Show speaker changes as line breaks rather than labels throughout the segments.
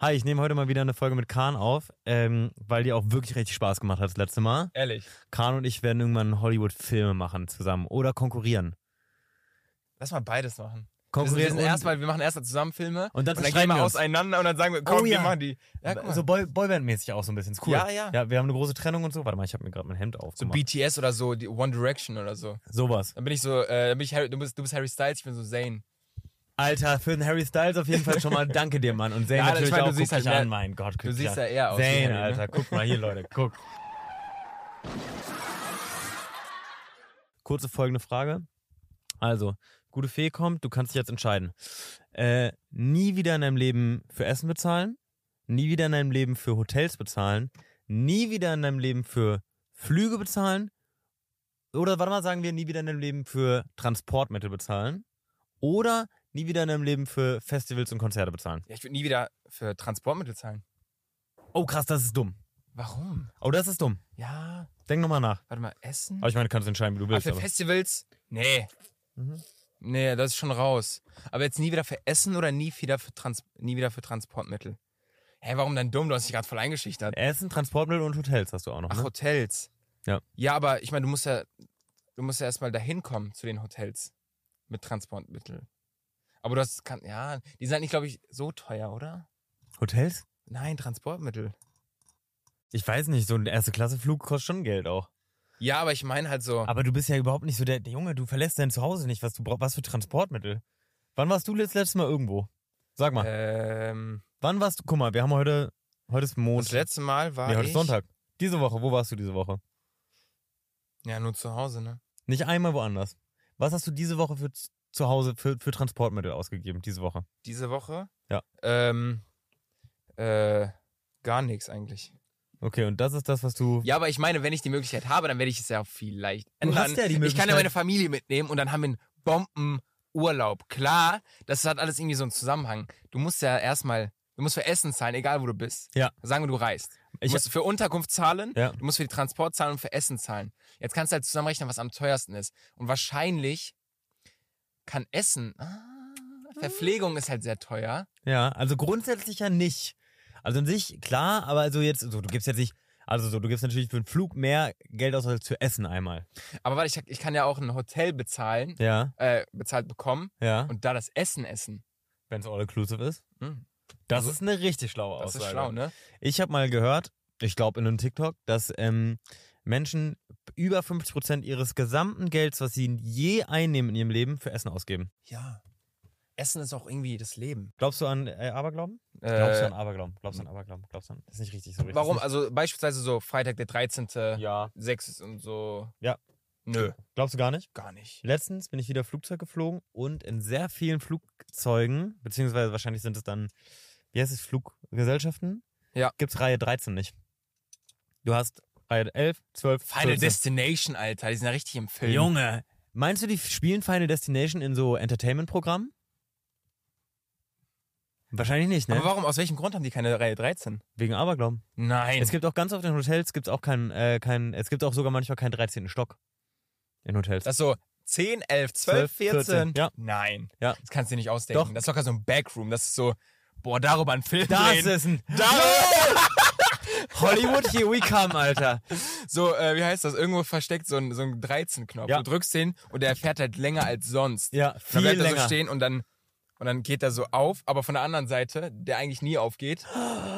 Hi, ich nehme heute mal wieder eine Folge mit Kahn auf, ähm, weil die auch wirklich richtig Spaß gemacht hat das letzte Mal.
Ehrlich.
Kahn und ich werden irgendwann Hollywood-Filme machen zusammen oder konkurrieren.
Lass mal beides machen. Also wir,
Konkurrieren
sind
und-
erstmal, wir machen erstmal zusammen Filme
Und dann
gehen
zerschneiden
wir
wir uns.
auseinander und dann sagen wir, komm,
Oh ja.
wir machen die. Ja, guck mal.
so
so,
Boy Boyband-mäßig auch so ein bisschen. Ist cool.
Ja, ja.
Ja, wir haben eine große Trennung und so. Warte mal, ich habe mir gerade mein Hemd aufgemacht.
BTS oder so, die One Direction oder so.
Sowas.
Dann bin ich so, äh, dann bin ich Harry, du, bist, du bist Harry Styles, ich bin so Zayn.
Alter, für den Harry Styles auf jeden Fall schon mal danke dir, Mann. Und Zane
Ja, das-
natürlich
ich meine,
auch.
du siehst
guck
halt
dich
mehr-
an, mein Gott. guck dich
siehst
an.
ja eher aus wie Harry,
Zane,
ne?
Alter, guck mal hier, Leute, guck. Kurze folgende Frage. Also, gute Fee kommt, du kannst dich jetzt entscheiden. Äh, nie wieder in deinem Leben für Essen bezahlen, nie wieder in deinem Leben für Hotels bezahlen, nie wieder in deinem Leben für Flüge bezahlen oder warte mal, sagen wir, nie wieder in deinem Leben für Transportmittel bezahlen oder nie wieder in deinem Leben für Festivals und Konzerte bezahlen.
Ja, ich würde nie wieder für Transportmittel zahlen.
Oh krass, das ist dumm.
Warum?
Oh, das ist dumm.
Ja,
Denk nochmal nach.
warte mal, Essen?
Aber ich meine, Ah, du kannst entscheiden, wie du
Aber
willst.
für
Aber.
Festivals? Nee.
Mhm.
Nee, das ist schon raus. Aber jetzt nie wieder für Essen oder nie wieder für, Trans nie wieder für Transportmittel. Hä, warum denn dumm? Du hast dich gerade voll eingeschüchtert.
Essen, Transportmittel und Hotels hast du auch noch.
Ach,
Ne?
Hotels.
Ja.
Ja, aber ich meine, du musst ja, du musst ja erstmal dahin kommen zu den Hotels mit Transportmitteln. Aber du hast, kann, ja, die sind halt nicht, glaube ich, so teuer, oder?
Hotels?
Nein, Transportmittel.
Ich weiß nicht, so ein Erste-Klasse-Flug kostet schon Geld auch.
Ja, aber ich meine halt so,
Aber du bist ja überhaupt nicht so der, der Junge, du verlässt dein Zuhause nicht. Was, du brauch, was für Transportmittel? Wann warst du das letzte Mal irgendwo? Sag mal,
ähm,
wann warst du? Guck mal, wir haben heute, heute ist
das
Montag.
letzte Mal war
Nee, heute
ich,
ist Sonntag. Diese Woche, wo warst du diese Woche?
Ja, nur zu Hause, ne?
Nicht einmal woanders. Was hast du diese Woche für z- zu Hause für, für Transportmittel ausgegeben, diese Woche?
Diese Woche?
Ja.
Ähm, äh, gar nichts eigentlich.
Okay, und das ist das, was du.
Ja, aber ich meine, wenn ich die Möglichkeit habe, dann werde ich es ja vielleicht
Du
ändern.
hast ja die
ich kann ja
Möglichkeit.
meine Familie mitnehmen und dann haben wir einen Bombenurlaub. Klar, das hat alles irgendwie so einen Zusammenhang. Du musst ja erstmal, du musst für Essen zahlen, egal wo du bist.
Ja.
Sagen wir, du reist. Du
Ich-
musst für Unterkunft zahlen,
Ja.
du musst für die Transport zahlen und für Essen zahlen. Jetzt kannst du halt zusammenrechnen, was am teuersten ist. Und wahrscheinlich kann Essen, ah, Verpflegung ist halt sehr teuer.
Ja, also grundsätzlich ja nicht. Also an sich, klar, aber also jetzt, so, du gibst jetzt nicht, also so, du gibst natürlich für einen Flug mehr Geld aus als für Essen einmal.
Aber warte, ich, ich kann ja auch ein Hotel bezahlen,
Ja,
äh, bezahlt bekommen
ja.
und da das Essen essen.
Wenn es all-inclusive ist.
Hm.
Das ist eine richtig schlaue
Das
Aussage.
ist schlau, ne?
Ich habe mal gehört, ich glaube in einem TikTok, dass ähm, Menschen über 50% ihres gesamten Gelds, was sie je einnehmen in ihrem Leben, für Essen ausgeben.
Ja. Essen ist auch irgendwie das Leben.
Glaubst du an äh, Aberglauben? Glaubst du
Äh,
an Aberglauben? Glaubst du an Aberglauben? Glaubst du an? Das ist nicht richtig so richtig.
warum? Also beispielsweise so Freitag der 13.
Ja.
6. und so.
Ja.
Nö,
Glaubst du gar nicht?
gar nicht.
Letztens bin ich wieder Flugzeug geflogen und in sehr vielen Flugzeugen, beziehungsweise wahrscheinlich sind es dann, wie heißt es, Fluggesellschaften,
Ja.
gibt es Reihe 13 nicht. Du hast Reihe 11, 12,
Final
14.
Destination, Alter. Die sind ja richtig im Film.
Junge. Meinst du, die spielen Final Destination in so Entertainment-Programmen? Wahrscheinlich nicht, ne?
Aber warum? Aus welchem Grund haben die keine Reihe 13?
Wegen Aberglauben.
Nein.
Es gibt auch ganz oft in Hotels, gibt's auch keinen, äh, kein, es gibt auch sogar manchmal keinen 13. Stock in Hotels.
das ist so 10, 11, 12, 14.
14, ja.
Nein.
Ja.
Das kannst du dir nicht ausdenken.
Doch.
Das ist locker so ein Backroom. Das ist so, boah, darüber ein Film
das
drehen.
ist ein
Da
Hollywood, here we come, Alter.
so, äh, wie heißt das? Irgendwo versteckt so ein, so ein 13-Knopf.
Ja.
Du drückst den und der fährt halt länger als sonst.
Ja,
Dann
viel
bleibt er so
länger.
stehen und dann, und dann geht er so auf, aber von der anderen Seite, der eigentlich nie aufgeht.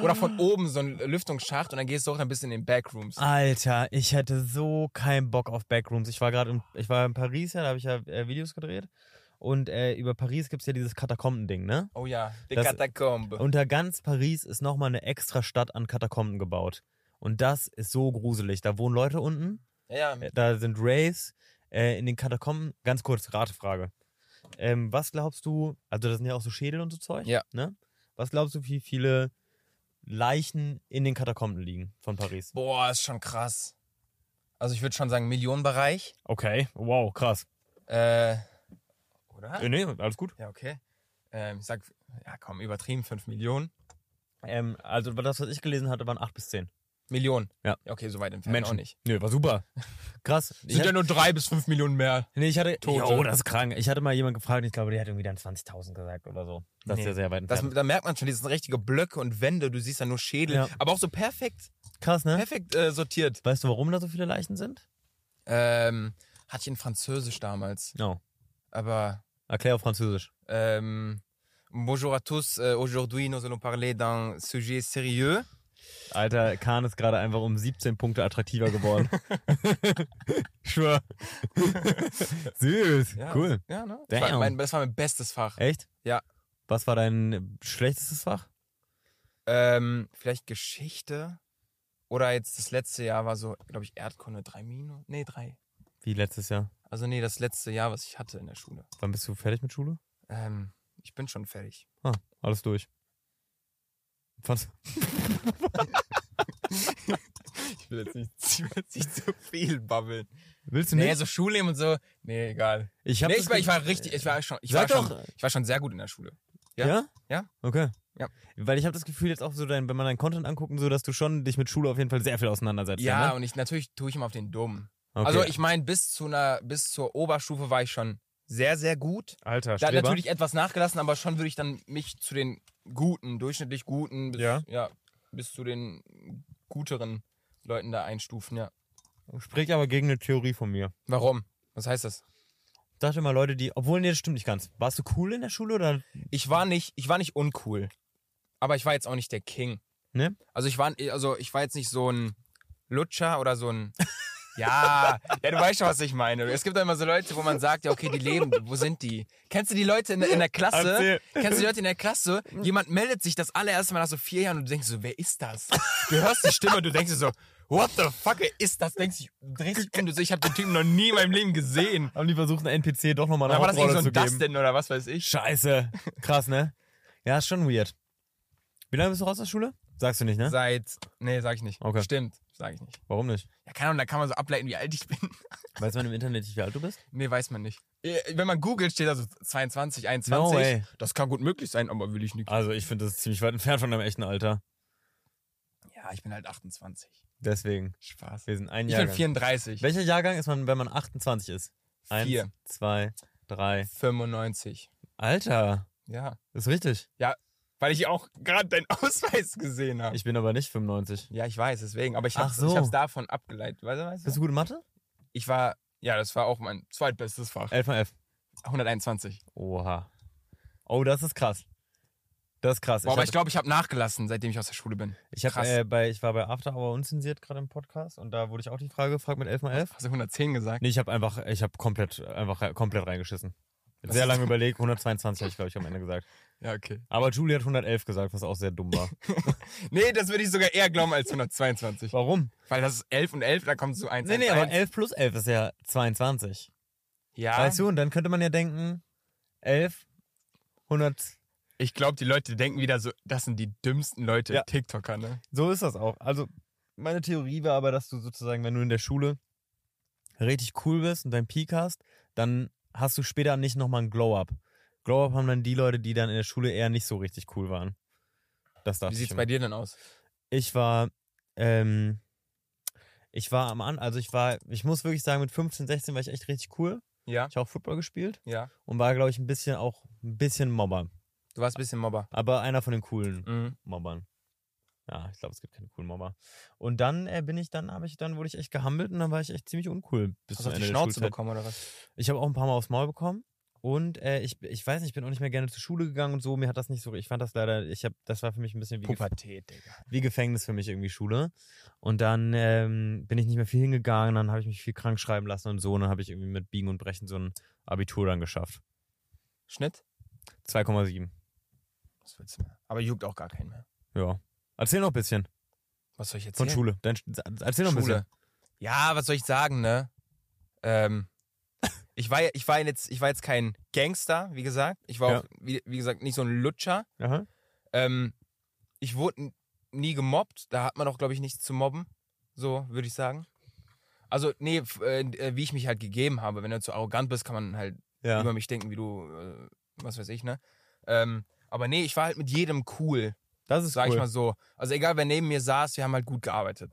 Oder von oben so ein Lüftungsschacht und dann gehst du auch ein bisschen in den Backrooms.
Alter, ich hätte so keinen Bock auf Backrooms. Ich war gerade in, ich war in Paris, ja, da habe ich ja äh, Videos gedreht. Und äh, über Paris gibt's ja dieses Katakomben-Ding, ne?
Oh ja, die
Das-
Katakombe.
Unter ganz Paris ist nochmal eine extra Stadt an Katakomben gebaut. Und das ist so gruselig. Da wohnen Leute unten,
Ja,
äh, da sind Raves äh, in den Katakomben. Ganz kurz, Ratefrage. Ähm, was glaubst du, also da sind ja auch so Schädel und so Zeug,
Ja.
ne? Was glaubst du, wie viele Leichen in den Katakomben liegen von Paris?
boah, ist schon krass. Also ich würde schon sagen Millionenbereich.
Okay, wow, krass.
Äh, oder?
Äh, nee, alles gut.
Ja, okay. Ähm, ich sag, ja komm, übertrieben 5 Millionen.
Ähm, also das, was ich gelesen hatte, waren 8 bis 10.
Millionen.
Ja.
Okay, so weit entfernt auch
Menschen.
nicht.
Nö, war super. Krass. Ich
Sind ja
hatte-
nur drei bis fünf Millionen mehr.
nee, ich hatte.
Tote.
Oh, das ist krank. Ich hatte mal jemanden gefragt und ich glaube, der hat irgendwie dann 20.000 gesagt oder so. Das
Nee.
ist ja sehr weit
Das,
entfernt.
da merkt man schon, das sind richtige Blöcke und Wände. Du siehst da nur Schädel.
Ja.
Aber auch so perfekt,
Krass, ne?
perfekt äh, sortiert.
Weißt du, warum da so viele Leichen sind?
Ähm, hatte ich in Französisch damals.
No.
Aber
Erklär auf Französisch.
ähm, Bonjour à tous. Euh, Aujourd'hui, nous allons parler d'un sujet sérieux.
Alter, Kahn ist gerade einfach um 17 Punkte attraktiver geworden. Schwör. Süß.
Ja.
Cool.
Ja, ne? Das
Damn.
war, mein, das war mein bestes Fach.
Echt?
Ja.
Was war dein schlechtestes Fach?
Ähm, vielleicht Geschichte. Oder jetzt das letzte Jahr war so, glaube ich, Erdkunde drei Minus. Nee, drei.
Wie letztes Jahr?
Also nee, das letzte Jahr, was ich hatte in der Schule.
Wann bist du fertig mit Schule?
Ähm, ich bin schon fertig.
Ah, alles durch. Fand's-
Ich will jetzt nicht, ich will jetzt nicht zu viel babbeln.
Willst du
Nee,
nicht?
so Schulleben und so. Nee, egal.
ich hab
nee,
das
ich war, ich
ge-
war richtig, ich war schon, ich war
Sag
schon,
doch.
ich war schon sehr gut in der Schule.
Ja?
ja.
Ja?
Ja.
Okay.
Ja.
Weil ich habe das Gefühl jetzt auch so, dein, wenn man deinen Content anguckt, und so, dass du schon dich mit Schule auf jeden Fall sehr viel auseinandersetzt.
Ja,
ne?
und ich, natürlich tue ich immer auf den Dummen.
okay.
Also ich meine, bis zu einer, bis zur Oberstufe war ich schon sehr, sehr gut.
Alter,
Da hat
Streber.
natürlich etwas nachgelassen, aber schon würde ich dann mich zu den guten, durchschnittlich guten, bis,
Ja.
bis zu den guteren Leuten da einstufen, ja.
Sprich aber gegen eine Theorie von mir.
Warum? Was heißt das?
Ich dachte immer, Leute, die. Obwohl, nee, das stimmt nicht ganz. Warst du cool in der Schule oder?
Ich war nicht, ich war nicht uncool, aber ich war jetzt auch nicht der King.
Ne?
Also ich war, also ich war jetzt nicht so ein Lutscher oder so ein. Ja, ja, du weißt schon, was ich meine. Es gibt da immer so Leute, wo man sagt, ja, okay, die leben, wo sind die? Kennst du die Leute in, in der Klasse?
Erzähl.
Kennst du die Leute in der Klasse? Jemand meldet sich das allererste Mal nach so vier Jahren und du denkst so, wer ist das? Du hörst die Stimme und du denkst dir so, what the fuck wer ist das? Denkst dich, drehst dich um, du so, ich habe den Typen noch nie in meinem Leben gesehen.
Haben die versucht, einen NPC doch nochmal
Da
eine
war das irgendwie
Hauptrolle
so ein
zu geben?
Dustin oder was weiß ich.
Scheiße. Krass, ne? Ja, ist schon weird. Wie lange bist du raus aus der Schule? Sagst du nicht, ne?
Seit. Nee, sag ich nicht.
Okay.
Stimmt, sag ich nicht.
Warum nicht?
Ja, keine Ahnung, da kann man so ableiten, wie alt ich bin.
Weiß man im Internet nicht, wie alt du bist?
nee, weiß man nicht. Äh, Wenn man googelt, steht da so 22, 21.
No way.
Das kann gut möglich sein, aber will ich nicht.
Also, ich finde das ist ziemlich weit entfernt von deinem echten Alter.
Ja, ich bin halt 28.
Deswegen.
Spaß.
Wir sind ein
Ich
Jahr.
bin 34.
Welcher Jahrgang ist man, wenn man 28 ist? Eins,
Vier.
zwei, drei.
95.
Alter,
Ja.
ist richtig.
Weil ich auch gerade deinen Ausweis gesehen habe.
Ich bin aber nicht 95.
Ja, ich weiß, deswegen. Aber ich
Ach
habe es
so.
davon abgeleitet. Weißt du, weißt
Bist
du?
du gut in Mathe?
Ich war, ja, das war auch mein zweitbestes Fach.
11 mal 11.
121.
Oha. Oh, das ist krass. Das ist krass.
Boah, aber ich
hatte-
glaube, ich habe nachgelassen, seitdem ich aus der Schule bin.
ich, hab,
krass.
äh, bei, ich war bei After Hour unzensiert gerade im Podcast und da wurde ich auch die Frage gefragt mit 11 mal 11.
Hast du 110 gesagt?
Nee, ich habe einfach, ich habe komplett, einfach re- komplett reingeschissen.
Was
Sehr
ist-
lange überlegt, 122 habe ich, glaube ich, am Ende gesagt.
Ja, okay.
Aber Julie hat 111 gesagt, was auch sehr dumm war.
Nee, das würde ich sogar eher glauben als 122.
Warum?
Weil das ist 11 und 11, da kommt so 1.
Nee, nee, aber 11 plus 11 ist ja 22.
Ja,
Weißt du, und dann könnte man ja denken, 11, 100.
ich glaube, die Leute denken wieder so, das sind die dümmsten Leute,
Ja.
TikToker, ne?
So ist das auch. Also, meine Theorie war aber, dass du sozusagen, wenn du in der Schule richtig cool bist und deinen Peak hast, dann hast du später nicht nochmal ein Glow-Up. Glow-Up haben dann die Leute, die dann in der Schule eher nicht so richtig cool waren. Das dachte
Wie
ich.
sieht's
immer.
bei dir denn aus?
ich war, ähm, ich war am An, also ich war, ich muss wirklich sagen, mit 15, 16 war ich echt richtig cool.
Ja,
Ich habe auch Football gespielt
ja.
und war, glaube ich, ein bisschen auch ein bisschen Mobber.
Du warst ein bisschen Mobber.
Aber einer von den coolen
Mhm.
Mobbern. Ja, ich glaube, es gibt keine coolen Mobber. Und dann äh, bin ich dann, habe ich, dann wurde ich echt gehandelt und dann war ich echt ziemlich uncool bis
Hast
zum
du auf die
Ende der
Schnauze
Schulzeit.
bekommen oder was?
Ich habe auch ein paar Mal aufs Maul bekommen. Und äh, ich, ich weiß nicht, ich bin auch nicht mehr gerne zur Schule gegangen und so. Mir hat das nicht so, ich fand das leider, ich habe, das war für mich ein bisschen wie, Gef
Pubertät, Digga.
wie Gefängnis für mich irgendwie Schule. Und dann ähm, bin ich nicht mehr viel hingegangen, dann habe ich mich viel krank schreiben lassen und so. Und dann habe ich irgendwie mit Biegen und Brechen so ein Abitur dann geschafft.
Schnitt?
2,7.
Was willst du mehr? Aber juckt auch gar keinen mehr.
Ja. Erzähl noch ein bisschen
Was soll ich jetzt
von Schule. Dein, erzähl noch ein bisschen.
Schule. Ja, was soll ich sagen, ne? Ähm, ich war, ich war jetzt, ich war jetzt kein Gangster, wie gesagt. Ich war
Ja.
auch, wie, wie gesagt, nicht so ein Lutscher.
Aha.
Ähm, ich wurde n- nie gemobbt. Da hat man auch, glaube ich, nichts zu mobben. So, würde ich sagen. Also, nee, f- äh, äh, wie ich mich halt gegeben habe. Wenn du zu arrogant bist, kann man halt
Ja.
über mich denken, wie du, äh, was weiß ich, ne? Ähm, aber nee, ich war halt mit jedem cool,
Das ist
sag
cool.
ich mal so. Also egal, wer neben mir saß, wir haben halt gut gearbeitet.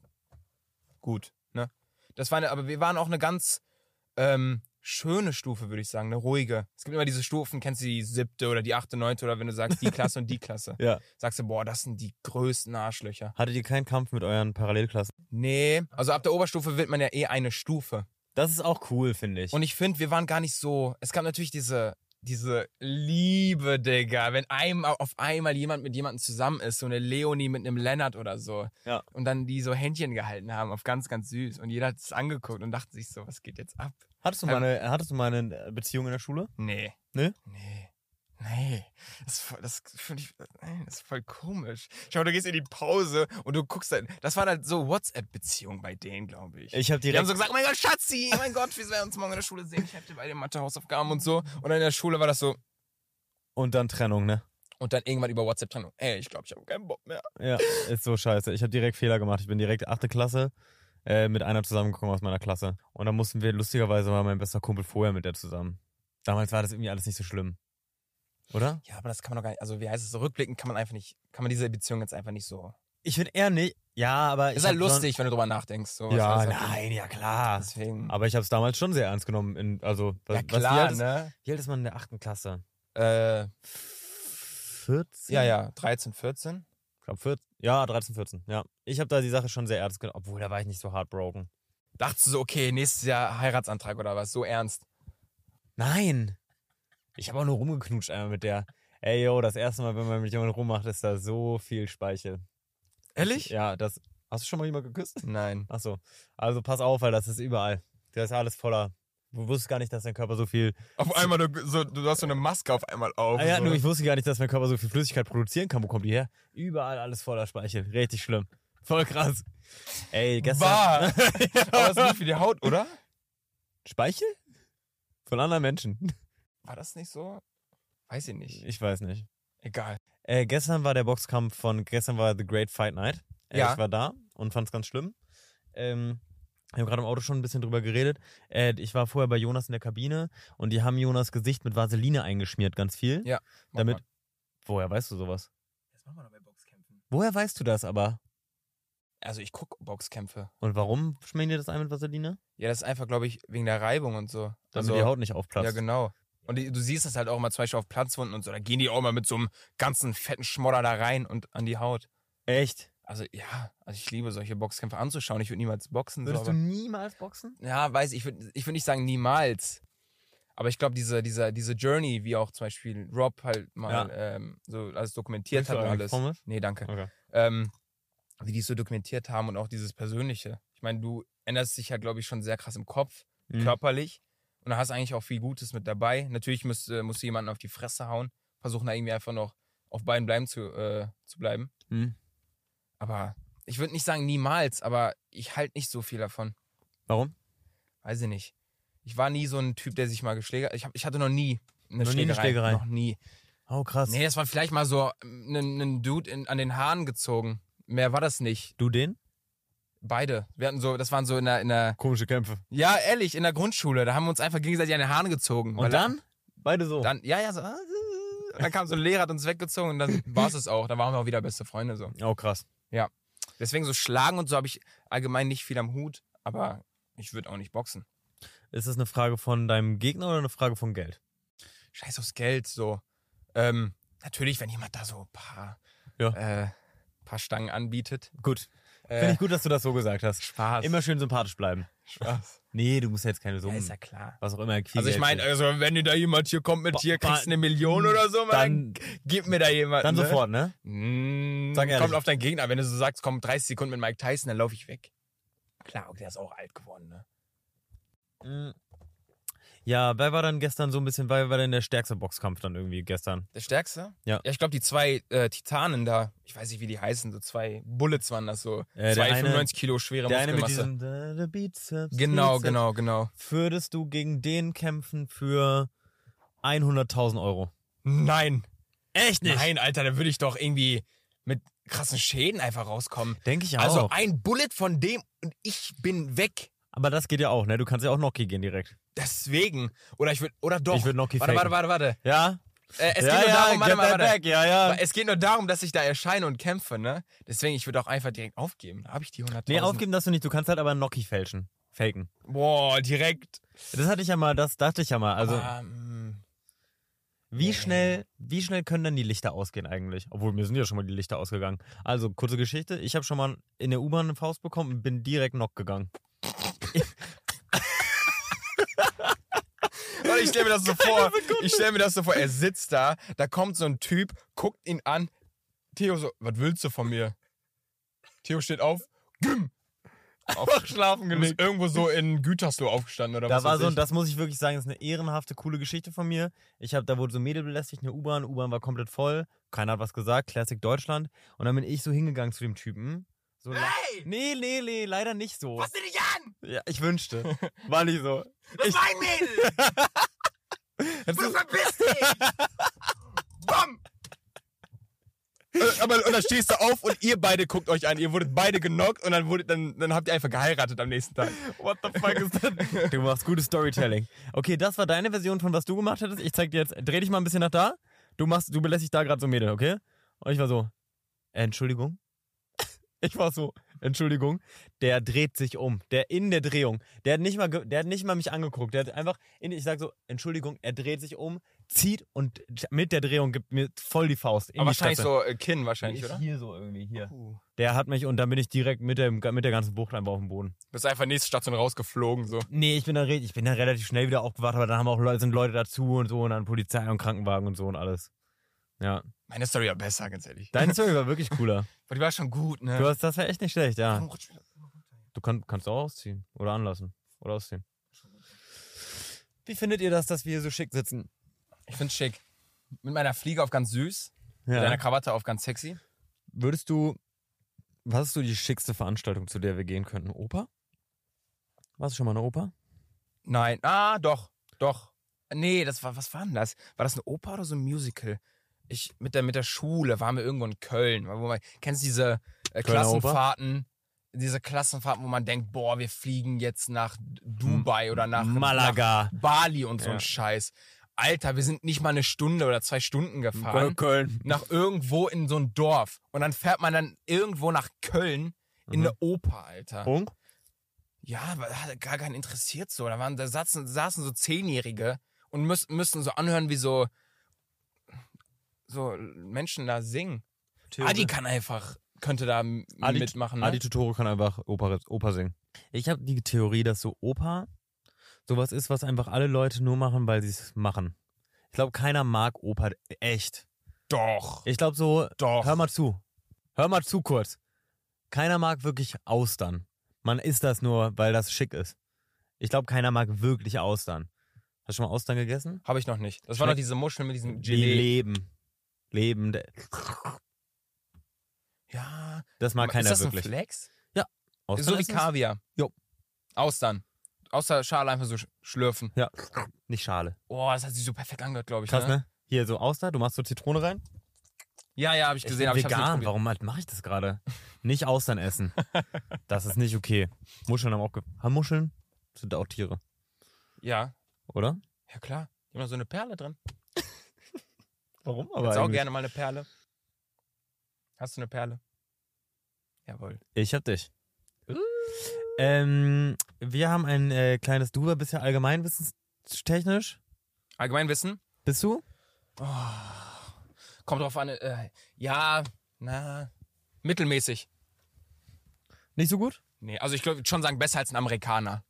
gut. Ne? Das war eine, aber wir waren auch eine ganz ähm, schöne Stufe, würde ich sagen, eine ruhige. Es gibt immer diese Stufen, kennst du die siebte oder die achte, neunte oder wenn du sagst die Klasse und die Klasse.
Ja.
Sagst du, boah, das sind die größten Arschlöcher.
Hattet ihr keinen Kampf mit euren Parallelklassen?
Nee, also ab der Oberstufe wird man ja eh eine Stufe.
Das ist auch cool, finde ich.
Und ich finde, wir waren gar nicht so. Es gab natürlich diese, diese Liebe, Digga. Wenn einem auf einmal jemand mit jemandem zusammen ist, so eine Leonie mit einem Lennart oder so.
Ja.
Und dann die so Händchen gehalten haben, auf ganz, ganz süß. Und jeder hat es angeguckt und dachte sich so, was geht jetzt ab?
hattest, du mal eine, hattest du mal eine Beziehung in der Schule?
Nee.
Nee?
Nee. Nee, das, ist voll- das finde ich, nein, das ist voll komisch. Schau, du gehst in die Pause und du guckst dann, das war dann so WhatsApp-Beziehung bei denen, glaube ich.
Ich habe
Die haben
direkt.
so gesagt, oh mein Gott, Schatzi, oh mein Gott, wir werden uns morgen in der Schule sehen. Ich helfe dir bei den Mathe-Hausaufgaben und so. Und dann in der Schule war das so.
und dann Trennung, ne?
Und dann irgendwann über WhatsApp-Trennung. Ey, ich glaube, ich habe keinen Bock mehr.
Ja, ist so scheiße. Ich habe direkt Fehler gemacht. Ich bin direkt achte Klasse äh, mit einer zusammengekommen aus meiner Klasse. Und dann mussten wir, lustigerweise war mein bester Kumpel vorher mit der zusammen. Damals war das irgendwie alles nicht so schlimm. Oder?
Ja, aber das kann man doch gar nicht. Also, wie heißt es? So rückblickend kann man einfach nicht, kann man diese Beziehung jetzt einfach nicht so.
Ich finde eher nicht. Ja, aber.
Ist
ich
halt
hab schon-
lustig, wenn du drüber nachdenkst. So, was
Ja,
alles hat-
nein, ja klar.
Deswegen.
Aber ich habe es damals schon sehr ernst genommen. In, also, was,
ja,
was wie, alt
klar,
ist,
ne?
wie alt ist man in der achten Klasse? ne?
Äh,
14?
ja, ja, 13, 14.
Ich glaub, 14. Ja, 13, 14. Ja. Ich habe da die Sache schon sehr ernst genommen. Obwohl, da war ich nicht so heartbroken.
Dachtest du so, okay, nächstes Jahr Heiratsantrag oder was? So ernst.
Nein. Ich habe auch nur rumgeknutscht einmal mit der. Ey, yo, das erste Mal, wenn man mit jemandem rummacht, ist da so viel Speichel.
Ehrlich?
Ja, das. Hast du schon mal jemanden geküsst?
Nein.
Ach so. Also pass auf, weil das ist überall. Das ist alles voller. Du wusstest gar nicht, dass dein Körper so viel.
Auf einmal, du, so, du hast so eine Maske auf einmal auf.
Ah, ja,
so. ne?
nur ich wusste gar nicht, dass mein Körper so viel Flüssigkeit produzieren kann. Wo kommt die her? Überall alles voller Speichel. Richtig schlimm. Voll krass. Ey, gestern.
Bah. Aber das ist gut für die Haut, oder?
Speichel? Von anderen Menschen.
War das nicht so? Weiß ich nicht.
Ich weiß nicht.
Egal.
Äh, gestern war der Boxkampf von, gestern war The Great Fight Night. Äh,
Ja.
Ich war da und fand es ganz schlimm. Ähm, wir haben gerade im Auto schon ein bisschen drüber geredet. Äh, ich war vorher bei Jonas in der Kabine und die haben Jonas Gesicht mit Vaseline eingeschmiert, ganz viel.
Ja, Mach
damit.
mal.
Woher weißt du sowas?
Das machen wir doch bei Boxkämpfen.
Woher weißt du das aber?
Also ich gucke Boxkämpfe.
Und warum schmieren die das ein mit Vaseline?
Ja, das ist einfach, glaube ich, wegen der Reibung und so.
Damit
also,
die Haut nicht aufplatzt.
Ja, genau. Und die, du siehst das halt auch immer zum Beispiel auf Platzwunden und so. Da gehen die auch immer mit so einem ganzen fetten Schmodder da rein und an die Haut.
Echt?
Also ja, also ich liebe solche Boxkämpfe anzuschauen. Ich würde niemals boxen. So,
Würdest du
aber,
niemals boxen?
ja, weiß ich, würd- ich würde nicht sagen niemals. Aber ich glaube, diese, diese, diese Journey, wie auch zum Beispiel Rob halt mal ähm, so alles dokumentiert
Bist du
hat und
eigentlich
alles.
komisch?
Nee, danke.
Okay.
ähm, wie die es so dokumentiert haben und auch dieses Persönliche. Ich meine, du änderst dich ja, glaube ich, schon sehr krass im Kopf,
Mhm.
körperlich. Und da hast eigentlich auch viel Gutes mit dabei. Natürlich musst, äh, musst du jemanden auf die Fresse hauen, versuchen da irgendwie einfach noch auf beiden bleiben zu, äh, zu bleiben.
Mhm.
Aber ich würde nicht sagen niemals, aber ich halte nicht so viel davon.
Warum?
Weiß ich nicht. Ich war nie so ein Typ, der sich mal geschlägert. Ich, hab, ich hatte noch nie eine
Noch nie eine
Schlägerei.
Schlägerei.
Noch nie.
Oh, krass.
Nee, das war vielleicht mal so ein Dude in, an den Haaren gezogen. Mehr war das nicht.
Du den?
Beide. Wir hatten so, das waren so in der, in der,
Komische Kämpfe.
ja, ehrlich, in der Grundschule. Da haben wir uns einfach gegenseitig an den Haaren gezogen.
Und
Weil-
dann? Beide so.
Dann, ja, ja, so. äh, Und dann kam so ein Lehrer, hat uns weggezogen und dann war es es auch. Dann waren wir auch wieder beste Freunde so.
Oh, krass.
Deswegen so Schlagen und so habe ich allgemein nicht viel am Hut, aber ich würde auch nicht boxen.
Ist es eine Frage von deinem Gegner oder eine Frage von Geld?
Scheiß aufs Geld, so. Ähm, natürlich, wenn jemand da so ein paar,
Ja.
äh, paar Stangen anbietet.
Gut. Finde
Äh,
ich gut, dass du das so gesagt hast.
Spaß.
Immer schön sympathisch bleiben.
Spaß.
Nee, du musst ja jetzt keine
Ja,
Summen.
ist ja klar.
was auch immer. Viel
Also ich
Geld
meine,
ist.
also wenn dir da jemand hier kommt mit
Ba-
hier,
ba- Hm.
kriegst du eine Million oder so, Mann,
dann,
gib mir da jemand.
dann
oh ne?
sofort, ne?
Mm,
Sag ehrlich.
kommt auf deinen Gegner. Wenn du so sagst, komm 30 Sekunden mit Mike Tyson, dann laufe ich weg. Klar, okay, der ist auch alt geworden, ne? Mhm.
Mm. Ja, wer war dann gestern so ein bisschen, wer war denn der stärkste Boxkampf dann irgendwie gestern?
Der stärkste?
Ja.
Ja, ich glaube, die zwei äh, Titanen da, ich weiß nicht, wie die heißen, so zwei Bullets waren das so.
Äh, der
zwei
eine-
95 Kilo schwere
Der eine mit
Muskelmasse.
diesem äh, der Bizeps.
genau,
Bizeps.
genau, genau.
Würdest du gegen den kämpfen für 100.000 Euro?
Nein.
Echt
Nein, Alter, da würde ich doch irgendwie mit krassen Schäden einfach rauskommen.
Denke ich auch.
Also ein Bullet von dem und ich bin weg.
Aber das geht ja auch, ne? Du kannst ja auch Noki gehen direkt.
Deswegen. Oder ich würde, oder doch.
Ich würd Noki
Warte, warte,
faken.
warte, warte.
Ja?
Äh, es
ja,
geht nur
ja,
darum, warte
get
mal,
that
warte.
back, ja, ja.
Aber Es geht nur darum, dass ich da erscheine und kämpfe, ne? Deswegen, ich würde auch einfach direkt aufgeben. Da habe ich die 100.000.
Nee, aufgeben darfst du nicht. Du kannst halt aber einen Noki fälschen. Faken.
Boah, direkt.
Das hatte ich ja mal, das dachte ich ja mal. Also,
Ah, mm.
wie
nee.
schnell, wie schnell können dann die Lichter ausgehen eigentlich? Obwohl, mir sind ja schon mal die Lichter ausgegangen. Also, kurze Geschichte. Ich habe schon mal in der U-Bahn eine Faust bekommen und bin direkt knock gegangen.
Warte, ich stelle mir das so vor. Ich stelle mir das so vor. Er sitzt da, da kommt so ein Typ, guckt ihn an. Theo so, was willst du von mir? Theo steht auf. Güm. Auf
Schlafen
Du bist irgendwo so in Gütersloh aufgestanden oder
Da
was
war
weiß
so,
ich.
das muss ich wirklich sagen, ist eine ehrenhafte, coole Geschichte von mir. Ich habe, da wurde so ein Mädel belästigt, eine U-Bahn, U-Bahn war komplett voll, keiner hat was gesagt, Classic Deutschland. Und dann bin ich so hingegangen zu dem Typen. So la-
Hey!
Nee, nee, nee, leider nicht so.
Fass dich an!
Ja, ich wünschte. War nicht so.
Das war ein Mädel! Du verpisst dich! Bam! Äh, Aber und dann stehst du auf und ihr beide guckt euch an. Ihr wurdet beide genockt und dann, wurde, dann, dann habt ihr einfach geheiratet am nächsten Tag.
What the fuck ist das? Du machst gutes Storytelling. Okay, das war deine Version von was du gemacht hättest. Ich zeig dir jetzt, dreh dich mal ein bisschen nach da. Du machst, du belästigst da gerade so ein Mädel, okay? Und ich war so, äh, Entschuldigung. Ich war so, Entschuldigung. Der dreht sich um. Der in der Drehung. Der hat nicht mal, ge- der hat nicht mal mich angeguckt. Der hat einfach, in, ich sag so, Entschuldigung, er dreht sich um, zieht und mit der Drehung gibt mir voll die Faust. In die Fresse.
so äh, Kinn wahrscheinlich,
Ist Hier so irgendwie, hier.
Du
Der hat mich und dann bin ich direkt mit, dem, mit der ganzen Bucht einfach auf dem Boden.
bist einfach nächste Station rausgeflogen so.
Nee, ich bin, da, re- ich bin da relativ schnell wieder aufgewacht, aber dann haben auch Leute, sind Leute dazu und so und dann Polizei und Krankenwagen und so und alles. Ja.
Meine Story war besser, ganz ehrlich.
Deine Story war wirklich cooler.
Aber die war schon gut, ne?
Du hast, das war echt nicht schlecht, ja. Du kann, kannst auch ausziehen oder anlassen oder ausziehen. Wie findet ihr das, dass wir hier so schick sitzen?
Ich find's schick. Mit meiner Fliege auf ganz süß, mit
Ja.
deiner Krawatte auf ganz sexy.
Würdest du, was ist so die schickste Veranstaltung, zu der wir gehen könnten? Oper? Warst du schon mal eine Oper?
Nein, ah, doch, doch. Nee, das war, was war denn das? War das eine Oper oder so ein Musical? Ich, mit der, mit der Schule waren wir irgendwo in Köln. Wo man, kennst du diese äh,
Kölner Oper?
Klassenfahrten? Diese Klassenfahrten, wo man denkt, boah, wir fliegen jetzt nach Dubai oder nach, nach
Hm. Malaga.
Bali und so
Ja.
ein Scheiß. Alter, wir sind nicht mal eine Stunde oder zwei Stunden gefahren.
Köln.
nach irgendwo in so ein Dorf. Und dann fährt man dann irgendwo nach Köln in
Mhm.
eine Oper, Alter.
Und?
Ja, aber da hat gar keinen interessiert so. Da, waren, da saßen, saßen so Zehnjährige und müssen, müssen so anhören, wie so, so Menschen da singen.
Ah,
Adi kann einfach, könnte da m-
Adi-
mitmachen. Ne?
Adi Totoro kann einfach Oper, Oper singen. Ich habe die Theorie, dass so Oper sowas ist, was einfach alle Leute nur machen, weil sie es machen. Ich glaube, keiner mag Oper echt.
doch,
Ich glaube so,
doch.
hör mal zu. Hör mal zu kurz. Keiner mag wirklich Austern. Man isst das nur, weil das schick ist. Ich glaube, keiner mag wirklich Austern. Hast du schon mal Austern gegessen?
Habe ich noch nicht. Das war noch
Schmeckt-
diese Muschel mit diesem
Die
Gelee.
leben. Leben. de-
Ja,
Das mag keiner
ist das
wirklich.
ein Flex?
Austern
so wie
essen ist-
Kaviar.
Jo.
Austern. Außer Schale einfach so sch- schlürfen.
Ja. Nicht Schale.
Oh, das hat sich so perfekt angehört, glaube ich.
Krass, ne? Hier so Austern, du machst so Zitrone rein.
Ja, ja, habe ich gesehen. Aber
ich
ich
bin
hab's nicht
vegan,
probiert.
warum halt mache ich das gerade? Nicht Austern essen. Das ist nicht okay. Muscheln haben auch ge haben Muscheln sind auch Tiere,
Ja,
oder?
ja klar. Die haben da so eine Perle drin.
Warum
Aber
auch
auch
gerne.
gerne mal eine Perle. Hast du eine Perle? Jawohl.
Ich hab dich.
Uh.
Ähm, wir haben ein äh, kleines Duber bisher allgemeinwissenstechnisch.
Allgemeinwissen?
Bist du?
Oh, Kommt drauf an. Äh, ja, na, mittelmäßig.
Nicht so gut?
Nee, also ich glaube, schon sagen, besser als ein Amerikaner.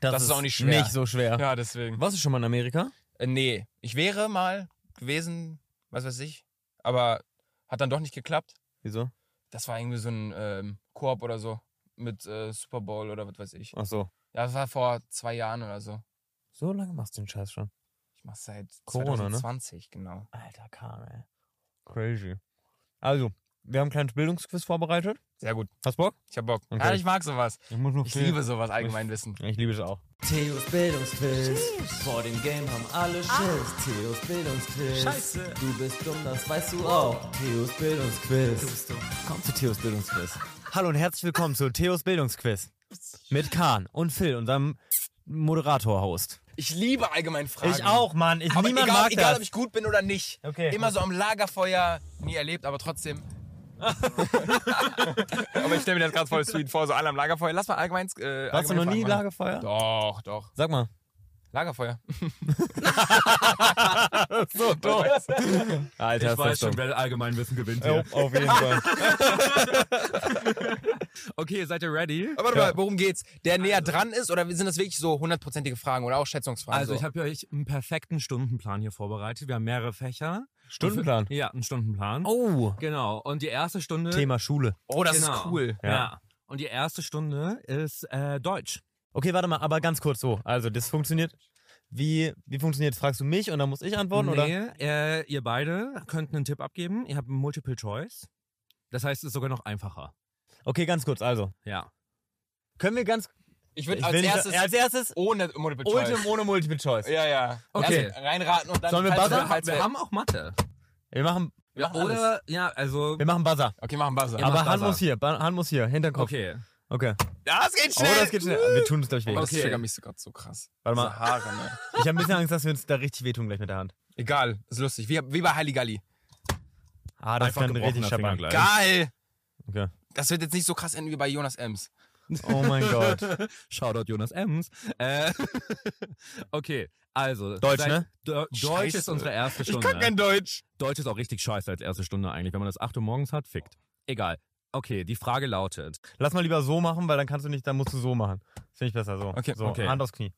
Das ist auch nicht schwer.
Nicht so schwer.
Ja, deswegen.
Warst du schon mal in Amerika?
Äh, nee, ich wäre mal gewesen, was weiß ich, aber hat dann doch nicht geklappt.
Wieso?
Das war irgendwie so ein ähm, Koop oder so mit äh, Super Bowl oder was weiß ich.
Ach so.
Ja, das war vor zwei Jahren oder so.
So lange machst du den Scheiß schon.
Ich mach's seit
Corona, ne?
2020, genau.
Alter Kahn, ey. Crazy. Also, wir haben ein kleines Bildungsquiz vorbereitet.
Sehr gut.
Hast Bock?
Ich hab Bock.
Okay.
Ja, ich mag sowas.
Ich muss noch
Ich liebe sowas Allgemeinwissen.
Ich liebe es auch.
Theos Bildungsquiz. Vor dem Game haben alle Schiss. Theos Bildungsquiz.
Scheiße.
Du bist dumm, das weißt du auch. Theos Bildungsquiz. Du bist dumm.
Komm zu Theos Bildungsquiz. Hallo und herzlich willkommen zu Theos Bildungsquiz. Mit Kahn und Phil, unserem Moderator-Host.
Ich liebe allgemein Fragen.
Ich auch, Mann. Ich,
Aber
niemand
egal,
mag
egal
das.
ob ich gut bin oder nicht.
Okay.
Immer so am Lagerfeuer, nie erlebt, aber trotzdem. aber ich stelle mir das gerade voll sweet vor, so alle am Lagerfeuer. Lass mal allgemein.
Warst
Äh,
du noch
allgemeine
nie
Fragen machen.
Lagerfeuer?
Doch, doch.
Sag mal.
Lagerfeuer.
So, doch. Alter,
Ich weiß
ist das
schon,
dumm.
wer Allgemeinwissen gewinnt hier.
Auf jeden Fall.
Okay, seid ihr ready? Also,
Aber warte mal, worum geht's? Der näher dran ist oder sind das wirklich so hundertprozentige Fragen oder auch Schätzungsfragen?
Also,
so?
ich habe euch einen perfekten Stundenplan hier vorbereitet. Wir haben mehrere Fächer.
Stundenplan.
Ja, einen Stundenplan.
Oh.
Genau. Und die erste Stunde.
Thema Schule.
oh, das
genau.
ist cool.
Ja.
Ja.
Und die erste Stunde ist äh, Deutsch.
Okay, warte mal, aber ganz kurz so. Also, das funktioniert. Wie, wie funktioniert? Fragst du mich und dann muss ich antworten? Oder?
Nee, äh, ihr beide könnt einen Tipp abgeben. Ihr habt Multiple Choice. Das heißt, es ist sogar noch einfacher.
Okay, ganz kurz. Also,
Ja.
können wir ganz.
Ich würde
Ich
als
will nicht-
erstes
als erstes
ohne Multiple
Ultim
Choice.
ohne Multiple Choice.
Ja, ja.
Okay.
Erst reinraten und dann.
Sollen wir
falls-
buzzern?
Also, falls-
wir haben auch Mathe.
Wir machen,
Wir machen
Oder,
alles.
ja, also.
wir machen Buzzer.
Okay, machen Buzzer.
Ja.
aber
macht
Hand
Buzzer.
muss hier, Ba- Hand muss hier, Hinterkopf.
Okay.
Okay.
Das geht
Oh,
schnell.
das geht schnell. Wir tun es gleich weh.
Oh, das
Okay.
triggert mich sogar so krass.
Warte mal.
Diese Haare, ne?
Ich habe ein bisschen Angst, dass wir uns da richtig wehtun gleich mit der Hand.
Egal, ist lustig. Wie, wie bei Halligalli.
Ah, das
Einfach
kann richtig
gebrochener Finger
scheppern.
gleich.
Geil!
Okay.
Das wird jetzt nicht so krass enden wie bei Jonas Ems.
Oh mein Gott.
Shoutout Jonas Ems. Äh, okay, also.
Deutsch,
seit-
ne?
Do- Deutsch ist
Scheiße.
unsere erste
Ich
Stunde.
kann kein Deutsch.
Deutsch ist auch richtig scheiße als erste Stunde eigentlich. Wenn man das 8 Uhr morgens hat, fickt. Egal. Okay, die Frage lautet.
Lass mal lieber so machen, weil dann kannst du nicht, dann musst du so machen. Finde ich besser so.
Okay,
so,
okay.
Hand aufs Knie.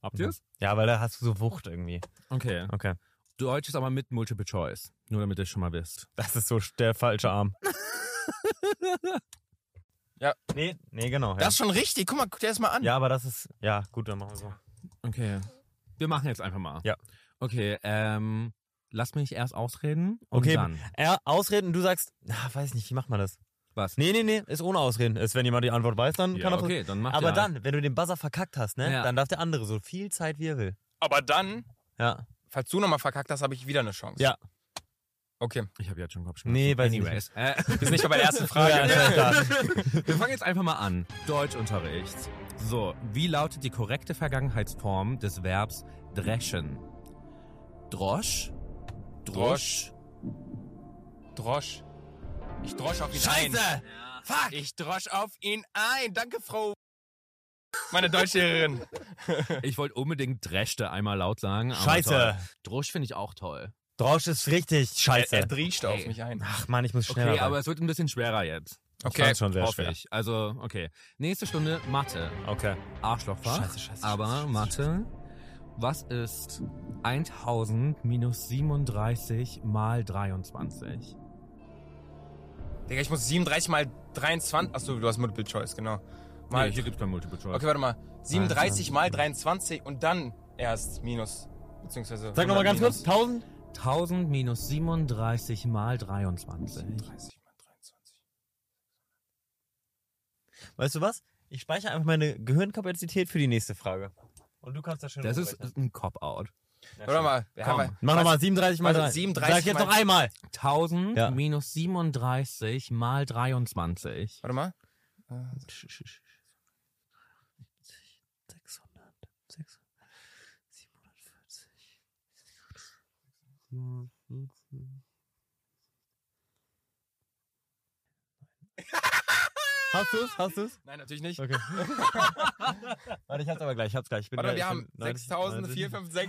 Habt ihr's?
Ja, weil da hast du so Wucht irgendwie.
Okay.
Mhm. Okay.
Deutsch ist aber mit Multiple Choice. Nur damit ihr es schon mal wisst.
Das ist so der falsche Arm.
Ja.
Nee, nee, genau. Ja.
Das ist schon richtig. Guck mal, guck dir das mal an.
ja, aber das ist. Ja, gut, dann machen wir so.
Okay. Wir machen jetzt einfach mal.
Ja.
Okay, ähm, lass mich erst ausreden und
Okay.
dann.
Ja, Ausreden, du sagst, na, weiß nicht, wie macht man das?
Was?
Nee, nee, nee, ist ohne Ausreden. Ist, wenn jemand die Antwort weiß, dann
Ja,
kann er
okay, dann macht
Aber
ihr-
dann, wenn du den Buzzer verkackt hast, ne,
Ja.
dann darf der andere so viel Zeit wie er will.
Aber dann,
Ja.
falls du nochmal verkackt hast, habe ich wieder eine Chance.
Ja.
Okay.
Ich habe jetzt schon Kopfschmerzen.
Nee, weiß ich
Anyways. Äh,
Wir sind nicht bei der ersten Frage.
Ja, ja, ja.
wir fangen jetzt einfach mal an. Deutschunterricht. So, wie lautet die korrekte Vergangenheitsform des Verbs dreschen? Drosch? Drosch?
Drosch. Ich drosch auf ihn ein.
Scheiße!
Oh,
Fuck! Ich drosch auf ihn ein. Danke, Frau. Meine Deutschlehrerin.
Ich wollte unbedingt dreschte einmal laut sagen. aber
Scheiße.
toll. Drosch finde ich auch toll.
Drosch ist richtig scheiße. Ah,
Er driecht auf
Ey.
mich ein.
Ach man, ich muss schneller.
Okay,
sein.
aber es wird ein bisschen schwerer jetzt.
Ich fand's schon sehr
Hoffe
schwer.
ich. Also, okay. Nächste Stunde Mathe.
Okay.
Arschlochfach.
Scheiße, scheiße,
aber
scheiße, scheiße,
Mathe. Was ist 1000 minus 37 mal 23?
Digga, ich muss 37 mal 23. Achso, du hast Multiple Choice, genau. Mal.
nee, hier gibt's kein Multiple Choice.
okay, warte mal. 37 mal 23 und dann erst minus. Beziehungsweise.
Sag nochmal ganz kurz.
minus.
1000?
1000 minus 37 mal 23.
37 mal 23.
Weißt du was? Ich speichere einfach meine Gehirnkapazität für die nächste Frage. Und du kannst das schön
Das ist
hochrechnen.
ein Cop-Out.
Warte mal. Ja,
Komm.
aber-
Mach nochmal 37 mal
Also
3.
37
Sag jetzt
mal-
noch einmal.
1000
Ja.
minus 37 mal 23.
Warte mal.
600, 600, 740. 740. Hast du es? Hast du es?
Nein, natürlich nicht.
Okay. Warte, ich hab's aber gleich, ich hab's gleich. Ich bin
Warte,
gleich-
wir
ich
haben
bin 90,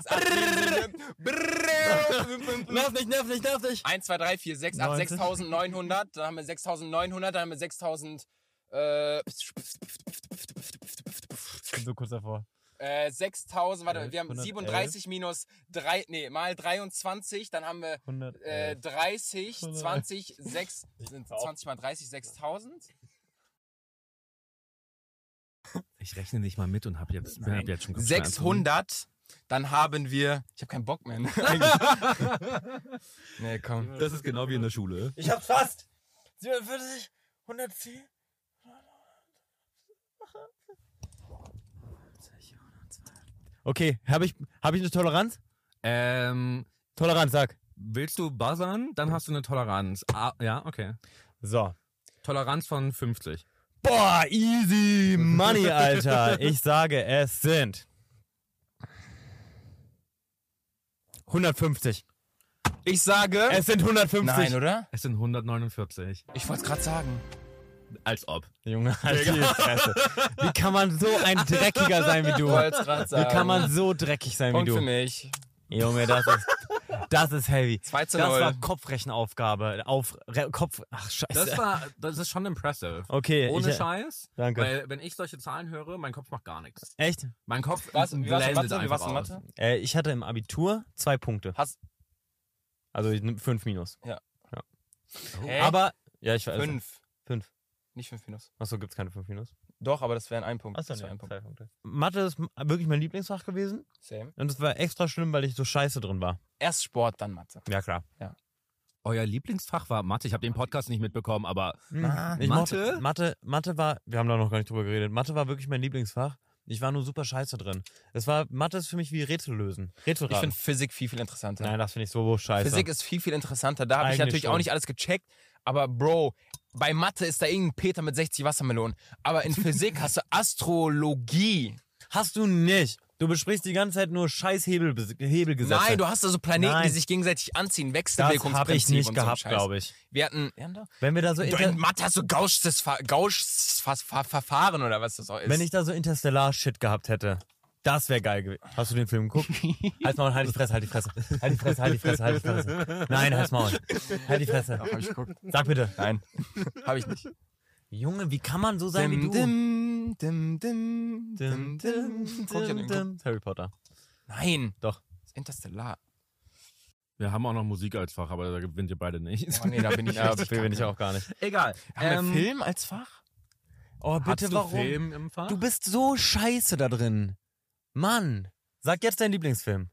6.456.
Nerv nicht, nerv nicht, nerv nicht.
1, 2, 3, 4, 6, 8,
90.
6.900. Dann haben wir 6.900, dann haben wir 6.000. Äh,
Ich bin so kurz davor.
äh, 6000, warte,
Elf,
wir haben
111.
37 minus 3, nee, mal 23, dann haben wir
100.
äh, 30,
111.
20, 6, sind 20 mal 30, 6000?
Ich rechne nicht mal mit und habe jetzt, bin- hab jetzt schon Kopfschmerzen.
600, dann haben wir, ich habe keinen Bock mehr. eigentlich. nee, komm.
Das ist genau wie in der Schule.
ich hab's fast. 47, 110. 120. Okay, habe ich, hab ich eine Toleranz?
Ähm,
Toleranz, sag.
Willst du buzzern? Dann hast du eine Toleranz. Ah, ja, okay.
So.
Toleranz von 50.
Boah, easy money, Alter. Ich sage, es sind 150.
Ich sage.
Es sind 150.
Nein, oder?
Es sind 149.
Ich wollte es gerade sagen.
Als ob.
Junge, halt die Fresse. Wie kann man so ein Dreckiger sein wie du?
Ich wollte es gerade
Wie
sagen.
kann man so dreckig sein wie
Punkt für
du?
mich.
Junge, das ist, das ist heavy.
2 zu
Das
0.
war Kopfrechenaufgabe. Auf, Re, Kopf, ach scheiße.
Das war, das ist schon impressive.
okay,
Ohne
ich,
Scheiß.
danke.
Weil, wenn ich solche Zahlen höre, mein Kopf macht gar nichts.
echt?
Mein Kopf
was, wie warst du in
blendet
Mathe? Wie
einfach
warst du in
aus.
Mathe?
Äh, ich hatte im Abitur zwei Punkte.
Hast-
Also ich nehm fünf minus.
Hä?
Aber, ja, ich weiß.
Fünf.
Fünf.
Nicht fünf minus.
Achso, gibt's keine fünf minus?
Doch, aber das wären ein Punkt.
Achso,
das wär
nee,
ein Punkt.
zwei Punkte. Mathe ist wirklich mein Lieblingsfach gewesen.
Same.
Und es war extra schlimm, weil ich so scheiße drin war.
Erst Sport, dann Mathe.
Ja, klar.
Euer Lieblingsfach war Mathe. Ich habe den Podcast nicht mitbekommen, aber
Ah,
Ich
Mathe?
Mochte, Mathe, Mathe war, wir haben da noch gar nicht drüber geredet. Mathe war wirklich mein Lieblingsfach. Ich war nur super scheiße drin. Es war, Mathe ist für mich wie Rätsel lösen. Rätsel
Ich
raten.
finde Physik viel, viel interessanter.
Nein, das finde ich so scheiße.
Physik ist viel, viel interessanter. Da habe ich
Eigentlich
natürlich auch
schon.
nicht alles gecheckt. Aber Bro, bei Mathe ist da irgendein Peter mit 60 Wassermelonen. Aber in Physik hast du Astrologie.
Hast du nicht. Du besprichst die ganze Zeit nur scheiß Hebel, Hebelgesetze.
Nein, du hast also Planeten, die
Nein.
sich gegenseitig anziehen.
das
Wechselwirkungsprinzip
habe ich nicht
und so
gehabt,
Scheiß.
glaube ich.
Wir hatten... Wir hatten doch-
Wenn wir da so,
Du,
inter
in Mathe hast du Gaussches, Ver Gaussches Ver Ver Verfahren oder was das auch ist.
wenn ich da so Interstellar-Shit gehabt hätte, das wäre geil gewesen. Hast du den Film geguckt? Halt's Maul, halt die Fresse, halt die Fresse. Halt die Fresse, halt die Fresse, halt die Fresse. Nein, halt's Maul. Halt die Fresse.
Hab ich geguckt.
Sag bitte.
Nein, habe ich nicht.
Junge, wie kann man so sein wie du?
Dim, dim, dim, dim, dim. Guck ich an den Kopf.
Harry Potter.
Nein.
Doch.
Interstellar.
wir haben auch noch Musik als Fach, aber da gewinnt ihr beide nicht.
Oh nee, da bin ich
Ja,
richtig
bin ich
kacke.
auch gar nicht.
Egal.
Haben
Ähm,
wir Film als Fach?
Oh,
Hast du Film im Fach?
Du bist so scheiße da drin. Mann, sag jetzt deinen Lieblingsfilm.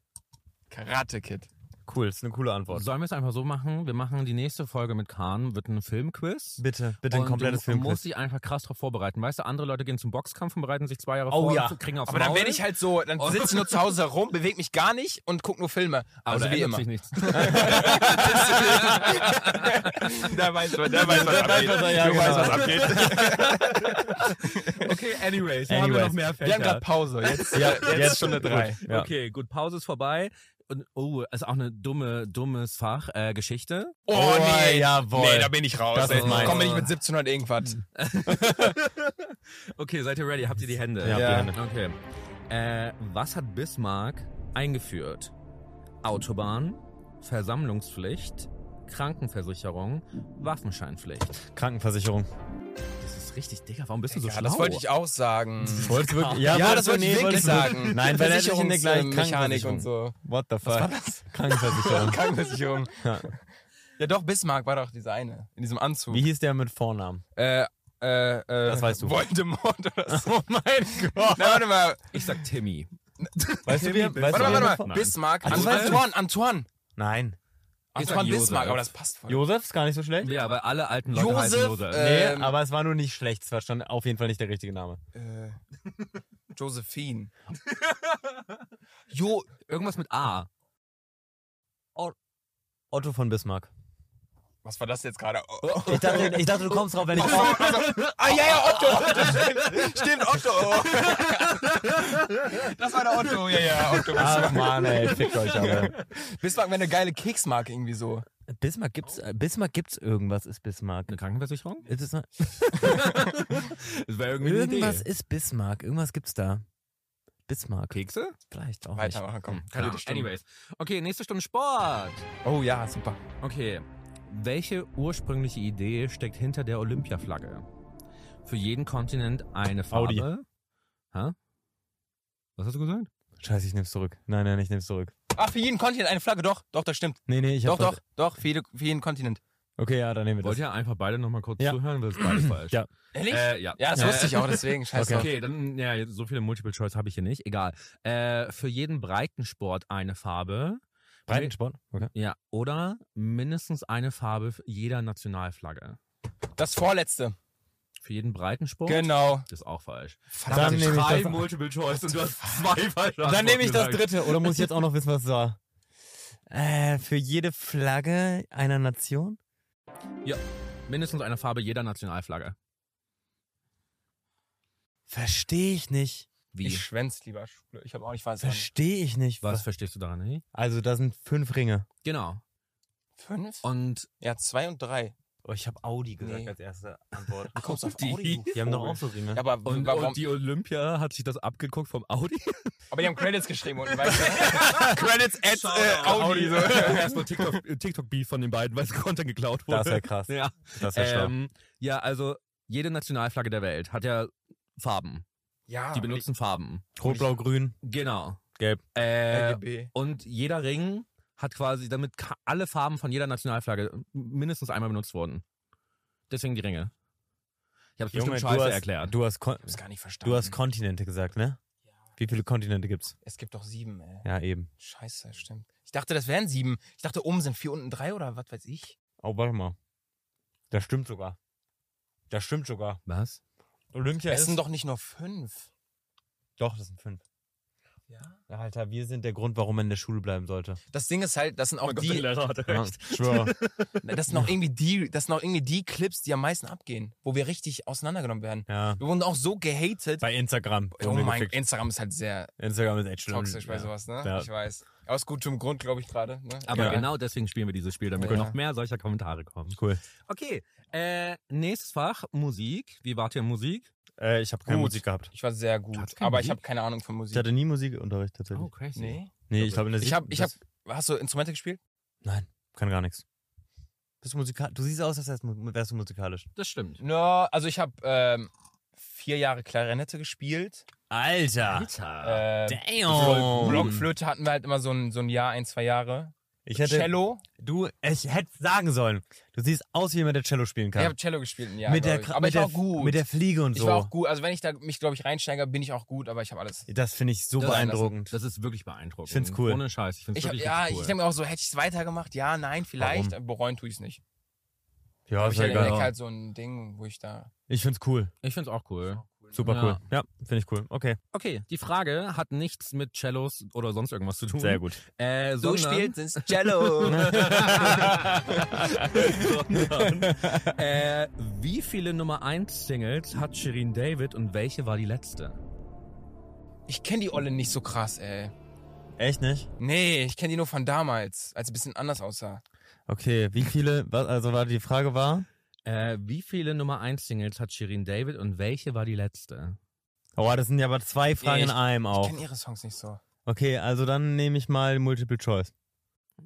Karate Kid.
Cool, ist eine coole Antwort.
Sollen wir es einfach so machen? Wir machen die nächste Folge mit Kahn, wird ein Filmquiz.
Bitte, bitte ein
Und
komplettes
Du
Film.
musst dich einfach krass drauf vorbereiten. Weißt du, andere Leute gehen zum Boxkampf und bereiten sich zwei Jahre
Oh
vor
ja.
und kriegen aufs
Aber dann
Maul. Oh.
werde ich halt so, dann sitze ich nur zu Hause rum, bewege mich gar nicht und gucke nur Filme.
Aber
Also
da
wie
ändert
immer.
sich nichts.
Der weiß, der weiß, was abgeht.
was er- ja,
Du
genau.
weißt, was abgeht.
Okay, anyways, wir haben
Anyways.
ja noch mehr Fächer.
Wir haben gerade Pause. Jetzt,
Ja,
jetzt,
jetzt
Stunde
gut.
drei.
Ja.
Okay, gut, Pause ist vorbei. Und, oh, ist auch eine dumme, dummes Fach, äh, Geschichte.
Oh,
Oh,
nee.
jawohl.
Nee, da bin ich raus.
Das ist Hm.
ey.
meins.
Komm, bin ich mit 1700 irgendwas.
Okay, seid ihr ready? Habt ihr die Hände?
Ja,
Ja.
gerne.
Okay. Äh, was hat Bismarck eingeführt? Autobahn, Versammlungspflicht, Krankenversicherung, Waffenscheinpflicht.
Krankenversicherung.
Das ist richtig, Digga. Warum bist du so
Ja,
schlau?
das wollte ich auch sagen.
Wolltest du wirklich?
Ja,
wolltest
das
du-
wollte
nee,
ich wirklich
wolltest du-
sagen.
Nein, ähm, weil er nicht in der gleichen
Versicherungsmechanik
Krankenversicherung.
und so.
What the fuck?
Was war das?
Krankenversicherung.
Krankenversicherung.
Ja.
Ja doch, Bismarck war doch dieser eine. In diesem Anzug.
Wie hieß der mit Vornamen?
Äh, äh, äh, das
weißt du.
Voldemort oder so. Oh mein Gott. Na, warte mal.
Ich sag Timmy.
Weißt du, wie? Weißt
Warte
du,
mal,
wie-
warte mal.
Nein.
Bismarck.
Also,
Antoine,
weißt du-
Antoine, Antoine.
Nein.
Ich sag
Antoine Bismarck,
Josef.
aber das passt voll.
Josef ist gar nicht so schlecht.
Ja, weil alle alten Leute heißen
Josef,
Josef.
äh,
Nee,
Ähm.
aber es war nur nicht schlecht. Es war schon auf jeden Fall nicht der richtige Name.
Äh, Josephine.
jo, irgendwas mit A.
Otto von Bismarck.
Was war das jetzt gerade? Oh, oh.
Ich dachte, ich dachte du kommst drauf, wenn ich.
Ah, ja, ja, Otto. Otto stimmt. stimmt, Otto. das war der Otto. Ja, ja, Otto
Ach
Bismarck.
Mann, ey, fickt euch alle.
Bismarck wäre eine geile Keksmarke irgendwie so.
Bismarck gibt's, äh, Bismarck gibt's irgendwas, ist Bismarck.
Eine Krankenversicherung?
Ist es noch-
Das wäre irgendwie
irgendwas
eine Idee.
ist Bismarck, irgendwas gibt's da. Bismarck,
Kekse?
vielleicht auch nicht.
Weitermachen, komm.
Hm, Keine Ahnung. Anyways. Okay, nächste Stunde Sport.
Oh ja, super.
Okay. Welche ursprüngliche Idee steckt hinter der Olympiaflagge? Für jeden Kontinent eine Farbe.
Audi.
Hä? Was hast du gesagt?
Scheiße, ich nehm's zurück. Nein, nein, ich nehm's zurück.
Ach, Ah, für jeden Kontinent eine Flagge, doch, doch, das stimmt.
Nee, nee, ich
Doch,
hab
doch, doch, für, jede, für jeden Kontinent.
Okay, ja, dann nehmen wir
Wollt
das.
ihr einfach beide nochmal kurz
Ja.
zuhören? Das ist beide falsch.
Ja.
Ehrlich?
Äh, ja.
ja, das
Äh,
wusste ich auch, deswegen, scheiße.
Okay, dann, ja, so viele Multiple Choice habe ich hier nicht. Egal. Äh, für jeden Breitensport eine Farbe.
Breitensport? Okay.
Ja, oder mindestens eine Farbe jeder Nationalflagge.
Das vorletzte.
Für jeden Breitensport?
Genau.
Das ist auch falsch.
Dann
Verdammt.
nehm ich das-
Multiple Choice und du hast zwei falsche
Dann nehme ich das
Antworten
dritte. Oder muss ich jetzt auch noch wissen, was es war? Äh, für jede Flagge einer Nation?
gesagt. Mindestens eine Farbe jeder Nationalflagge.
Verstehe ich nicht.
Wie?
Ich schwänz lieber Schule. Ich habe auch nicht was dran.
Verstehe ich nicht.
Was verstehst du daran nicht?
Also da sind fünf Ringe.
Genau.
Fünf?
Und
Ja, zwei und drei.
Oh, ich habe Audi gesagt
Nee.
als erste Antwort.
Du kommst auf
Die-
Audi. du
Die haben doch
Vogel.
auch so Ringe.
Ja, aber, w-
Und,
warum,
und die Olympia hat sich das abgeguckt vom Audi.
aber die haben Credits geschrieben unten, weißt du?
Credits at
äh, Audi.
so. Erstmal TikTok, äh, TikTok Beef von den beiden, weil Content geklaut wurde.
das ist ja krass.
ja.
Das ist ja schlau.
Ähm, ja, also jede Nationalflagge der Welt hat ja Farben.
Ja.
die benutzen Farben.
Rot, Blau, Grün.
Genau.
Gelb.
Äh,
RGB.
und jeder Ring hat quasi, damit ka- alle Farben von jeder Nationalflagge mindestens einmal benutzt wurden. Deswegen die Ringe. Ich habe es bestimmt scheiße
hast,
erklärt.
Du hast, Kon
Ich hab's gar nicht verstanden.
du hast Kontinente gesagt, ne? Wie viele Kontinente gibt's?
es gibt doch sieben, ey.
Ja, eben.
Scheiße, stimmt. Ich dachte, das wären sieben. Ich dachte, oben sind vier, unten drei oder was weiß ich.
Oh, warte mal. Das stimmt sogar. Das stimmt sogar.
Was?
Olympia
es
ist...
sind doch nicht nur fünf.
doch, das sind fünf.
Ja.
Ja, Alter, wir sind der Grund, warum man in der Schule bleiben sollte.
Das Ding ist halt, das sind auch die,
Lehrer hat
Ja, schwör.
das sind auch irgendwie die, das sind auch irgendwie die Clips, die am meisten abgehen, wo wir richtig auseinandergenommen werden.
ja.
Wir wurden auch so gehatet.
Bei Instagram.
oh
wurden wir
mein,
gefickt.
Instagram ist halt sehr
Instagram ist echt schlimm.
toxisch bei
ja.
sowas, ne?
Ja.
Ich weiß. Aus gutem Grund, glaube ich gerade. Ne?
Aber
Ja.
genau deswegen spielen wir dieses Spiel, damit
Ja.
noch mehr solcher Kommentare kommen.
Cool.
Okay, äh, nächstes Fach, Musik. Wie wart ihr in Musik?
Äh, ich habe keine
Gut.
Musik gehabt.
Ich war sehr gut,
Hat's keine
aber ich
Musik?
habe keine Ahnung von
Ich
Musik.
hatte nie Musikunterricht tatsächlich.
crazy.
Nee.
nee, ich glaube in der
Oh. Ich habe,
siebten
ich habe,
bis-
hast du Instrumente gespielt?
Nein, kann gar nichts. Bist du musikalisch? Du siehst aus, als wärst du- wärst du musikalisch.
Das stimmt.
No, also ich habe ähm, vier Jahre Klarinette gespielt.
Alter!
Alter.
Äh,
Damn!
Blockflöte hatten wir halt immer so ein, so ein Jahr, ein, zwei Jahre.
Ich hätte,
Cello.
du, ich hätte sagen sollen. Du siehst aus wie jemand, der Cello spielen
Ich
kann.
habe Cello gespielt ein Jahr.
mit der,
glaub ich.
Kra-
aber
mit
ich
der,
war auch gut.
mit der Fliege und
ich
so.
war auch gut. Also wenn ich da mich, glaube ich, reinsteige, bin ich auch gut, aber ich habe alles.
Das finde ich so
Das-
beeindruckend.
Das ist wirklich beeindruckend.
Ich find's cool.
Ohne Scheiß. Ich find's
Ich hab,
wirklich
ja,
richtig
ich
cool.
denke mir auch so, hätte ich es weitergemacht? Ja, nein, vielleicht. Bereuen tue ich es nicht.
ja,
Aber
ist
ich
ja
hatte
egal.
halt so ein Ding, wo ich da.
Ich find's cool.
ich find's auch cool.
Super
Ja.
cool. Ja, finde ich cool. Okay.
Okay, die Frage hat nichts mit Cellos oder sonst irgendwas zu tun.
Sehr gut.
Äh, sondern,
ins Cello.
sondern, äh, wie viele Nummer 1 Singles hat Shirin David und welche war die letzte?
ich kenne die Olle nicht so krass, ey.
Echt nicht?
Nee, ich kenne die nur von damals, als sie ein bisschen anders aussah.
Okay, wie viele, was, also war die Frage war?
Äh, wie viele Nummer 1 Singles hat Shirin David und welche war die letzte?
Oh, das sind ja aber zwei Fragen in
Nee,
einem
Ich
auch.
kenne ihre Songs nicht so.
Okay, also dann nehme ich mal Multiple Choice.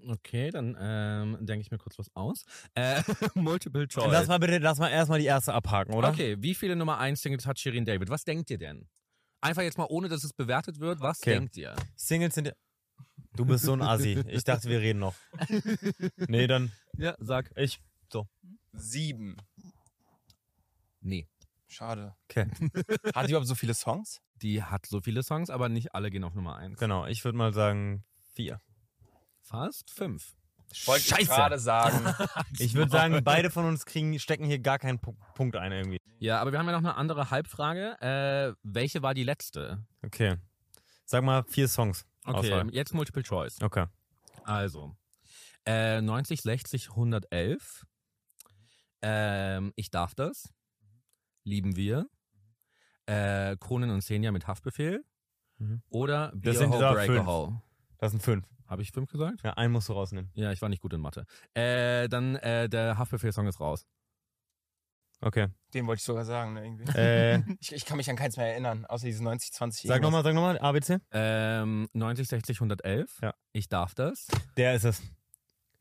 Okay, dann ähm, denke ich mir kurz was aus. Äh, Multiple Choice.
Lass mal bitte, lass mal erstmal die erste abhaken, oder?
Okay, wie viele Nummer 1 Singles hat Shirin David? Was denkt ihr denn? Einfach jetzt mal, ohne dass es bewertet wird, was
Okay.
denkt ihr?
Singles sind. Du bist so ein Assi. Ich dachte, wir reden noch. Nee, dann
Ja, sag.
ich.
Sieben.
Nee.
Schade.
Okay.
Hat die überhaupt so viele Songs?
Die hat so viele Songs, aber nicht alle gehen auf Nummer 1.
Genau, ich würde mal sagen vier.
Fast fünf.
Wollte ich gerade sagen.
Ich würde sagen, beide von uns kriegen, stecken hier gar keinen Pu Punkt ein irgendwie.
Ja, aber wir haben ja noch eine andere Halbfrage. Äh, welche war die letzte?
Okay. Sag mal vier Songs. Auswahl.
jetzt Multiple Choice.
Okay.
Also, äh, 90, 60, 111. Ähm, ich darf das. Lieben wir. Äh, Conan und Senja mit Haftbefehl.
Mhm.
Oder
Das sind
Beer Hall
da fünf.
Breakahol.
Das sind fünf.
Habe ich fünf gesagt?
Ja, einen musst du rausnehmen.
Ja, ich war nicht gut in Mathe. Äh, dann äh, der Haftbefehl-Song ist raus.
Okay.
Den wollte ich sogar sagen, ne, irgendwie.
Äh,
Ich, ich kann mich an keins mehr erinnern, außer diese 90, 20.
sag nochmal, sag nochmal, ABC.
Ähm, 90, 60, 111.
Ja.
Ich darf das.
Der ist es. Ich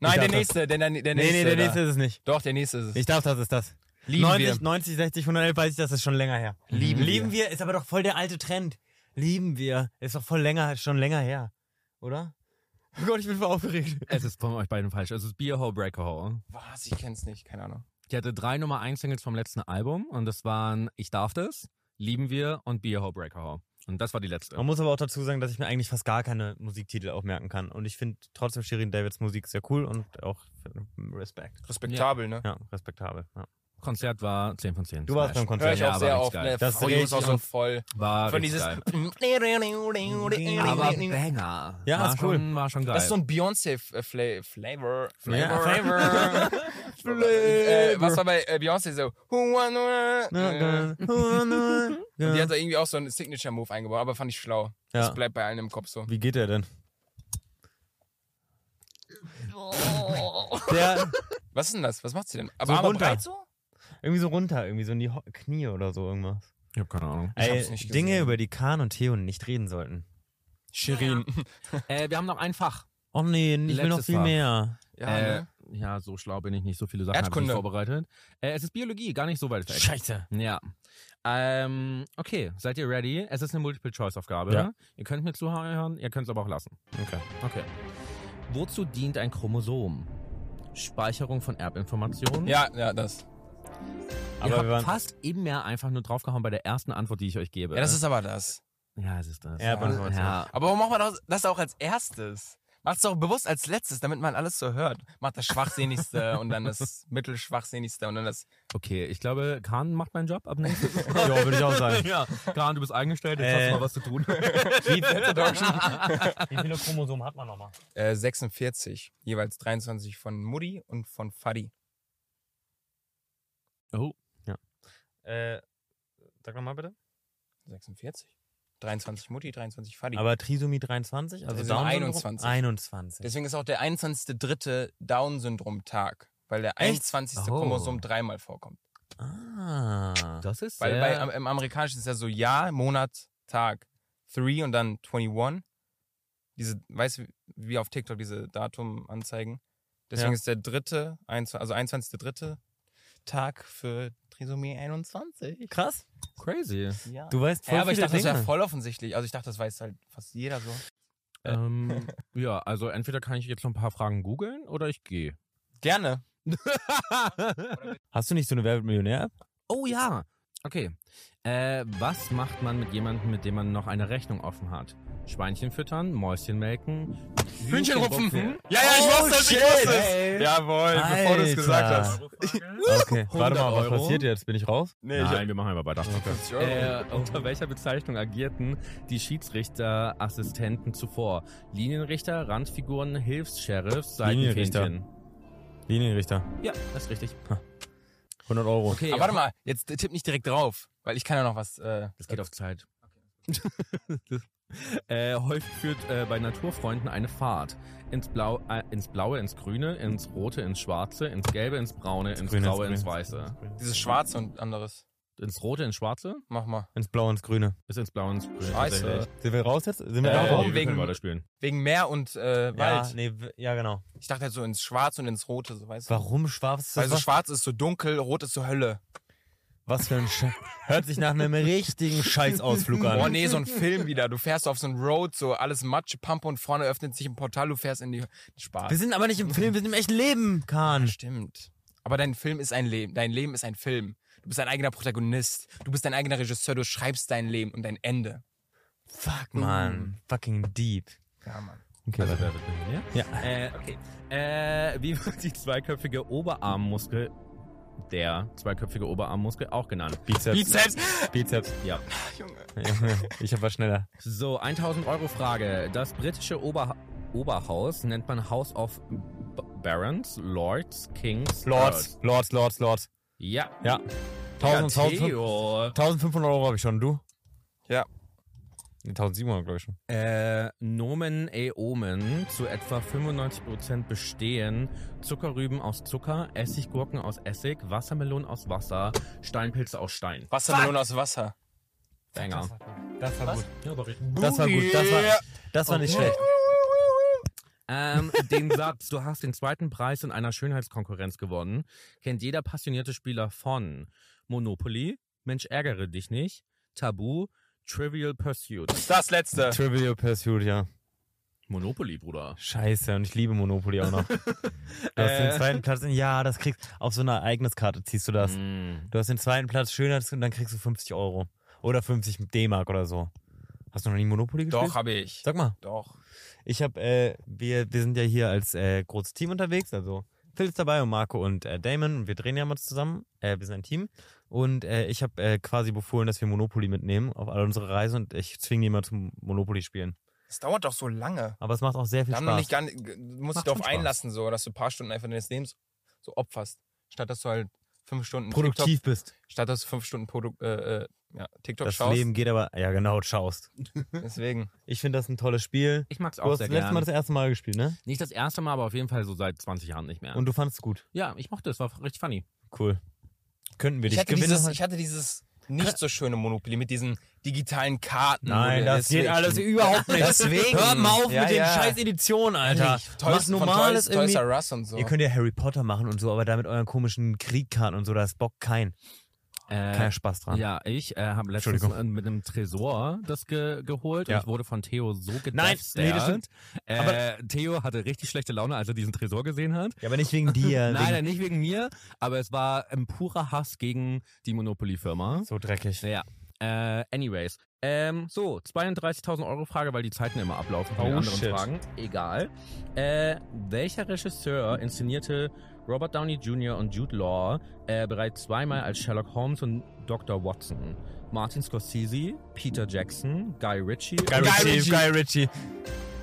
Nein, der
darf
nächste, der, der, der
Nee,
nächste.
nee, der
da.
nächste ist es nicht.
Doch, der nächste ist es.
Ich darf, das ist das.
Lieben
90,
wir.
90, 60, 111, weiß ich, das ist schon länger her.
Lieben
Lieben wir ist aber doch voll der alte Trend. Lieben wir ist doch voll länger, schon länger her, oder? Oh Gott, ich bin voll aufgeregt.
Es ist von euch beiden falsch. Es ist Beer Hall Breaker Hall.
Was? Ich kenn's nicht, keine Ahnung.
Ich hatte drei Nummer 1 Singles vom letzten Album und das waren Ich darf das, Lieben wir und Beer Hall Breaker Hall. Und das war die letzte.
Man muss aber auch dazu sagen, dass ich mir eigentlich fast gar keine Musiktitel aufmerken kann. Und ich finde trotzdem Shirin Davids Musik sehr cool und auch Respekt.
Respektabel, ne?
Ja, respektabel. Ja.
Konzert war 10 von 10.
Du warst beim
Smash.
Hör
Konzert.
ich
Ja,
auch
aber
sehr
richtig
oft,
geil.
ne?
Das ist
Audio ist auch
richtig
so
und-
voll.
War
Von
richtig
dieses.
Geil. Aber
Das
Banger.
Ja,
war
ist cool.
Schon, war schon geil.
ist so ein Beyoncé-Flavor. äh, Flavor.
Ja.
Flavor. Äh, was war bei äh, Beyoncé so? Who wanna- äh, Und die hat da irgendwie auch so einen Signature-Move eingebaut, aber fand ich schlau. Das
ja.
bleibt bei allen im Kopf so.
Wie geht der denn? Der
Was ist denn das? Was macht sie denn?
So
Aber Arme
runter.
breit so?
irgendwie so runter, irgendwie so in die Ho Knie oder so irgendwas.
Ich habe keine Ahnung.
Ich
Ey,
hab's nicht
Dinge,
gesehen.
über die Kahn und Theon nicht reden sollten.
Shirin.
Äh, wir haben noch ein Fach.
Oh nee, ich will noch
Letztes
viel
Mal.
mehr.
Ja,
äh,
ne?
ja, so schlau bin ich nicht. So viele Sachen habe ich nicht
Erdkunde.
vorbereitet. Äh, es ist Biologie, gar nicht so weit weg.
Scheiße.
Ja. Ähm, okay, seid ihr ready? Es ist eine Multiple-Choice-Aufgabe.
Ja.
Ihr könnt mir zuhören, ihr könnt es aber auch lassen.
Okay.
Okay. Wozu dient ein Chromosom? Speicherung von Erbinformationen?
ja, ja, das.
Aber ihr
Aber
habt
wir waren.
fast immer einfach nur draufgehauen bei der ersten Antwort, die ich euch gebe.
Ja, das ist aber das.
Ja, es ist das.
Erbinformation.
Ja.
Aber warum macht man das- das auch als erstes? Macht's doch bewusst als letztes, damit man alles so hört. Macht das Schwachsinnigste und dann das Mittelschwachsinnigste und dann das.
Okay, ich glaube, Kahn macht meinen Job ab nächstes
Ja, würde ich auch sagen.
Ja, Kahn, du bist eingestellt, jetzt
Äh.
hast du mal was zu tun.
Wie, wie viele Chromosomen hat man nochmal?
Äh, 46. Jeweils 23 von Mutti und von Fadi.
Oh,
Äh, sag nochmal bitte.
46? 23 Mutti, 23 Fadi.
Aber Trisomie 23,
Das
also
ist nur
Down
21.
21.
Deswegen ist auch der 21.3. Down-Syndrom-Tag, weil der
Echt?
21.
Oh.
Chromosom dreimal vorkommt.
Ah.
das ist
Weil
sehr,
bei, am- im Amerikanischen ist ja so Jahr, Monat, Tag, 3 und dann 21. Diese, weißt du, wie auf TikTok diese Datum anzeigen? Deswegen
Ja.
ist der dritte, einz- also 21.3. Tag für Trisomie 21.
Krass.
crazy.
Ja.
Du weißt voll
ja, aber ich
viele
dachte, das wäre
Dinge.
voll offensichtlich. Also ich dachte, das weiß halt fast jeder so.
ähm, ja, also entweder kann ich jetzt noch ein paar Fragen googeln oder ich gehe.
Gerne.
Hast du nicht so eine Werbemillionär-App?
oh ja, okay. Äh, was macht man mit jemandem, mit dem man noch eine Rechnung offen hat? Schweinchen füttern, Mäuschen melken, Hühnchenrupfen.
Ja, ja, ich
Oh,
wusste es, ich
shit.
wusste
Ey.
es. Hm? Jawohl, bevor du es gesagt
Alter.
hast.
Okay. Warte mal, was
Euro?
passiert jetzt? Bin ich raus?
Nee,
Nein, wir machen einfach weiter.
ich
Äh, unter welcher Bezeichnung agierten die Schiedsrichterassistenten zuvor? Linienrichter, Randfiguren, Hilfs-Sheriffs,
Linienrichter.
Seitenfähnchen.
Linienrichter.
Ja, das ist richtig.
100 Euro.
Okay,
Äh, Aber Oh. Ah, warte mal, jetzt tipp nicht direkt drauf, weil ich kann ja noch was. Äh,
Das geht auf Zeit. äh, häufig führt äh, bei Naturfreunden eine Fahrt ins, Blau, äh, ins Blaue, ins Grüne, ins Rote, ins Schwarze, ins Gelbe, ins Braune, ins
Grüne,
Graue, ins
Grüne.
Weiße.
dieses Schwarze und anderes.
Ins Rote, ins Schwarze
Mach mal.
Ins Blaue, ins Grüne.
ist ins Blaue, ins Grüne.
Scheiße.
tatsächlich.
Sind wir raus jetzt? Sind wir
Äh,
Ja,
da
warum?
raus?
wir können
Wegen-
weiterspielen.
Wegen Meer und äh,
Ja,
Wald.
nee, w- ja, genau.
Ich dachte halt so ins Schwarz und ins Rote, so weißt du.
Warum schwarz?
Weil so schwarz ist so dunkel, rot ist so Hölle.
was für ein Scheiß. Hört sich nach einem richtigen Scheißausflug an.
Oh nee, so ein Film wieder. Du fährst auf so einen Road, so alles Matsch, Pampe und vorne öffnet sich ein Portal, du fährst in die Spaß.
Wir sind aber nicht im Film, wir sind im echten Leben, Kahn.
Stimmt. Aber dein Film ist ein Leben. Dein Leben ist ein Film. Du bist dein eigener Protagonist. Du bist dein eigener Regisseur. Du schreibst dein Leben und dein Ende.
Fuck, Mann. Fucking deep.
Ja, Mann.
Okay,
Also,
warte.
wer wird Millionär?
Ja.
Äh, okay. Äh, wie wird die zweiköpfige Oberarmmuskel, der zweiköpfige Oberarmmuskel auch genannt?
Bizeps.
Bizeps!
Bizeps.
Ja.
Junge.
ich hab was schneller.
So, 1000 Euro Frage. Das britische Ober Oberhaus nennt man House of B Barons, Lords, Kings,
Lords, Lords, Lords, Lords.
Ja.
Ja. 1000,
ja,
1000,
Theo.
1500 Euro habe ich schon. Und Du?
Ja.
Nee, 1700, glaube ich schon.
Äh, Nomen Eomen zu etwa 95% bestehen Zuckerrüben aus Zucker, Essiggurken aus Essig, Wassermelonen aus Wasser, Steinpilze aus Stein.
Wassermelone aus Wasser.
Banger.
Das war
Was?
gut. Das war gut. Das war, das war nicht
Okay.
schlecht.
Ähm, den Satz, du hast den zweiten Preis in einer Schönheitskonkurrenz gewonnen, kennt jeder passionierte Spieler von Monopoly, Mensch ärgere dich nicht, Tabu, Trivial Pursuit.
Das letzte.
Trivial Pursuit, ja.
Monopoly, Bruder.
Scheiße, und ich liebe Monopoly auch noch. Du hast
Äh.
den zweiten Platz. Ja, das kriegst Auf so einer Ereigniskarte ziehst du
Mhm.
das.
Mm.
Du hast den zweiten Platz Schönheits und dann kriegst du 50 Euro. Oder 50 D-Mark oder so. Hast du noch nie Monopoly gespielt?
Doch, habe ich.
Sag mal.
Doch.
Ich habe, äh, wir, wir sind ja hier als äh, großes Team unterwegs, also Phil ist dabei und Marco und äh, Damon und wir drehen ja mal zusammen. Äh, wir sind ein Team und äh, ich habe äh, quasi befohlen, dass wir Monopoly mitnehmen auf all unsere Reisen und ich zwinge die mal zum Monopoly spielen.
Es dauert doch so lange.
Aber es macht auch sehr viel
Da haben noch
Spaß.
nicht gar nicht, muss ich
Macht
darauf
schon Spaß.
einlassen, so, dass du ein paar Stunden einfach deines Lebens so opferst. statt dass du halt fünf Stunden TikTok,
Produktiv bist.
statt dass du fünf Stunden Produ äh, äh, ja, TikTok
Das
schaust.
Leben geht aber. Ja, genau, schaust.
Deswegen.
Ich finde das ein tolles Spiel.
Ich mag's
Du
auch
hast
sehr
das letzte Mal
gerne.
das erste Mal gespielt, ne?
Nicht das erste Mal, aber auf jeden Fall so seit 20 Jahren nicht mehr.
Und du fandest es gut.
ja, ich mochte es, war richtig funny.
Cool. Könnten wir
Ich
dich
hatte,
gewinnen?
dieses,
heute?
ich hatte dieses nicht so schöne Monopoly mit diesen digitalen Karten.
Nein,
wo
das
du-
geht alles überhaupt nicht.
Deswegen.
Hör mal auf
Ja,
mit den
ja.
scheiß Editionen, Alter.
Toys,
Mach
von
normales
Toys, Toys
irgendwie.
R Us und so.
Ihr könnt ja Harry Potter machen und so, aber da mit euren komischen Kriegkarten und so, da ist Bock kein.
Äh,
Keiner Spaß dran.
Ja, ich äh, habe letztens
Entschuldigung.
äh, mit einem Tresor das ge geholt
Ja.
und ich wurde von Theo so
Nein,
gedefstert.
nee, das stimmt.
Äh, Theo hatte richtig schlechte Laune, als er diesen Tresor gesehen hat.
Ja, aber nicht wegen dir.
Nein,
Äh, wegen
nein, nicht wegen mir, aber es war ein purer Hass gegen die Monopoly-Firma.
So dreckig.
Ja. Äh, anyways. Ähm, so, 32.000 Euro Frage, weil die Zeiten immer ablaufen von den
Oh,
anderen
shit.
Fragen. Egal. Äh, welcher Regisseur inszenierte Robert Downey Jr. und Jude Law äh, bereits zweimal als Sherlock Holmes und Dr. Watson? Martin Scorsese, Peter Jackson, Guy Ritchie.
Guy
Guy
Ritchie,
Ritchie.
Guy Ritchie.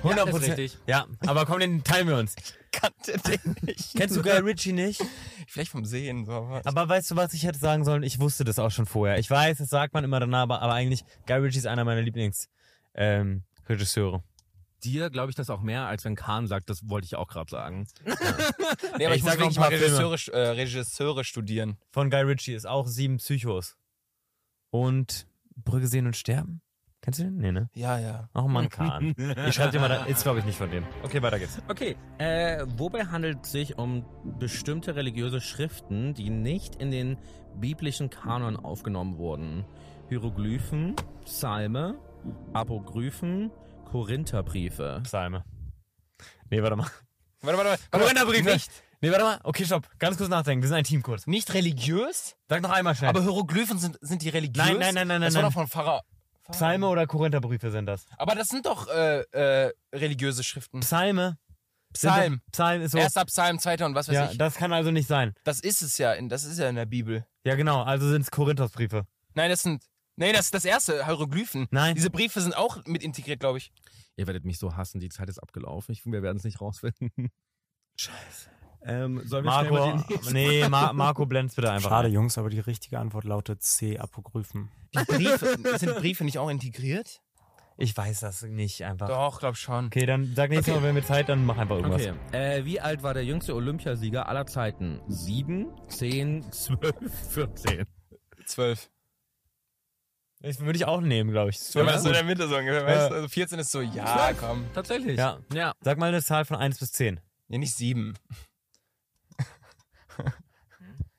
100
ist
Prozent.
richtig.
Ja, aber komm, den teilen wir uns.
kannte den nicht.
Kennst du Guy Ritchie nicht?
Vielleicht vom Sehen. So. aber-
Aber weißt du, was ich hätte sagen sollen? Ich wusste das auch schon vorher. Ich weiß, das sagt man immer danach, aber, aber eigentlich, Guy Ritchie ist einer meiner Lieblings ähm, Regisseure.
Dir glaube ich das auch mehr, als wenn Kahn sagt, das wollte ich auch gerade sagen.
Nee, aber
Ich
ich, muss
sag noch
wirklich
ein
mal
paar
Regisseure, stu- äh, Regisseure studieren.
Von Guy Ritchie ist auch Sieben Psychos. Und Brügge sehen und sterben? Kennst du den? Nee, ne?
Ja, ja.
Ach man, Kahn. Ich schreib dir mal, da ist glaube ich nicht von dem. Okay, weiter geht's.
Okay, äh, wobei handelt es sich um bestimmte religiöse Schriften, die nicht in den biblischen Kanon aufgenommen wurden? Hieroglyphen, Psalme, Apokryphen, Korintherbriefe.
Psalme. Nee, warte mal.
Warte, warte, warte.
Korintherbriefe.
Nicht,
Nee, warte mal. Okay, stopp. Ganz kurz nachdenken. Wir sind ein Team kurz.
nicht religiös?
Sag noch einmal schnell.
Aber Hieroglyphen sind, sind die religiös?
Nein, nein, nein, nein,
Das
nein,
war
nein.
doch von Pfarrer.
Psalme oder Korintherbriefe sind das?
Aber das sind doch äh, äh, religiöse Schriften.
Psalme.
Psalm.
Psalm ist so.
Erster Psalm, zweiter und was weiß
ja,
ich.
das kann also nicht sein.
Das ist es ja. In, das ist ja in der Bibel.
Ja, genau. Also sind es Korintherbriefe.
Nein, das sind. Nein, das ist das erste. Hieroglyphen.
Nein.
Diese Briefe sind auch mit integriert, glaube ich.
Ihr werdet mich so hassen, die Zeit ist abgelaufen. Ich, wir werden es nicht rausfinden. Scheiße. Ähm, sollen wir schnell mal
Marco,
die nächste-
nee, Mar Marco blend's bitte einfach.
Schade,
ein.
Jungs, aber die richtige Antwort lautet C, Apokryphen.
Die Briefe, sind Briefe nicht auch integriert?
Ich weiß das nicht einfach.
Doch, glaube schon.
Okay, dann sag nächstes
Okay.
Mal, wenn wir Zeit, dann mach einfach irgendwas.
Okay, äh, wie alt war der jüngste Olympiasieger aller Zeiten? Sieben, zehn, zwölf, vierzehn.
Zwölf.
Ich würde ich auch nehmen, glaube ich.
Wenn
Ja.
man das so in der Mitte so ungefähr weiß. Also 14 ist so, ja, komm.
Tatsächlich.
Ja.
ja.
Sag mal eine Zahl von 1 bis 10.
Ja, nicht sieben.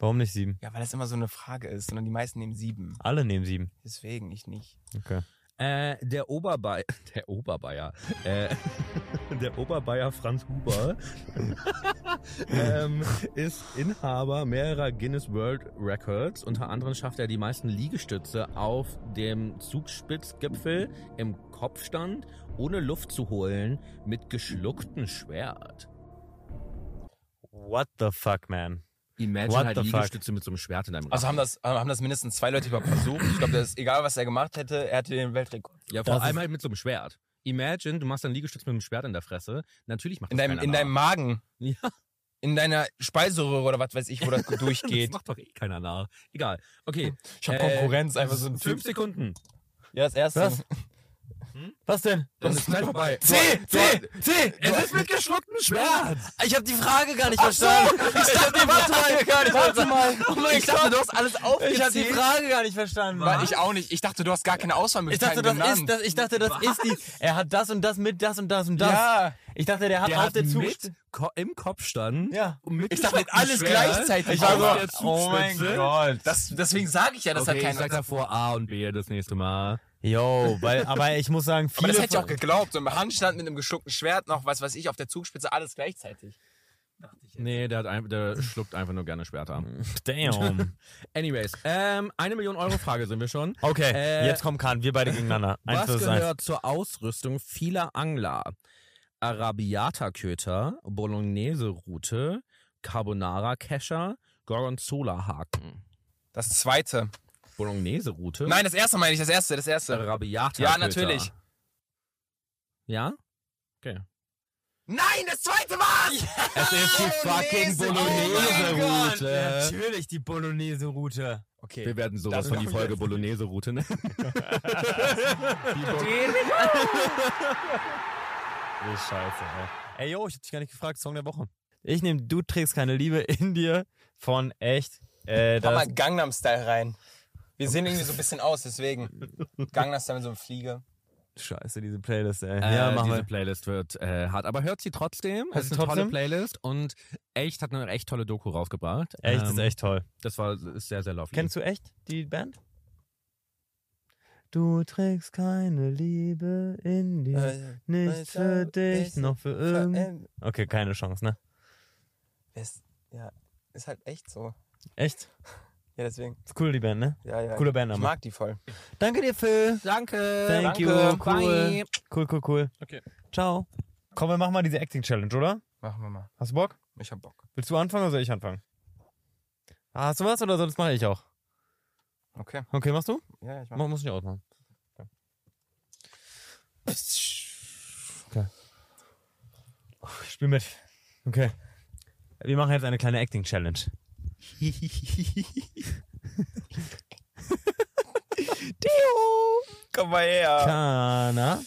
Warum nicht 7?
Ja, weil das immer so eine Frage ist, sondern die meisten nehmen sieben.
Alle nehmen 7.
Deswegen, ich nicht.
Okay.
Äh, der Oberbayer, der Oberbayer, äh, der Oberbayer Franz Huber ähm, ist Inhaber mehrerer Guinness World Records. Unter anderem schafft er die meisten Liegestütze auf dem Zugspitzgipfel im Kopfstand, ohne Luft zu holen, mit geschlucktem Schwert.
What the fuck, man?
Imagine
What
halt
the fuck?
Liegestütze mit so einem Schwert in deinem
Also haben
Rachen.
das, haben das mindestens zwei Leute überhaupt versucht. Ich glaube, das ist egal, was er gemacht hätte, er hatte den Weltrekord.
Ja, vor
das
allem
ist-
halt mit so einem Schwert. Imagine, du machst einen Liegestütz mit einem Schwert in der Fresse. Natürlich macht
In
das
deinem,
keiner
in deinem
nach.
Magen.
Ja.
In deiner Speiseröhre oder was weiß ich, wo das
Das
durchgeht.
macht doch eh keiner nach. Egal. Okay.
Ich hab
Äh,
Konkurrenz, einfach so ein
Fünf
Typ.
Sekunden.
Ja, das erste.
Was? Was denn?
Dann ist gleich vorbei.
C, C,
C!
Es ist mit geschlucktem Schwert.
Ich habe die Frage gar nicht verstanden. Ich hab die Frage gar nicht
Warte mal.
Oh mein
ich dachte, du hast alles aufgezählt.
Ich habe die Frage gar nicht verstanden.
Weil ich auch nicht. Ich dachte, du hast gar keine
Ich
Auswahlmöglichkeiten
dachte, das
genannt.
ist, das, ich dachte, das ist die. Er hat das und das mit das und das und das.
Ja.
Ich dachte, der hat
Der
auf
hat
der Zug.
mit Ko im Kopf standen.
Ja.
und Mit
Ich dachte,
geschlucktem
alles
Schwert
gleichzeitig.
auf
Ich war so,
der Zugspitze.
oh mein
Gott. Das, deswegen sage ich ja, das
okay,
hat
ich sag
keiner.
davor A und B das nächste Mal.
Yo, weil, aber ich muss sagen, viele.
Aber das hätte ich auch
von-
geglaubt. So im Handstand mit einem geschluckten Schwert noch, was weiß ich, auf der Zugspitze, alles gleichzeitig.
Nee, der, hat ein, der schluckt einfach nur gerne Schwerter.
Damn.
Anyways, ähm, eine Million Euro Frage sind wir schon.
Okay,
Äh,
jetzt kommt Kahn, wir beide gegeneinander. Eins
Was
versus eins.
gehört zur Ausrüstung vieler Angler? Arabiata-Köter, Bolognese-Rute, Carbonara-Kescher, Gorgonzola-Haken.
Das zweite.
Bolognese-Rute?
Nein, das erste meine ich, das erste, das erste.
Arabiata-Köter.
Ja, natürlich.
Ja?
Nein, das zweite war's!
Es ist die fucking
Bolognese, oh mein
Bolognese-Route.
Natürlich die Bolognese-Route.
Okay.
Wir werden sowas
Das
von
machen
die
wir
Folge
jetzt.
Bolognese-Route nennen.
Wie oh, scheiße, ey. Ey, yo, ich hab dich gar nicht gefragt, Song der Woche. Ich nehme Du trägst keine Liebe in dir von echt. Äh,
Mach mal
das,
Gangnam Style rein. Wir sehen irgendwie so ein bisschen aus, deswegen. Gangnam Style mit so einem Flieger.
scheiße, diese Playlist, ey.
Äh,
ja, machen
diese
wir.
Playlist wird äh, hart, aber hört sie trotzdem.
Hört
Es ist
sie
eine tolle
trotzdem?
Playlist und echt hat eine echt tolle Doku rausgebracht.
Echt ist
Ähm,
echt toll.
Das war ist sehr, sehr lovely.
Kennst du echt die Band? Du trägst keine Liebe in dir,
Äh,
nicht für dich, noch für irgend.
äh,
Okay, keine Chance, ne?
ist- Ja, ist halt echt so.
Echt?
Ja, deswegen.
Ist cool, die Band, ne?
Ja, ja.
Coole
Ich
Bandname.
mag die voll.
Danke dir, Phil.
Danke.
Thank you.
danke,
Cool.
Bye.
Cool, cool, cool.
Okay.
Ciao. Komm, wir machen mal diese Acting-Challenge, oder?
Machen wir mal.
Hast du Bock?
Ich hab Bock.
Willst du anfangen oder soll ich anfangen? Ah, Hast du was oder sonst mache ich auch?
Okay.
Okay, machst du?
Ja, ja, ich mach.
Mach, muss ich auch machen. Okay. Ich spiel mit. Okay. Wir machen jetzt eine kleine Acting-Challenge.
Komm mal her.
Kana.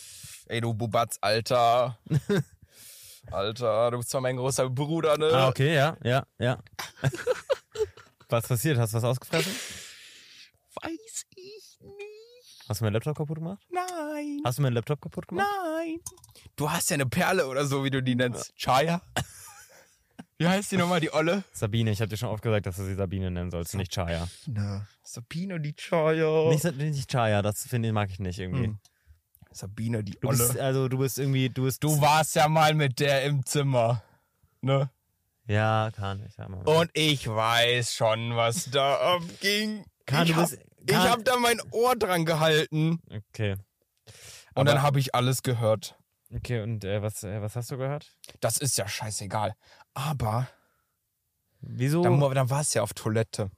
Ey, du Bubatz, Alter. Alter, du bist zwar mein großer Bruder, ne?
Ah, okay, ja, ja, ja. was passiert? Hast du was ausgefressen?
Weiß ich nicht.
Hast du meinen Laptop kaputt gemacht?
Nein.
Hast du meinen Laptop kaputt gemacht?
Nein. Du hast ja eine Perle oder so, wie du die nennst. Chaya? Wie heißt die nochmal, die Olle?
Sabine, ich habe dir schon oft gesagt, dass du sie Sabine nennen sollst, nicht Chaya.
Na, Sabine, die Chaya.
Nicht, Sa- nicht Chaya, das finde ich mag ich nicht irgendwie.
Oh. Hm. Sabine, die
Du
Olle.
bist also du bist irgendwie du bist
du warst ja mal mit der im Zimmer. Ne?
Ja, kann ich sag mal.
Und ich weiß schon, was da abging.
Kahn,
ich
du
hab,
bist
ich
Kahn-
hab da mein Ohr dran gehalten.
Okay.
Und
Aber-
dann habe ich alles gehört.
Okay, und äh, was äh, was hast du gehört?
Das ist ja scheißegal. Aber
Wieso?
dann, mu- dann war es ja auf Toilette. Und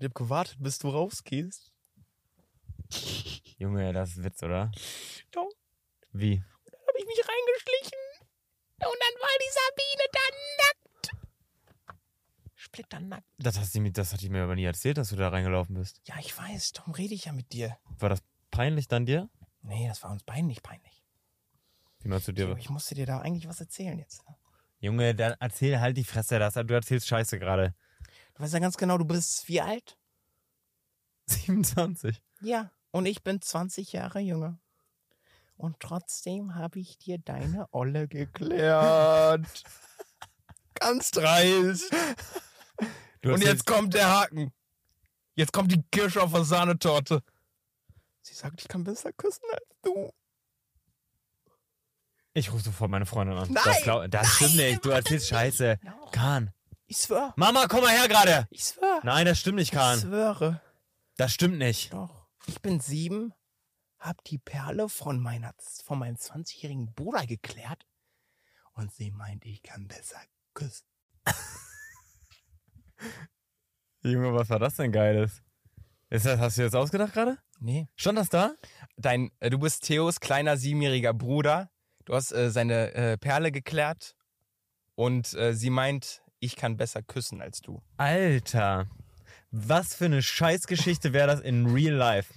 ich habe gewartet, bis du rausgehst.
Junge, das ist ein Witz, oder?
Doch.
Wie?
Habe ich mich reingeschlichen. Und dann war die Sabine dann nackt. Splitternackt.
Das hast du mir das hat die mir aber nie erzählt, dass du da reingelaufen bist.
Ja, ich weiß. Darum rede ich ja mit dir.
War das peinlich dann dir?
Nee, das war uns beiden nicht peinlich.
Wie meinst du dir?
Ich musste dir da eigentlich was erzählen jetzt. ne?
Junge, dann erzähl halt die Fresse das. Du erzählst Scheiße gerade.
Du weißt ja ganz genau, du bist wie alt?
27.
Ja, und ich bin 20 Jahre jünger. Und trotzdem habe ich dir deine Olle geklärt. Ganz dreist.
Du
und
erzählst-
jetzt kommt der Haken. Jetzt kommt die Kirsche auf der Sahnetorte. Sie sagt, ich kann besser küssen als du.
Ich rufe sofort meine Freundin an.
Nein!
das glaub, das stimmt nicht. Du erzählst Scheiße. Kahn.
Ich schwör,
Mama, komm mal her gerade.
ich schwör.
Nein, das stimmt nicht,
Ich
Kahn.
schwöre.
Das stimmt nicht.
Doch. Ich bin sieben, hab die Perle von, meiner, von meinem 20-jährigen Bruder geklärt und sie meint, ich kann besser küssen.
Junge, was war das denn Geiles? Ist das, hast du dir das ausgedacht gerade?
Nee.
Stand das da?
Dein, äh, du bist Theos kleiner siebenjähriger Bruder. Du hast äh, seine äh, Perle geklärt und äh, sie meint, ich kann besser küssen als du.
Alter. Was für eine Scheißgeschichte wäre das in real life?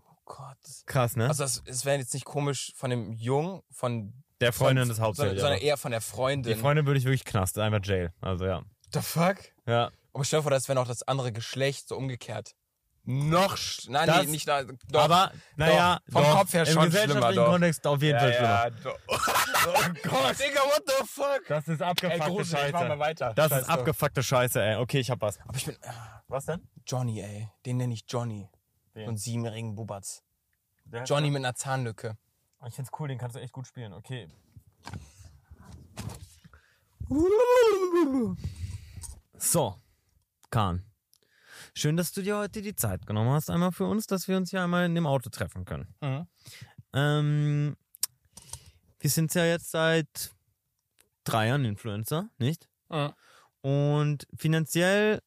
Oh Gott.
Krass, ne?
Also das, es wäre jetzt nicht komisch von dem Jungen, von
der Freundin
von,
ist hauptsächlich.
sondern, sondern
aber.
eher von der Freundin.
die Freundin würde ich wirklich knast, einfach Jail. Also ja.
The fuck?
Ja.
Aber stell dir vor, das wäre noch das andere Geschlecht, so umgekehrt. Noch, sch- nein,
Das-
nee, nicht, nein, doch.
Aber, naja,
Vom
doch.
Kopf her
Im
schon
gesellschaftlichen
schlimmer, doch.
Kontext auf jeden Fall schlimmer.
doch. oh Gott, Digga, what the fuck?
Das ist
Ey,
abgefuckte
Grusel, ich mach mal
Scheiße.
weiter.
Das
Scheiß
ist
drauf.
abgefuckte Scheiße, ey. Okay, ich hab was.
Aber ich bin, äh,
Was denn?
Johnny, ey, den nenne ich Johnny.
Wen?
So einen siebenjährigen Bubatz. Johnny mit einer Zahnlücke.
Ich find's cool, den kannst du echt gut spielen. Okay. So, Kahn. Schön, dass du dir heute die Zeit genommen hast, einmal für uns, dass wir uns hier einmal in dem Auto treffen können.
Mhm.
Ähm, wir sind ja jetzt seit drei Jahren Influencer, nicht?
Mhm.
Und finanziell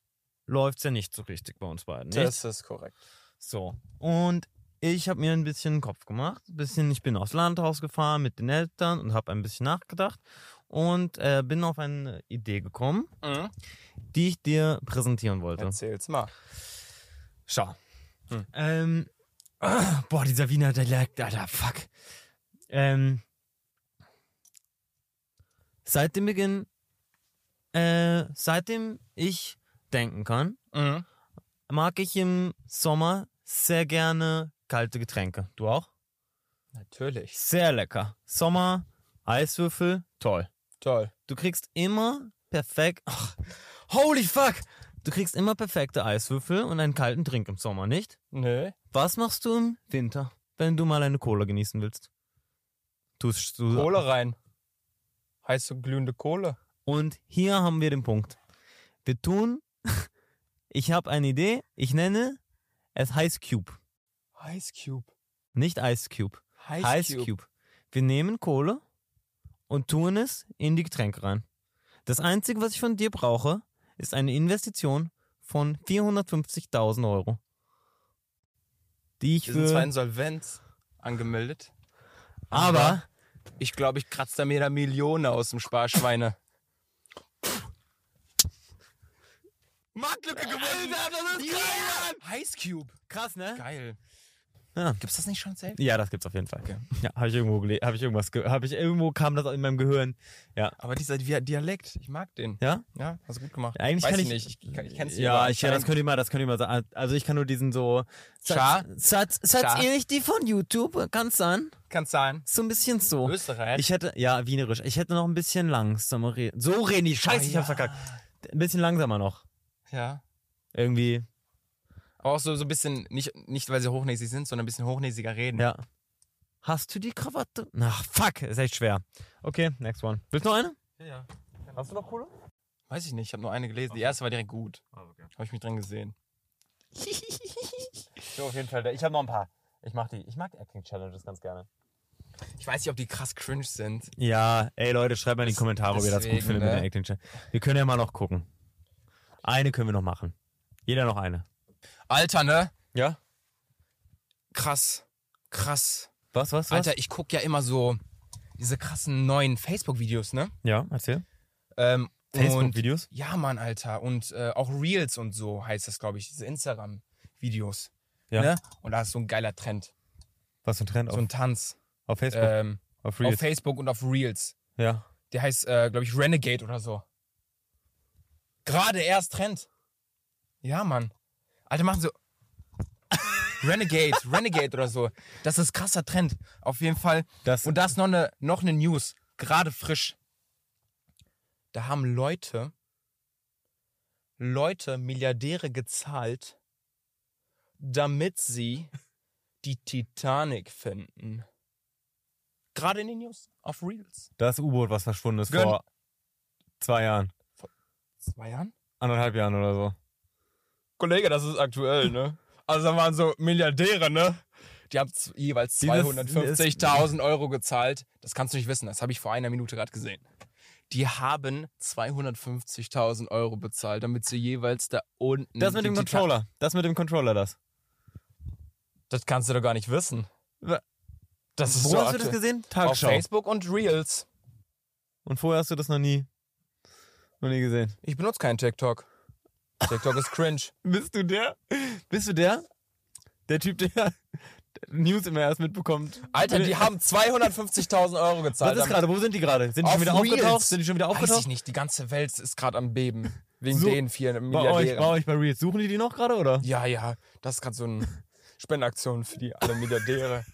läuft's ja nicht so richtig bei uns beiden. Nicht?
Das ist korrekt.
So. Und Ich habe mir ein bisschen Kopf gemacht, ein bisschen, ich bin aufs Landhaus gefahren mit den Eltern und habe ein bisschen nachgedacht und äh, bin auf eine Idee gekommen,
Mhm.
die ich dir präsentieren wollte.
Erzähl's mal.
Schau. Ähm, ah, boah, dieser Wiener Dialekt, Alter, fuck. Ähm, seit dem Beginn, äh, seitdem ich denken kann,
Mhm.
mag ich im Sommer sehr gerne kalte Getränke. Du auch?
Natürlich.
Sehr lecker. Sommer, Eiswürfel, toll.
Toll.
Du kriegst immer perfekt. Ach, holy fuck! Du kriegst immer perfekte Eiswürfel und einen kalten Drink im Sommer, nicht?
Nö.
Was machst du im Winter, wenn du mal eine Cola genießen willst? Tust du
Kohle rein. Heiße glühende Kohle.
Und hier haben wir den Punkt. Wir tun, ich habe eine Idee, ich nenne es Ice Cube,
Ice Cube.
nicht Ice Cube. Ice Cube. Wir nehmen Kohle und tun es in die Getränke rein. Das Einzige, was ich von dir brauche, ist eine Investition von 450.000 Euro. Die ich
Wir sind zwar
für...
insolvent angemeldet.
Aber
Ich glaube, ich kratze da mir da Millionen aus dem Sparschweine. Marktlücke gewonnen. Alter, das ist yeah. Ice Cube.
krass, ne?
Geil.
Ja.
Gibt's das nicht schon selbst?
Ja, das gibt's auf jeden Fall.
Okay.
Ja, habe ich irgendwo gelesen, habe ich irgendwas, ge habe ich irgendwo kam das in meinem Gehirn.
Aber dieser Dialekt, ich mag den.
Ja?
Ja, hast du gut gemacht.
Eigentlich
Weiß
kann ich
nicht, ich, ich, kann- ich kenn's
Ja, ich, ja, das könnt ihr mal, das könnt ihr mal sagen. Also ich kann nur diesen so.
Scha?
Satz, Satz,
Scha?
ihr nicht die von YouTube? Kann's sein?
kann sein.
So ein bisschen
Oh.
so.
Österreich.
Ich hätte, ja, wienerisch. Ich hätte noch ein bisschen langsamer reden. So reden die. Scheiße,
Ah,
ich hab's
ja.
verkackt. Ein bisschen langsamer noch.
ja.
Irgendwie.
Aber auch so, so ein bisschen, nicht, nicht weil sie hochnäsig sind, sondern ein bisschen hochnäsiger reden.
Ja. Hast du die Krawatte? Na, fuck, ist echt schwer. Okay, next one. Willst du noch eine?
ja.
Hast du noch Kohle?
Weiß ich nicht, ich habe nur eine gelesen. Die erste war direkt gut. Habe ich mich dran gesehen.
So, auf jeden Fall. Ich habe noch ein paar. Ich mach die. Ich mag Acting Challenges ganz gerne.
Ich weiß nicht, ob die krass cringe sind.
Ja, ey Leute, schreibt mal in die Kommentare, ob ihr das gut
deswegen,
findet mit
ne?
den Acting Challenge. Wir können ja mal noch gucken. Eine können wir noch machen. Jeder noch eine.
Alter, ne?
Ja?
Krass. Krass.
Was, was, was?
Alter, ich guck ja immer so diese krassen neuen Facebook-Videos, ne?
Ja, erzähl.
Ähm, und
Facebook-Videos?
ja, Mann, Alter. Und äh, auch Reels und so heißt das, glaube ich, diese Instagram-Videos.
Ja.
Ne? Und da ist so ein geiler Trend.
Was für ein Trend
So
auf,
ein Tanz.
auf Facebook?
Ähm,
auf
auf
Reels?
Facebook und auf Reels.
ja.
Der heißt, äh, glaube ich, Renegade oder so. Gerade erst Trend. Ja, Mann. Alter, machen so. Renegade, Renegade oder so. Das ist krasser Trend. Auf jeden Fall.
Das,
Und da ist noch eine, noch eine News. Gerade frisch. Da haben Leute, Leute, Milliardäre gezahlt, damit sie die Titanic finden. Gerade in den News. Auf Reels.
das U-Boot, was verschwunden ist
Gönn-
vor zwei Jahren.
Zwei Jahren?
Anderthalb Jahren oder so.
Kollege, das ist aktuell, ne? Also da waren so Milliardäre, ne? Die haben z- jeweils
Dieses-
250.000 Euro gezahlt. Das kannst du nicht wissen, das habe ich vor einer Minute gerade gesehen. Die haben 250.000 Euro bezahlt, damit sie jeweils da unten...
Das mit
die
dem
Titan-
Controller. Das mit dem Controller, das.
Das kannst du doch gar nicht wissen.
Wa-
Das ist
Wo
so
hast du das
aktuell.
gesehen?
Auf
Tagesschau.
Facebook und Reels.
Und vorher hast du das noch nie, noch nie gesehen.
Ich benutze keinen TikTok. TikTok ist cringe.
Bist du der? Bist du der? Der Typ, der News immer erst mitbekommt.
Alter, die haben 250.000 Euro
Was
gezahlt.
ist
damit-
gerade? Wo sind die gerade? Sind die
Auf
schon wieder aufgetaucht?
Reels.
Sind die schon wieder
Weiß ich
aufgetaucht?
nicht, die ganze Welt ist gerade am Beben. Wegen
So,
den vier
Bei euch, bei
Milliardären.
euch bei Reels. Suchen die die noch gerade, oder?
Ja, ja, das ist gerade so eine Spendenaktion für die alle Milliardäre.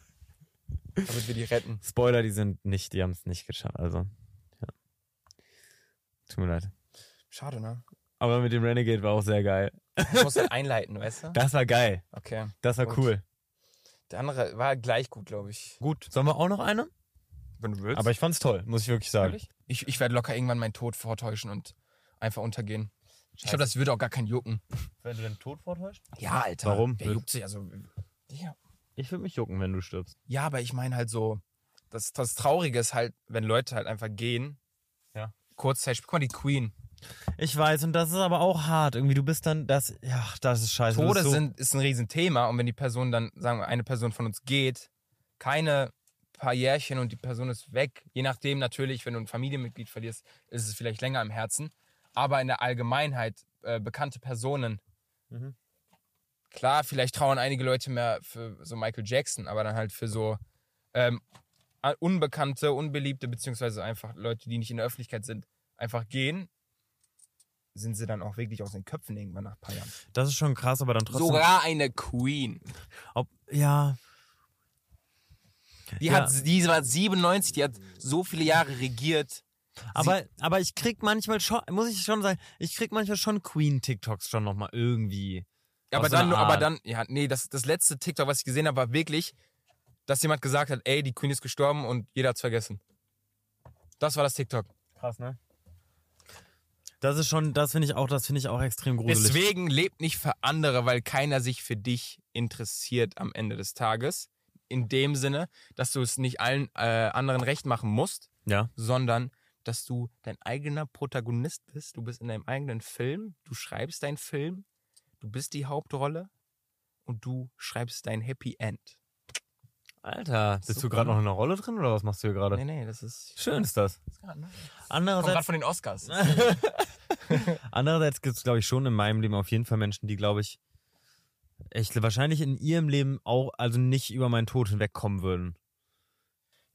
damit wir die retten.
Spoiler, die sind nicht, die haben es nicht geschafft. Also, ja. Tut mir leid.
Schade, ne?
Aber mit dem Renegade war auch sehr geil.
Ich muss das einleiten, weißt du?
Das war geil.
Okay.
Das war
Gut.
cool.
Der andere war gleich gut, glaube ich.
Gut. Sollen wir auch noch eine?
Wenn du willst.
Aber ich fand's toll, muss ich wirklich sagen.
Wirklich? ich, ich werde locker irgendwann meinen Tod vortäuschen und einfach untergehen. Ich glaube, das würde auch gar keinen jucken.
Wenn du den Tod vortäuscht?
Ja, Alter.
Warum?
Wer juckt sich? Also, ja.
Ich würde mich jucken, wenn du stirbst.
Ja, aber ich meine halt so, das, das Traurige ist halt, wenn Leute halt einfach gehen.
Ja.
Kurzzeit, guck mal, die Queen.
Ich weiß, und das ist aber auch hart. Irgendwie, du bist dann, das, ja, das ist scheiße.
Tode
das ist so,
sind, ist ein Riesenthema und wenn die Person dann, sagen wir, eine Person von uns geht, keine paar Jährchen und die Person ist weg, je nachdem natürlich, wenn du ein Familienmitglied verlierst, ist es vielleicht länger im Herzen, aber in der Allgemeinheit äh, bekannte Personen.
Mhm.
Klar, vielleicht trauern einige Leute mehr für so Michael Jackson, aber dann halt für so ähm, a- unbekannte, unbeliebte, beziehungsweise einfach Leute, die nicht in der Öffentlichkeit sind, einfach gehen, sind sie dann auch wirklich aus den Köpfen irgendwann nach ein paar Jahren.
das ist schon krass, aber dann trotzdem.
Sogar eine Queen.
Ob, ja,
Die,
Ja.
hat, die war 97, die hat so viele Jahre regiert.
aber, aber ich krieg manchmal schon, muss ich schon sagen, ich krieg manchmal schon Queen-TikToks schon nochmal irgendwie.
Aber
Aus so
dann,
einer Art.
aber dann, ja, nee, das, das letzte TikTok, was ich gesehen habe, war wirklich, dass jemand gesagt hat, ey, die Queen ist gestorben und jeder hat's vergessen. Das war das TikTok.
Krass, ne? Das ist schon, das finde ich auch, das finde ich auch extrem gruselig.
Deswegen lebt nicht für andere, weil keiner sich für dich interessiert am Ende des Tages. In dem Sinne, dass du es nicht allen äh, anderen recht machen musst,
Ja.
sondern dass du dein eigener Protagonist bist. Du bist in deinem eigenen Film, du schreibst deinen Film, du bist die Hauptrolle und du schreibst dein Happy End.
Alter, bist du
Super.
gerade noch in einer Rolle drin oder was machst du hier gerade?
Nee, nee, das ist.
Schön ist das.
das ist grad, ne? Kommt gerade
Andererseits,
von den Oscars.
andererseits gibt es, glaube ich, schon in meinem Leben auf jeden Fall Menschen, die, glaube ich, echt wahrscheinlich in ihrem Leben auch, also nicht über meinen Tod hinwegkommen würden.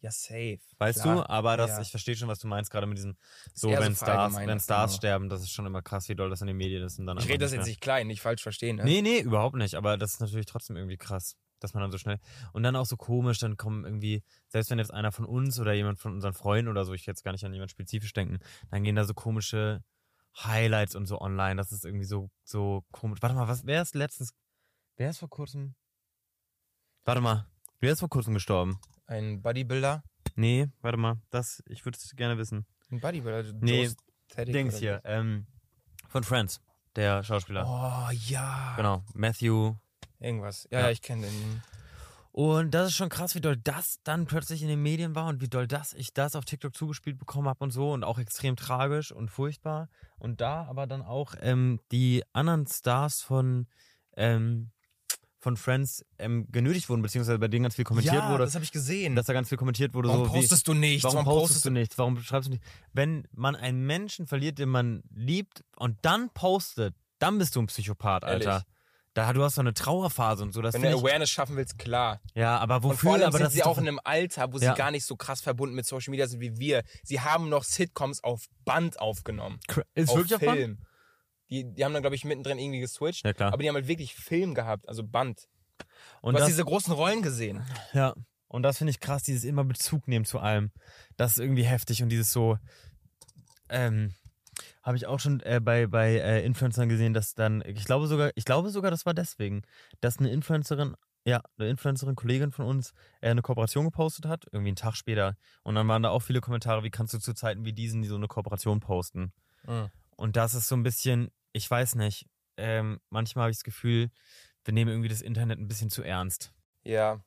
Ja, safe.
Weißt
Klar. Also
du? Aber das,
Ja.
ich verstehe schon, was du meinst, gerade mit diesem, so
eher so
wenn Stars,
verallgemeinert,
wenn Stars
genau.
sterben, das ist schon immer krass, wie doll das in den Medien ist. Und dann
Ich
einfach
rede das
nicht
jetzt
mehr.
nicht klein, nicht falsch verstehen. Ne?
Nee, nee, überhaupt nicht. Aber das ist natürlich trotzdem irgendwie krass, dass man dann so schnell. Und dann auch so komisch, dann kommen irgendwie, selbst wenn jetzt einer von uns oder jemand von unseren Freunden oder so, ich will jetzt gar nicht an jemand spezifisch denken, dann gehen da so komische Highlights und so online. Das ist irgendwie so, so komisch. Warte mal, was, wer ist letztens, wer ist vor kurzem? Warte mal, wer ist vor kurzem gestorben?
Ein Bodybuilder.
Nee, warte mal, das, ich würde es gerne wissen.
Ein Bodybuilder.
Nee,
Joe Static
Dings
oder
hier, ähm, von Friends, der Schauspieler.
Oh ja.
Genau, Matthew
Irgendwas. Ja,
Ja.
ja. ich kenne den.
Und das ist schon krass, wie doll das dann plötzlich in den Medien war und wie doll das ich das auf TikTok zugespielt bekommen habe und so und auch extrem tragisch und furchtbar. Und da aber dann auch ähm, die anderen Stars von, ähm, von Friends ähm, genötigt wurden, beziehungsweise bei denen ganz viel kommentiert wurde,
habe ich gesehen.
dass da ganz viel kommentiert wurde.
warum
so wie,
postest du nichts?
Warum postest du nichts? Warum schreibst du nicht? Wenn man einen Menschen verliert, den man liebt und dann postet, dann bist du ein Psychopath,
Ehrlich?
Alter. Da, du hast so eine Trauerphase und so. Das
Wenn du
find ich,
Awareness schaffen willst, klar.
ja, aber wofür?
Und vor allem
aber
sind
das
sie
ist
auch
doch-
in einem Alter, wo
Ja.
sie gar nicht so krass verbunden mit Social Media sind wie wir. Sie haben noch Sitcoms auf Band aufgenommen.
Cra- Ist
auf
wirklich auf Band?
Film. Die, die haben dann, glaube ich, mittendrin irgendwie geswitcht.
Ja, klar.
Aber die haben halt wirklich Film gehabt, also Band.
Und
Du hast
das,
diese großen Rollen gesehen.
ja. Und das finde ich krass, dieses immer Bezug nehmen zu allem. Das ist irgendwie heftig und dieses so, ähm, habe ich auch schon äh, bei, bei äh, Influencern gesehen, dass dann, ich glaube sogar, ich glaube sogar, das war deswegen, dass eine Influencerin, ja, eine Influencerin, Kollegin von uns, äh, eine Kooperation gepostet hat, irgendwie einen Tag später. Und dann waren da auch viele Kommentare, wie kannst du zu Zeiten wie diesen so eine Kooperation posten?
Mhm.
Und das ist so ein bisschen, ich weiß nicht, ähm, manchmal habe ich das Gefühl, wir nehmen irgendwie das Internet ein bisschen zu ernst.
Ja,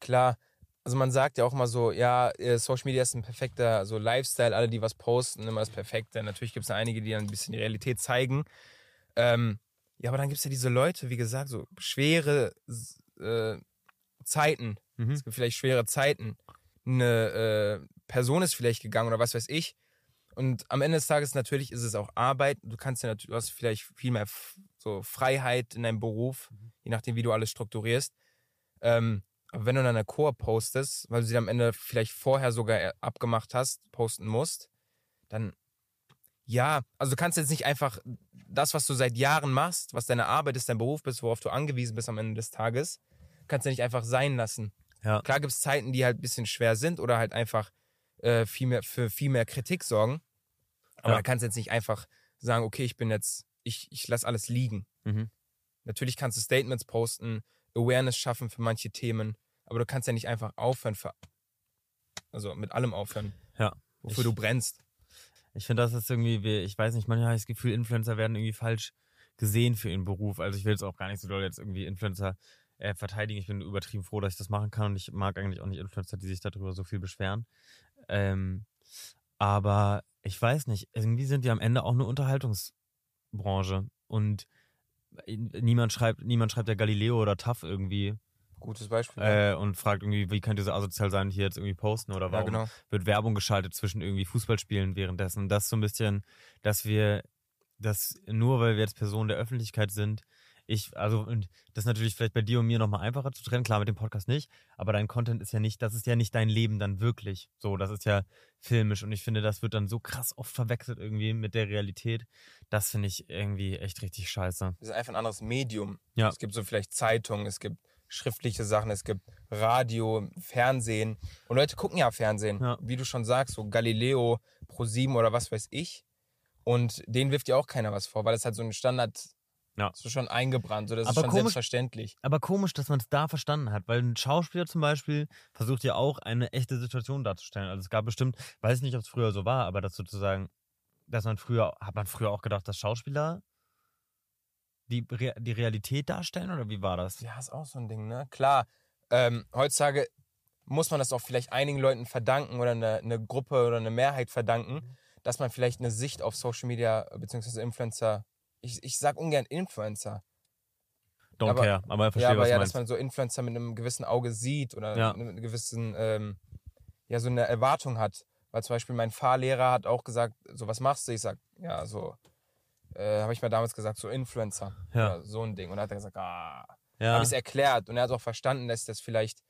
klar. Also man sagt ja auch immer so, ja, äh, Social Media ist ein perfekter so Lifestyle, alle, die was posten, immer das Perfekte. Natürlich gibt es einige, die dann ein bisschen die Realität zeigen. Ähm, ja, aber dann gibt es ja diese Leute, wie gesagt, so schwere s- äh, Zeiten.
Mhm.
Es gibt vielleicht schwere Zeiten. Eine äh, Person ist vielleicht gegangen oder was weiß ich. Und am Ende des Tages natürlich ist es auch Arbeit. Du kannst ja natürlich, du hast vielleicht viel mehr f- so Freiheit in deinem Beruf, je nachdem, wie du alles strukturierst. Ähm, aber wenn du dann eine Chor postest, weil du sie am Ende vielleicht vorher sogar äh, abgemacht hast, posten musst, dann ja, also du kannst jetzt nicht einfach das, was du seit Jahren machst, was deine Arbeit ist, dein Beruf bist, worauf du angewiesen bist am Ende des Tages, kannst du nicht einfach sein lassen.
Ja.
Klar gibt es Zeiten, die halt ein bisschen schwer sind oder halt einfach äh, viel mehr, für viel mehr Kritik sorgen. Aber
Ja.
da kannst du jetzt nicht einfach sagen, okay, ich bin jetzt, ich, ich lasse alles liegen.
Mhm.
Natürlich kannst du Statements posten, Awareness schaffen für manche Themen, aber du kannst ja nicht einfach aufhören, für, also mit allem aufhören,
Ja.
wofür
Ich-
du brennst.
Ich finde, das ist irgendwie, wie- ich weiß nicht, manchmal habe ich das Gefühl, Influencer werden irgendwie falsch gesehen für ihren Beruf. Also ich will jetzt auch gar nicht so doll jetzt irgendwie Influencer äh, verteidigen. Ich bin übertrieben froh, dass ich das machen kann und ich mag eigentlich auch nicht Influencer, die sich darüber so viel beschweren. Ähm, aber ich weiß nicht, irgendwie sind wir am Ende auch eine Unterhaltungsbranche und äh, niemand schreibt, niemand schreibt ja Galileo oder TAF irgendwie
Gutes Beispiel.
äh, und fragt irgendwie, wie könnt ihr so asozial sein, hier jetzt irgendwie posten oder
ja,
warum
genau.
wird Werbung geschaltet zwischen irgendwie Fußballspielen währenddessen. Das so ein bisschen, dass wir, dass nur weil wir jetzt Personen der Öffentlichkeit sind, ich, also, und das ist natürlich vielleicht bei dir und mir nochmal einfacher zu trennen, klar mit dem Podcast nicht, aber dein Content ist ja nicht, das ist ja nicht dein Leben dann wirklich. So, das ist ja filmisch und ich finde, das wird dann so krass oft verwechselt irgendwie mit der Realität. Das finde ich irgendwie echt richtig scheiße.
Das ist einfach ein anderes Medium.
Ja.
Es gibt so vielleicht Zeitungen, es gibt schriftliche Sachen, es gibt Radio, Fernsehen. Und Leute gucken ja Fernsehen,
Ja.
wie du schon sagst, so Galileo, ProSieben oder was weiß ich. Und denen wirft ja auch keiner was vor, weil das halt so ein Standard
Ja.
das ist schon eingebrannt. So, das
Aber
ist schon
komisch-
selbstverständlich.
Aber komisch, dass man es da verstanden hat, weil ein Schauspieler zum Beispiel versucht ja auch eine echte Situation darzustellen. Also es gab bestimmt, weiß nicht, ob es früher so war, aber das sozusagen, dass man früher, hat man früher auch gedacht, dass Schauspieler die, Re die Realität darstellen oder wie war das?
Ja, ist auch so ein Ding, ne? Klar, ähm, heutzutage muss man das auch vielleicht einigen Leuten verdanken oder eine, eine Gruppe oder eine Mehrheit
Mhm.
verdanken, dass man vielleicht eine Sicht auf Social Media bzw. Influencer, ich, ich sag ungern Influencer,
Don't
aber-
care, aber ich verstehe,
ja, aber
was
ja,
du meinst.
dass man so Influencer mit einem gewissen Auge sieht oder
Ja.
mit einem gewissen, ähm, ja, so eine Erwartung hat. Weil zum Beispiel mein Fahrlehrer hat auch gesagt, so was machst du? Ich sag, ja, so, äh, habe ich mal damals gesagt, so Influencer.
Ja.
Oder so ein Ding. Und dann hat er gesagt, ah,
Ja.
habe ich es erklärt. Und er hat auch verstanden, dass das vielleicht,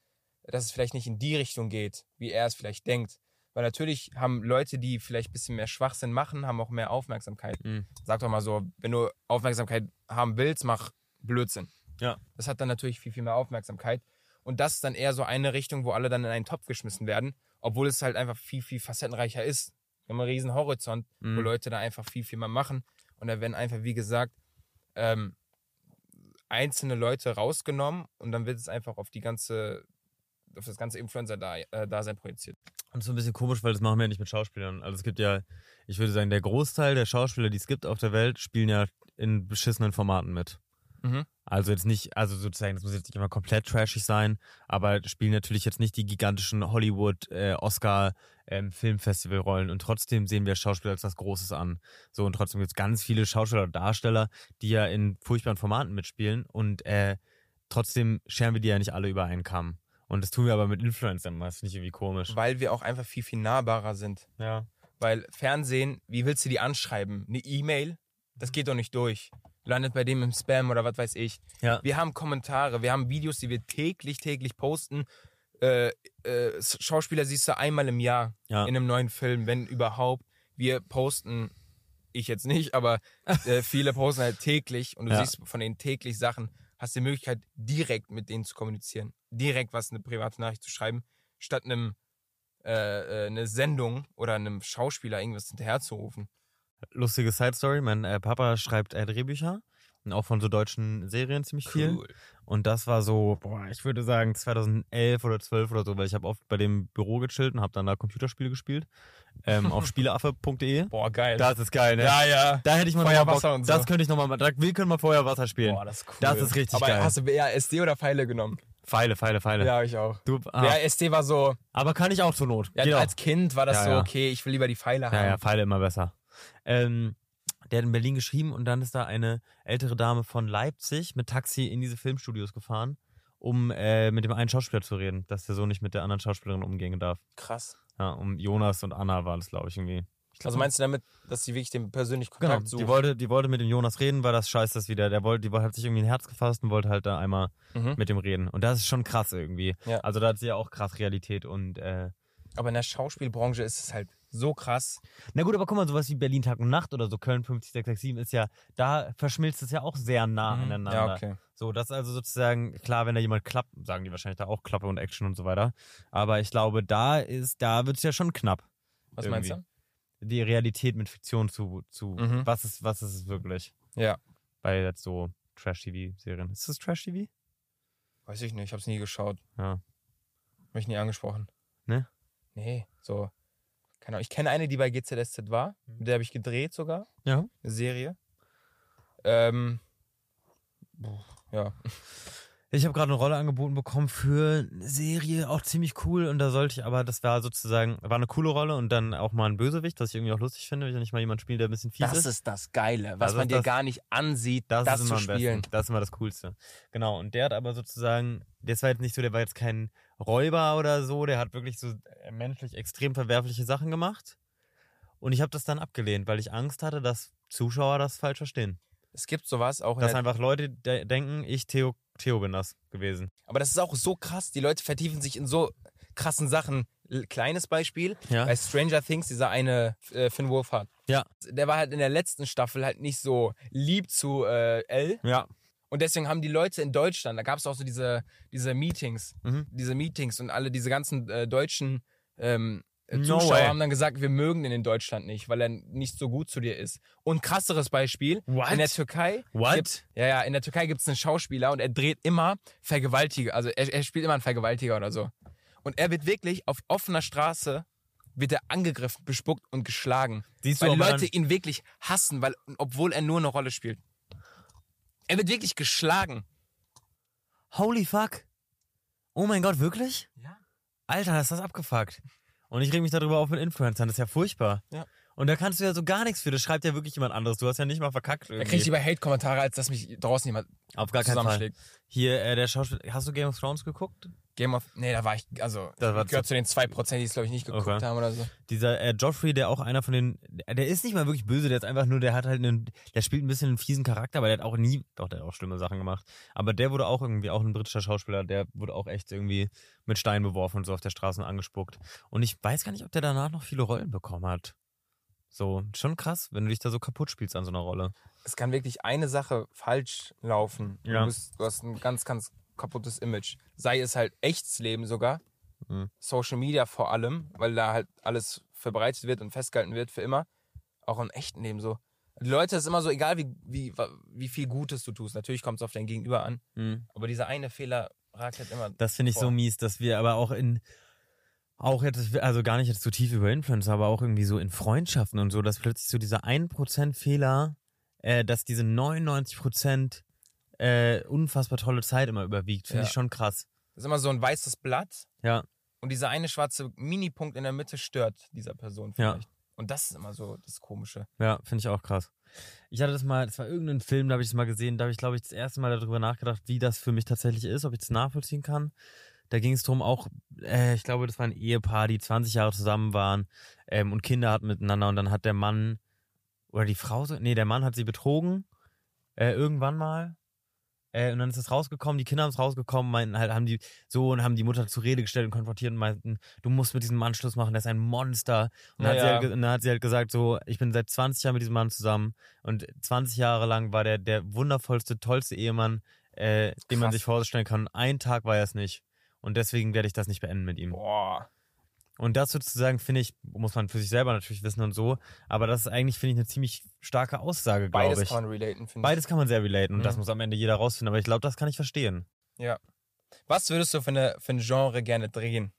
dass es vielleicht nicht in die Richtung geht, wie er es vielleicht denkt. Weil natürlich haben Leute, die vielleicht ein bisschen mehr Schwachsinn machen, haben auch mehr Aufmerksamkeit.
Mhm.
Sag doch mal so, wenn du Aufmerksamkeit haben willst, mach Blödsinn.
Ja.
Das hat dann natürlich viel, viel mehr Aufmerksamkeit. Und das ist dann eher so eine Richtung, wo alle dann in einen Topf geschmissen werden, obwohl es halt einfach viel, viel facettenreicher ist. Wir haben einen riesen Horizont, wo
Mhm.
Leute da einfach viel, viel mehr machen. Und da werden einfach, wie gesagt, ähm, einzelne Leute rausgenommen und dann wird es einfach auf die ganze, auf das ganze Influencer-Dasein äh, projiziert.
Und so ein bisschen komisch, weil das machen wir ja nicht mit Schauspielern. Also es gibt ja, ich würde sagen, der Großteil der Schauspieler, die es gibt auf der Welt, spielen ja in beschissenen Formaten mit.
Mhm.
Also jetzt nicht, also sozusagen, das muss jetzt nicht immer komplett trashig sein, aber spielen natürlich jetzt nicht die gigantischen Hollywood, äh, Oscar, ähm, Filmfestivalrollen und trotzdem sehen wir Schauspieler als was Großes an. So und trotzdem gibt es ganz viele Schauspieler und Darsteller, die ja in furchtbaren Formaten mitspielen und äh, trotzdem scheren wir die ja nicht alle über einen Kamm. Und das tun wir aber mit Influencern, das finde ich irgendwie komisch.
Weil wir auch einfach viel, viel nahbarer sind.
Ja.
Weil Fernsehen, wie willst du die anschreiben? Eine E-Mail? Das geht doch nicht durch. Landet bei dem im Spam oder was weiß ich.
Ja.
Wir haben Kommentare, wir haben Videos, die wir täglich, täglich posten. Äh, äh, Schauspieler siehst du einmal im Jahr
Ja.
in einem neuen Film, wenn überhaupt. Wir posten, ich jetzt nicht, aber äh, viele posten halt täglich und du
Ja.
siehst von denen täglich Sachen, hast die Möglichkeit, direkt mit denen zu kommunizieren. Direkt was, eine private Nachricht zu schreiben, statt einem äh, äh, eine Sendung oder einem Schauspieler irgendwas hinterherzurufen.
lustige Side Story. Mein äh, Papa schreibt äh, Drehbücher und auch von so deutschen Serien ziemlich viel. Und das war so, boah, ich würde sagen 2011 oder 12 oder so, weil ich habe oft bei dem Büro gechillt und habe dann da Computerspiele gespielt ähm, auf spieleaffe.de.
Boah, geil.
Das ist geil, ne?
ja, ja.
Da hätte ich mal
Feuer,
noch mal
Wasser
Bock.
und so.
Das könnte ich nochmal, da, wir können mal Feuer, Wasser spielen.
Boah, das ist cool.
Das ist richtig
aber
geil.
hast du eher SD oder Pfeile genommen?
Pfeile, Pfeile, Pfeile.
Ja, ich auch.
Du, ah,
Ja, SD war so,
Aber kann ich auch zur Not.
ja,
Geht auch.
als Kind war das
Ja,
so,
ja.
okay, ich will lieber die Pfeile haben.
Ja, ja, Pfeile immer besser. Ähm, der hat in Berlin geschrieben und dann ist da eine ältere Dame von Leipzig mit Taxi in diese Filmstudios gefahren, um äh, mit dem einen Schauspieler zu reden, dass der so nicht mit der anderen Schauspielerin umgehen darf.
Krass.
Ja, um Jonas und Anna war das, glaube ich, irgendwie. Ich glaub,
Also meinst du damit, dass sie wirklich den persönlichen
genau,
Kontakt
die
suchen?
wollte, die wollte mit dem Jonas reden, weil das scheiß das wieder. Der wollte, die wollte- hat sich irgendwie ein Herz gefasst und wollte halt da einmal
Mhm.
mit dem reden. Und das ist schon krass irgendwie.
Ja.
Also da hat sie ja auch krass Realität und äh,
Aber in der Schauspielbranche ist es halt so krass.
Na gut, aber guck mal, sowas wie Berlin Tag und Nacht oder so Köln 50667 ist ja, da verschmilzt es ja auch sehr nah Ah, aneinander.
Mhm. Ja, okay.
So, das ist also sozusagen, klar, wenn da jemand klappt, sagen die wahrscheinlich da auch Klappe und Action und so weiter. Aber ich glaube, da ist, da wird es ja schon knapp,
Was
Irgendwie.
meinst du?
die Realität mit Fiktion zu, zu
Mhm.
was ist, was ist es wirklich?
Ja.
Bei jetzt so Trash-TV-Serien. Ist das Trash-TV?
Weiß ich nicht, ich hab's nie geschaut.
Ja.
Hab Mich nie angesprochen.
Ne?
Nee, so. Keine Ahnung. Ich kenne eine, die bei GZSZ war. Mit der habe ich gedreht sogar.
Ja.
Eine Serie. Ähm. boah, Ja.
Ich habe gerade eine Rolle angeboten bekommen für eine Serie, auch ziemlich cool. Und da sollte ich, aber das war sozusagen, war eine coole Rolle und dann auch mal ein Bösewicht, was ich irgendwie auch lustig finde, wenn ich mal jemanden spiele, der ein bisschen fies
Das
ist.
ist das Geile, was
Das
man
ist
dir
das-
gar nicht ansieht, das,
ist
zu
immer am besten.
spielen.
Das ist immer das Coolste. Genau. Und der hat aber sozusagen, der war jetzt nicht so, der war jetzt kein Räuber oder so, der hat wirklich so äh, menschlich extrem verwerfliche Sachen gemacht. Und ich habe das dann abgelehnt, weil ich Angst hatte, dass Zuschauer das falsch verstehen.
Es gibt sowas auch. In
Dass
der,
einfach Leute de denken, ich, Theo, Theo bin das gewesen.
aber das ist auch so krass. Die Leute vertiefen sich in so krassen Sachen. L- Kleines Beispiel,
Ja.
bei Stranger Things, dieser eine äh, Finn Wolfhard.
Ja.
Der war halt in der letzten Staffel halt nicht so lieb zu äh, Elle.
Ja.
Und deswegen haben die Leute in Deutschland, da gab es auch so diese, diese Meetings,
Mhm.
diese Meetings und alle diese ganzen äh, deutschen ähm, äh,
No
Zuschauer
way.
haben dann gesagt, wir mögen den in Deutschland nicht, weil er nicht so gut zu dir ist. Und krasseres Beispiel, in der
What?
Türkei
What?
Gibt, ja, ja, in der Türkei gibt es einen Schauspieler und er dreht immer Vergewaltiger, also er, er spielt immer einen Vergewaltiger oder so. Und er wird wirklich auf offener Straße wird er angegriffen, bespuckt und geschlagen.
Siehst
weil die
aber
Leute ihn wirklich hassen, weil, obwohl er nur eine Rolle spielt. Er wird wirklich geschlagen.
dann, holy fuck. Oh mein Gott, wirklich?
Ja.
Alter, ist das abgefuckt. Und ich reg mich darüber auf mit Influencern, das ist ja furchtbar.
Ja.
Und da kannst du ja so gar nichts für, das schreibt ja wirklich jemand anderes. Du hast ja nicht mal verkackt
Da kriege ich
irgendwie.
lieber Hate-Kommentare, als dass mich draußen jemand
Auf gar keinen Fall.
zusammenschlägt.
Hier, äh, der Schauspieler, hast du Game of Thrones geguckt?
Game of. Nee, da war ich. Also,
Das war
ich gehört zu den 2%, die es, glaube ich, nicht geguckt
Okay.
haben oder so.
Dieser äh, Joffrey, der auch einer von den, der ist nicht mal wirklich böse, der ist einfach nur, der hat halt einen, der spielt ein bisschen einen fiesen Charakter, aber der hat auch nie, doch, der hat auch schlimme Sachen gemacht. Aber der wurde auch irgendwie, auch ein britischer Schauspieler, der wurde auch echt irgendwie mit Steinen beworfen und so auf der Straße angespuckt. Und ich weiß gar nicht, ob der danach noch viele Rollen bekommen hat. So, schon krass, wenn du dich da so kaputt spielst an so einer Rolle.
Es kann wirklich eine Sache falsch laufen.
Ja.
Du, bist, du hast ein ganz, ganz kaputtes Image. Sei es halt echtes Leben sogar.
Mhm.
Social Media vor allem, weil da halt alles verbreitet wird und festgehalten wird für immer. Auch im echten Leben so. Die Leute, es ist immer so, egal wie, wie, wa- wie viel Gutes du tust. Natürlich kommt es auf dein Gegenüber an. Aber dieser eine Fehler ragt halt immer.
Das finde ich so
Boah.
mies, dass wir aber auch in auch jetzt, also gar nicht jetzt so tief über Influencer, aber auch irgendwie so in Freundschaften und so, dass plötzlich so dieser 1% Fehler, äh, dass diese 99% äh, unfassbar tolle Zeit immer überwiegt, finde
Ja.
ich schon krass.
Das ist immer so ein weißes Blatt.
Ja.
Und dieser eine schwarze Minipunkt in der Mitte stört dieser Person
Ja.
vielleicht. Und das ist immer so das Komische.
Ja, finde ich auch krass. Ich hatte das mal, das war irgendein Film, da habe ich das mal gesehen, da habe ich, glaube ich, das erste Mal darüber nachgedacht, wie das für mich tatsächlich ist, ob ich das nachvollziehen kann. Da ging es darum, auch, äh, ich glaube, das war ein Ehepaar, die 20 Jahre zusammen waren ähm, und Kinder hatten miteinander und dann hat der Mann oder die Frau, so- nee, der Mann hat sie betrogen, äh, irgendwann mal. Äh, und dann ist es rausgekommen, die Kinder haben es rausgekommen, meinten halt, haben die so und haben die Mutter zur Rede gestellt und konfrontiert und meinten, du musst mit diesem Mann Schluss machen, der ist ein Monster. Und dann, hat
Ja,
sie
ja.
halt, ge- und dann hat sie halt gesagt, so, ich bin seit 20 Jahren mit diesem Mann zusammen und 20 Jahre lang war der der wundervollste, tollste Ehemann, äh, den man
Krass.
sich vorstellen kann. Ein Tag war er es nicht. Und deswegen werde ich das nicht beenden mit ihm.
Boah.
Und das sozusagen, finde ich, muss man für sich selber natürlich wissen und so, aber das ist eigentlich, finde ich, eine ziemlich starke Aussage, glaube
Beides
ich.
kann man relaten, finde ich.
Beides kann man sehr relaten und das
Mhm.
muss am Ende jeder rausfinden, aber ich glaube, das kann ich verstehen.
Was würdest du für, eine, für ein Genre gerne drehen?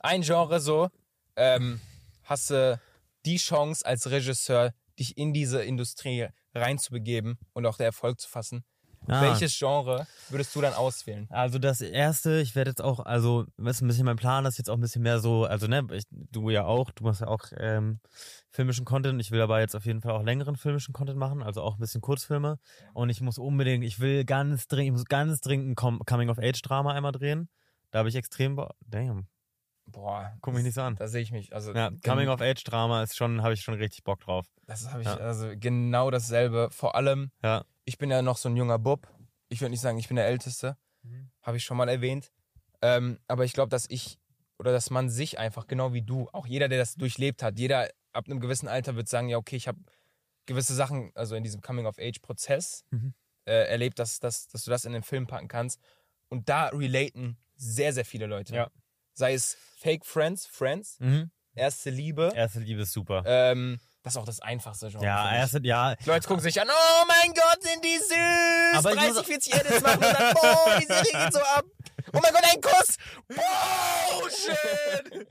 Ein Genre so, ähm, hast du die Chance als Regisseur, dich in diese Industrie reinzubegeben und auch der Erfolg zu fassen.
Ah.
Welches Genre würdest du dann auswählen?
Also das erste, ich werde jetzt auch, also das ist ein bisschen mein Plan, das ist jetzt auch ein bisschen mehr so, also ne, ich, du ja auch, du machst ja auch ähm, filmischen Content. Ich will aber jetzt auf jeden Fall auch längeren filmischen Content machen, also auch ein bisschen Kurzfilme. Und ich muss unbedingt, ich will ganz dringend, ich muss ganz dringend ein Com- Coming of Age Drama einmal drehen. Da habe ich extrem, Bo- damn,
Boah,
guck mich nicht so an.
da sehe ich mich. Also
Ja, Coming of Age Drama ist schon, habe ich schon richtig Bock drauf.
Das habe ich,
Ja.
also genau dasselbe. Vor allem,
Ja.
ich bin ja noch so ein junger Bub. Ich würde nicht sagen, ich bin der Älteste.
Mhm.
Habe ich schon mal erwähnt. Ähm, aber ich glaube, dass ich oder dass man sich einfach, genau wie du, auch jeder, der das durchlebt hat, jeder ab einem gewissen Alter wird sagen, ja, okay, ich habe gewisse Sachen, also in diesem Coming-of-Age-Prozess
Mhm.
äh, erlebt, dass, dass, dass du das in den Film packen kannst. Und da relaten sehr, sehr viele Leute.
Ja. Mhm.
Sei es Fake Friends, Friends, Erste Liebe.
Erste Liebe ist super.
Ähm, das ist auch das einfachste Genre.
ja,
finde ich.
erste, ja,
Leute gucken sich an, oh mein Gott, sind die süß.
Aber ich muss-
30, 40 Edits machen und dann, boah, die Serie geht so ab. Oh mein Gott, ein Kuss. Wow, shit.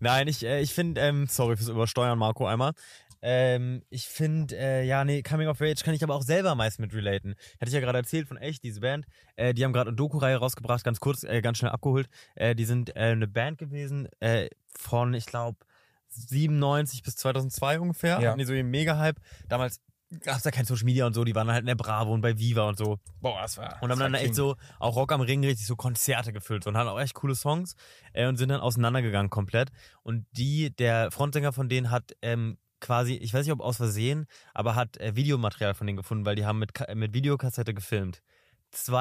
Nein, ich, äh, ich finde, ähm, sorry fürs Übersteuern, Marco, einmal. Ähm, ich finde, äh, ja, nee, Coming of Age kann ich aber auch selber meist mit relaten. Hätte ich ja gerade erzählt von echt, diese Band. Äh, die haben gerade eine Doku-Reihe rausgebracht, ganz kurz, äh, ganz schnell abgeholt. Äh, die sind äh, eine Band gewesen äh, von, ich glaube, 97 bis 2002 ungefähr.
Ja.
Hatten die so ihren Mega-Hype. Damals gab's da kein Social Media und so, die waren halt in der Bravo und bei Viva und so.
Boah, das war.
Und haben
das war
dann echt
halt King.
so, auch Rock am Ring richtig so Konzerte gefüllt so, und hatten auch echt coole Songs äh, und sind dann auseinandergegangen komplett. Und die, der Frontsänger von denen hat ähm, quasi, ich weiß nicht ob aus Versehen, aber hat äh, Videomaterial von denen gefunden, weil die haben mit, Ka- äh, mit Videokassette gefilmt.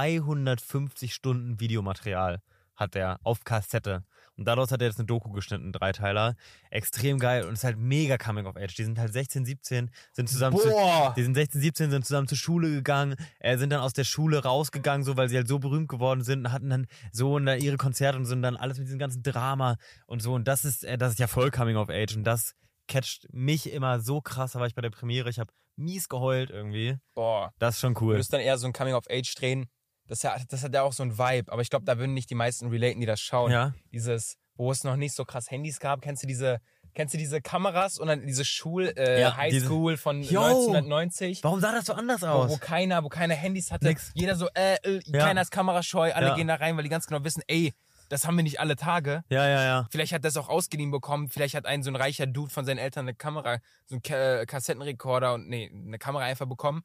250 Stunden Videomaterial hat er auf Kassette. Und daraus hat er jetzt eine Doku geschnitten, Dreiteiler. Extrem geil und ist halt mega coming of age. Die sind halt 16, 17, sind zusammen zu,
Boah!
die sind 16, 17, sind zusammen zur Schule gegangen, äh, sind dann aus der Schule rausgegangen, so weil sie halt so berühmt geworden sind und hatten dann so und dann ihre Konzerte und sind dann alles mit diesem ganzen Drama und so. Und das ist, äh, das ist ja voll Coming of Age und das catcht mich immer so krass. Da war ich bei der Premiere, ich habe mies geheult irgendwie.
Boah.
Das ist schon cool.
Du bist dann eher so ein Coming-of-Age drehen. Das, hat- das hat ja auch so ein Vibe, aber ich glaube, da würden nicht die meisten relaten, die das schauen.
Ja,
Dieses, wo es noch nicht so krass Handys gab, kennst du diese, kennst du diese Kameras und dann diese Schul, äh,
Ja, diese-
Highschool von
Yo!
1990?
warum sah das so anders
Wo, wo
aus?
keiner, wo keiner Handys hatte.
Nix.
Jeder so, äh, äh
Ja.
keiner ist kamerascheu, alle
Ja.
gehen da rein, weil die ganz genau wissen, ey, das haben wir nicht alle Tage.
Ja, ja, ja.
Vielleicht hat das auch ausgeliehen bekommen. Vielleicht hat ein so ein reicher Dude von seinen Eltern eine Kamera, so einen Ka äh, Kassettenrekorder und nee, eine Kamera einfach bekommen.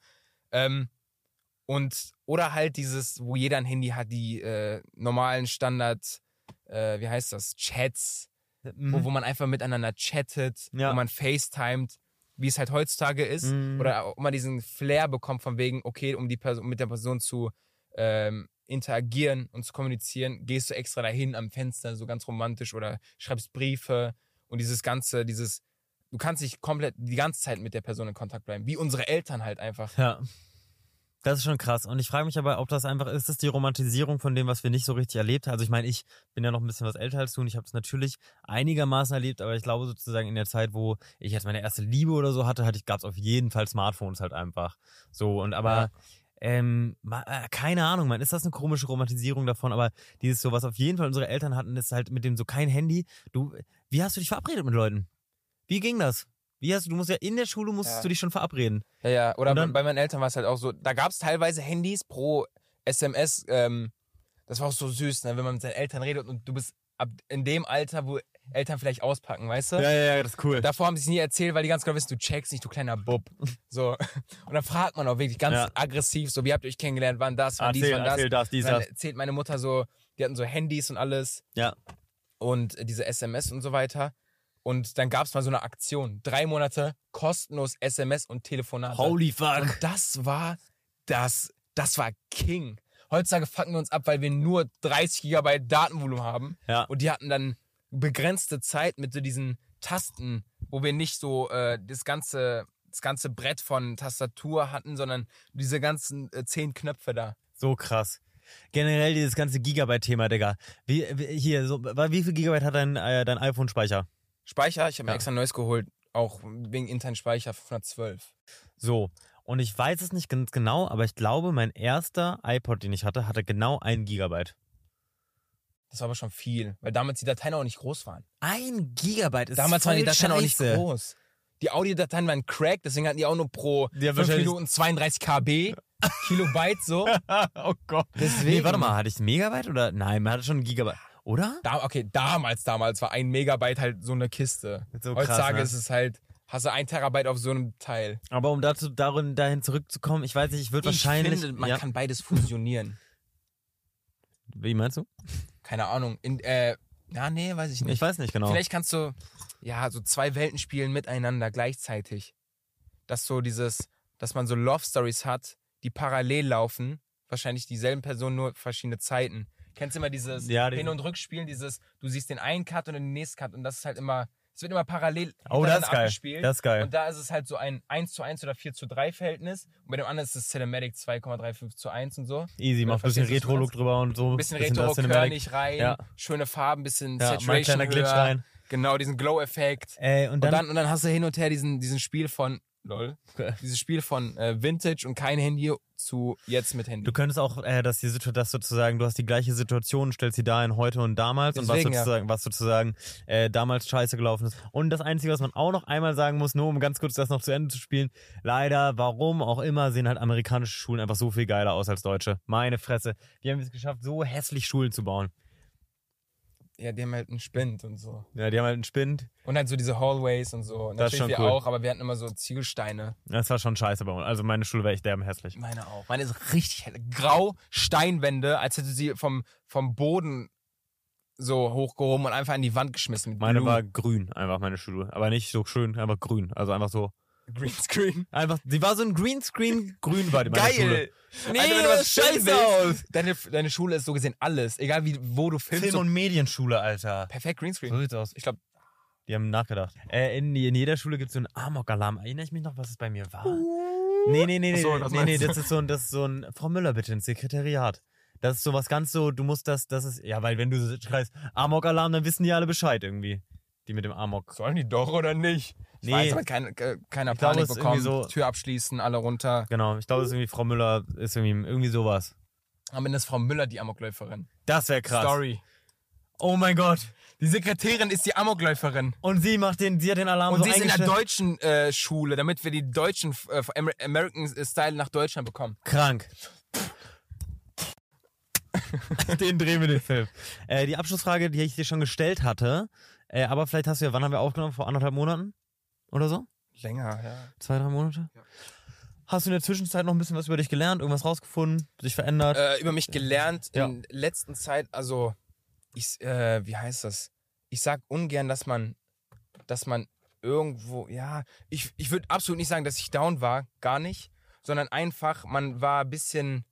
Ähm, und oder halt dieses, wo jeder ein Handy hat, die äh, normalen Standard, äh, wie heißt das, Chats, wo,
Mhm.
wo man einfach miteinander chattet,
Ja.
wo man FaceTimet, wie es halt heutzutage ist.
Mhm.
Oder auch immer diesen Flair bekommt von wegen, okay, um die Person, mit der Person zu ähm, interagieren und zu kommunizieren, gehst du extra dahin am Fenster, so ganz romantisch oder schreibst Briefe und dieses ganze, dieses, du kannst nicht komplett die ganze Zeit mit der Person in Kontakt bleiben, wie unsere Eltern halt einfach.
Ja. Das ist schon krass. Und ich frage mich aber, ob das einfach ist, das die Romantisierung von dem, was wir nicht so richtig erlebt haben. Also ich meine, ich bin ja noch ein bisschen was älter als du und ich habe es natürlich einigermaßen erlebt, aber ich glaube sozusagen in der Zeit, wo ich jetzt meine erste Liebe oder so hatte, hatte ich, gab es auf jeden Fall Smartphones halt einfach. So und aber ähm, ma- äh, keine Ahnung, man, ist das eine komische Romantisierung davon, aber dieses so, was auf jeden Fall unsere Eltern hatten, ist halt mit dem so kein Handy. Du, wie hast du dich verabredet mit Leuten? Wie ging das? Wie hast du, du musst ja in der Schule musstest
Ja.
du dich schon verabreden.
Ja, ja. Oder
Und dann-
bei meinen Eltern war es halt auch so, da gab es teilweise Handys pro SMS. Ähm, das war auch so süß, ne? wenn man mit seinen Eltern redet und du bist ab in dem Alter, wo Eltern vielleicht auspacken, weißt du?
Ja, ja, ja, das ist cool.
Davor haben sie es nie erzählt, weil die ganz genau wissen, du checkst nicht, du kleiner Bub. So. Und dann fragt man auch wirklich ganz
Ja.
aggressiv, so, wie habt ihr euch kennengelernt, wann das, wann dies, wann das.
das, dies,
Und dann erzählt meine Mutter so, die hatten so Handys und alles.
Ja.
Und äh, diese SMS und so weiter. Und dann gab es mal so eine Aktion. Drei Monate kostenlos SMS und Telefonate.
Holy fuck.
Und das war das, das war King. Heutzutage fucken wir uns ab, weil wir nur 30 Gigabyte Datenvolumen haben.
Ja.
Und die hatten dann begrenzte Zeit mit so diesen Tasten, wo wir nicht so äh, das ganze das ganze Brett von Tastatur hatten, sondern diese ganzen äh, zehn Knöpfe da.
So krass. Generell dieses ganze Gigabyte-Thema, Digga. Wie, wie, hier, so, wa- wie viel Gigabyte hat dein, äh, dein iPhone-Speicher?
Speicher, ich habe mir
Ja.
extra ein neues geholt, auch wegen internen Speicher 512.
So. Und ich weiß es nicht ganz genau, aber ich glaube, mein erster iPod, den ich hatte, hatte genau ein Gigabyte.
Das war aber schon viel, weil damals die Dateien auch nicht groß waren.
Ein Gigabyte ist
Damals waren die Dateien
scheiße.
auch nicht groß. Die Audiodateien waren crack, deswegen hatten die auch nur pro
Die haben
5
wahrscheinlich-
Minuten 32 KB, Kilobyte so.
oh Gott.
Deswegen.
Nee, warte mal, hatte ich ein Megabyte oder? Nein, man hatte schon ein Gigabyte. Oder?
Da, okay, damals, damals war ein Megabyte halt so eine Kiste.
So krass,
Heutzutage
ne?
ist es halt, hast du ein Terabyte auf so einem Teil.
Aber um dazu, darin, dahin zurückzukommen, ich weiß nicht, ich würde wahrscheinlich.
Ich finde, man
ja.
kann beides fusionieren.
Wie meinst du?
Keine Ahnung. In, äh, ja, nee, weiß ich nicht.
Ich weiß nicht genau.
Vielleicht kannst du, ja, so zwei Welten spielen miteinander gleichzeitig. Dass so dieses, dass man so Love Stories hat, die parallel laufen. Wahrscheinlich dieselben Personen, nur verschiedene Zeiten. Kennst du immer dieses
Ja, die-
Hin- und Rückspielen, dieses, du siehst den einen Cut und den nächsten Cut und das ist halt immer, es wird immer parallel
Oh, das ist
hintereinander
geil.
abgespielt.
Das ist geil.
Und da ist es halt so ein 1 zu 1 oder 4 zu 3 Verhältnis. Und bei dem anderen ist es Cinematic 2,35 zu 1 und so.
Easy, mach ein bisschen
Verstehst du, was du
Retro-Look
meinst?
drüber und so.
Ein bisschen,
das Cinematic.
retro-körnig rein,
Ja.
schöne Farben,
Ja,
bisschen
mal ein
Saturation
kleiner Glitch
höher.
rein.
Genau, diesen Glow-Effekt.
Ey, und
Und
dann,
dann, und dann hast du hin und her diesen, diesen Spiel von, Lol. Dieses Spiel von äh, Vintage und kein Handy zu jetzt mit Handy.
Du könntest auch, äh, dass die Situation, dass sozusagen, du hast die gleiche Situation, stellst sie da in heute und damals und
Deswegen,
was
ja.
sozusagen, was sozusagen äh, damals scheiße gelaufen ist. Und das Einzige, was man auch noch einmal sagen muss, nur um ganz kurz das noch zu Ende zu spielen, leider, warum auch immer, sehen halt amerikanische Schulen einfach so viel geiler aus als deutsche. Meine Fresse. Die haben es geschafft, so hässlich Schulen zu bauen.
Ja, die haben halt einen Spind und so.
Ja, die haben halt einen Spind.
Und halt so diese Hallways und so. Und
Das ist
natürlich
schon
wir
cool.
auch, aber wir hatten immer so Ziegelsteine.
Das war schon scheiße bei uns. Also meine Schule wäre echt derben hässlich.
Meine auch. Meine ist richtig helle. Grau Steinwände, als hätte sie vom, vom Boden so hochgehoben und einfach an die Wand geschmissen. Mit
Meine
Blue.
war grün, einfach meine Schule. Aber nicht so schön, einfach grün. Also einfach so.
Greenscreen.
Einfach, sie war so ein Greenscreen, grün war die meine Schule.
Geil. Nee, Alter, wenn du was scheiße aus. Deine, deine Schule ist so gesehen alles. Egal wie, wo du filmst.
Film-
so
und Medienschule, Alter.
perfekt
So
Greenscreen.
sieht's aus.
Ich glaube,
Die haben nachgedacht. Äh, in, in jeder Schule gibt es so einen Amok-Alarm. Erinnere ich mich noch, was es bei mir war? Nee, nee, nee, nee.
Ach so,
nee,
das
nee,
meinst du.
das ist so ein, das ist so ein, Frau Müller bitte ins Sekretariat. Das ist sowas ganz so, du musst das, das ist, ja, weil wenn du so schreist, Amok-Alarm, dann wissen die alle Bescheid irgendwie. Die mit dem Amok.
sollen die doch oder nicht? Ich
Nee.
nee. weiß, aber kein, ke- keiner
Ich glaube,
Panik
es ist
bekommen.
irgendwie so-
Tür abschließen, alle runter.
Genau, ich glaube, es ist irgendwie Frau Müller, ist irgendwie, irgendwie sowas.
Am Ende ist Frau Müller die Amokläuferin.
Das wäre krass.
Story.
Oh mein Gott.
Die Sekretärin ist die Amokläuferin.
Und sie macht den, sie hat den Alarm
Und
so
sie ist in der
eingestellt.
deutschen äh, Schule, damit wir die deutschen äh, Amer- American Style nach Deutschland bekommen.
Krank. den drehen wir den Film. Äh, die Abschlussfrage, die ich dir schon gestellt hatte, äh, aber vielleicht hast du ja, wann haben wir aufgenommen? Vor anderthalb Monaten? Oder so?
Länger, ja.
Zwei, drei Monate? Hast du in der Zwischenzeit noch ein bisschen was über dich gelernt, irgendwas rausgefunden, sich verändert?
Äh, über mich gelernt
Ja.
in letzter Zeit, also ich, äh, wie heißt das? Ich sag ungern, dass man, dass man irgendwo, ja, ich, ich würde absolut nicht sagen, dass ich down war, gar nicht, sondern einfach, man war ein bisschen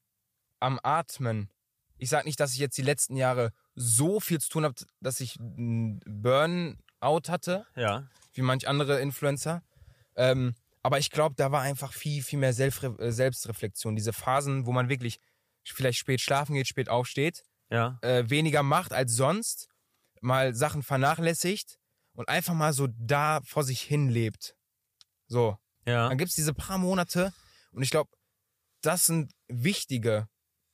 am Atmen. Ich sag nicht, dass ich jetzt die letzten Jahre so viel zu tun habe, dass ich einen Burnout hatte,
ja.
wie manch andere Influencer. Ähm, aber ich glaube, da war einfach viel, viel mehr Selbstre äh, Selbstreflexion. Diese Phasen, wo man wirklich vielleicht spät schlafen geht, spät aufsteht,
Ja.
äh, weniger macht als sonst, mal Sachen vernachlässigt und einfach mal so da vor sich hin lebt. So.
Ja.
Dann gibt es diese paar Monate und ich glaube, das sind wichtige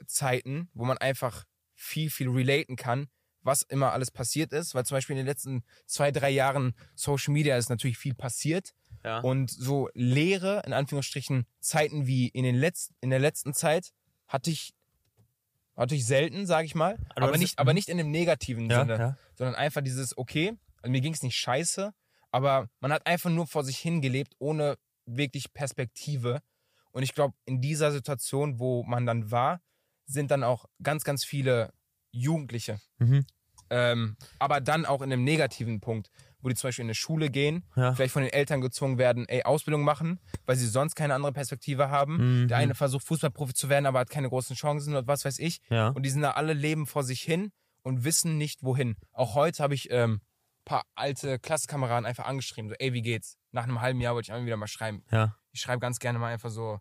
Zeiten, wo man einfach viel, viel relaten kann, was immer alles passiert ist, weil zum Beispiel in den letzten zwei, drei Jahren Social Media ist natürlich viel passiert
Ja.
und so leere, in Anführungsstrichen, Zeiten wie in, den letzten, in der letzten Zeit hatte ich, hatte ich selten, sage ich mal,
du
aber
hast-
nicht, aber nicht in dem negativen
Ja,
Sinne,
ja.
sondern einfach dieses, okay, also mir ging es nicht scheiße, aber man hat einfach nur vor sich hingelebt, ohne wirklich Perspektive. Und ich glaube, in dieser Situation, wo man dann war, sind dann auch ganz, ganz viele Jugendliche.
Mhm.
Ähm, aber dann auch in einem negativen Punkt, wo die zum Beispiel in eine Schule gehen,
Ja.
vielleicht von den Eltern gezwungen werden, ey, Ausbildung machen, weil sie sonst keine andere Perspektive haben.
Mhm.
Der eine versucht, Fußballprofi zu werden, aber hat keine großen Chancen und was weiß ich.
Mhm. Ja.
Und die sind da alle leben vor sich hin und wissen nicht, wohin. Auch heute habe ich ähm, paar alte Klassenkameraden einfach angeschrieben, so, ey, wie geht's? Nach einem halben Jahr wollte ich einfach wieder mal schreiben.
Ja.
Ich schreibe ganz gerne mal einfach so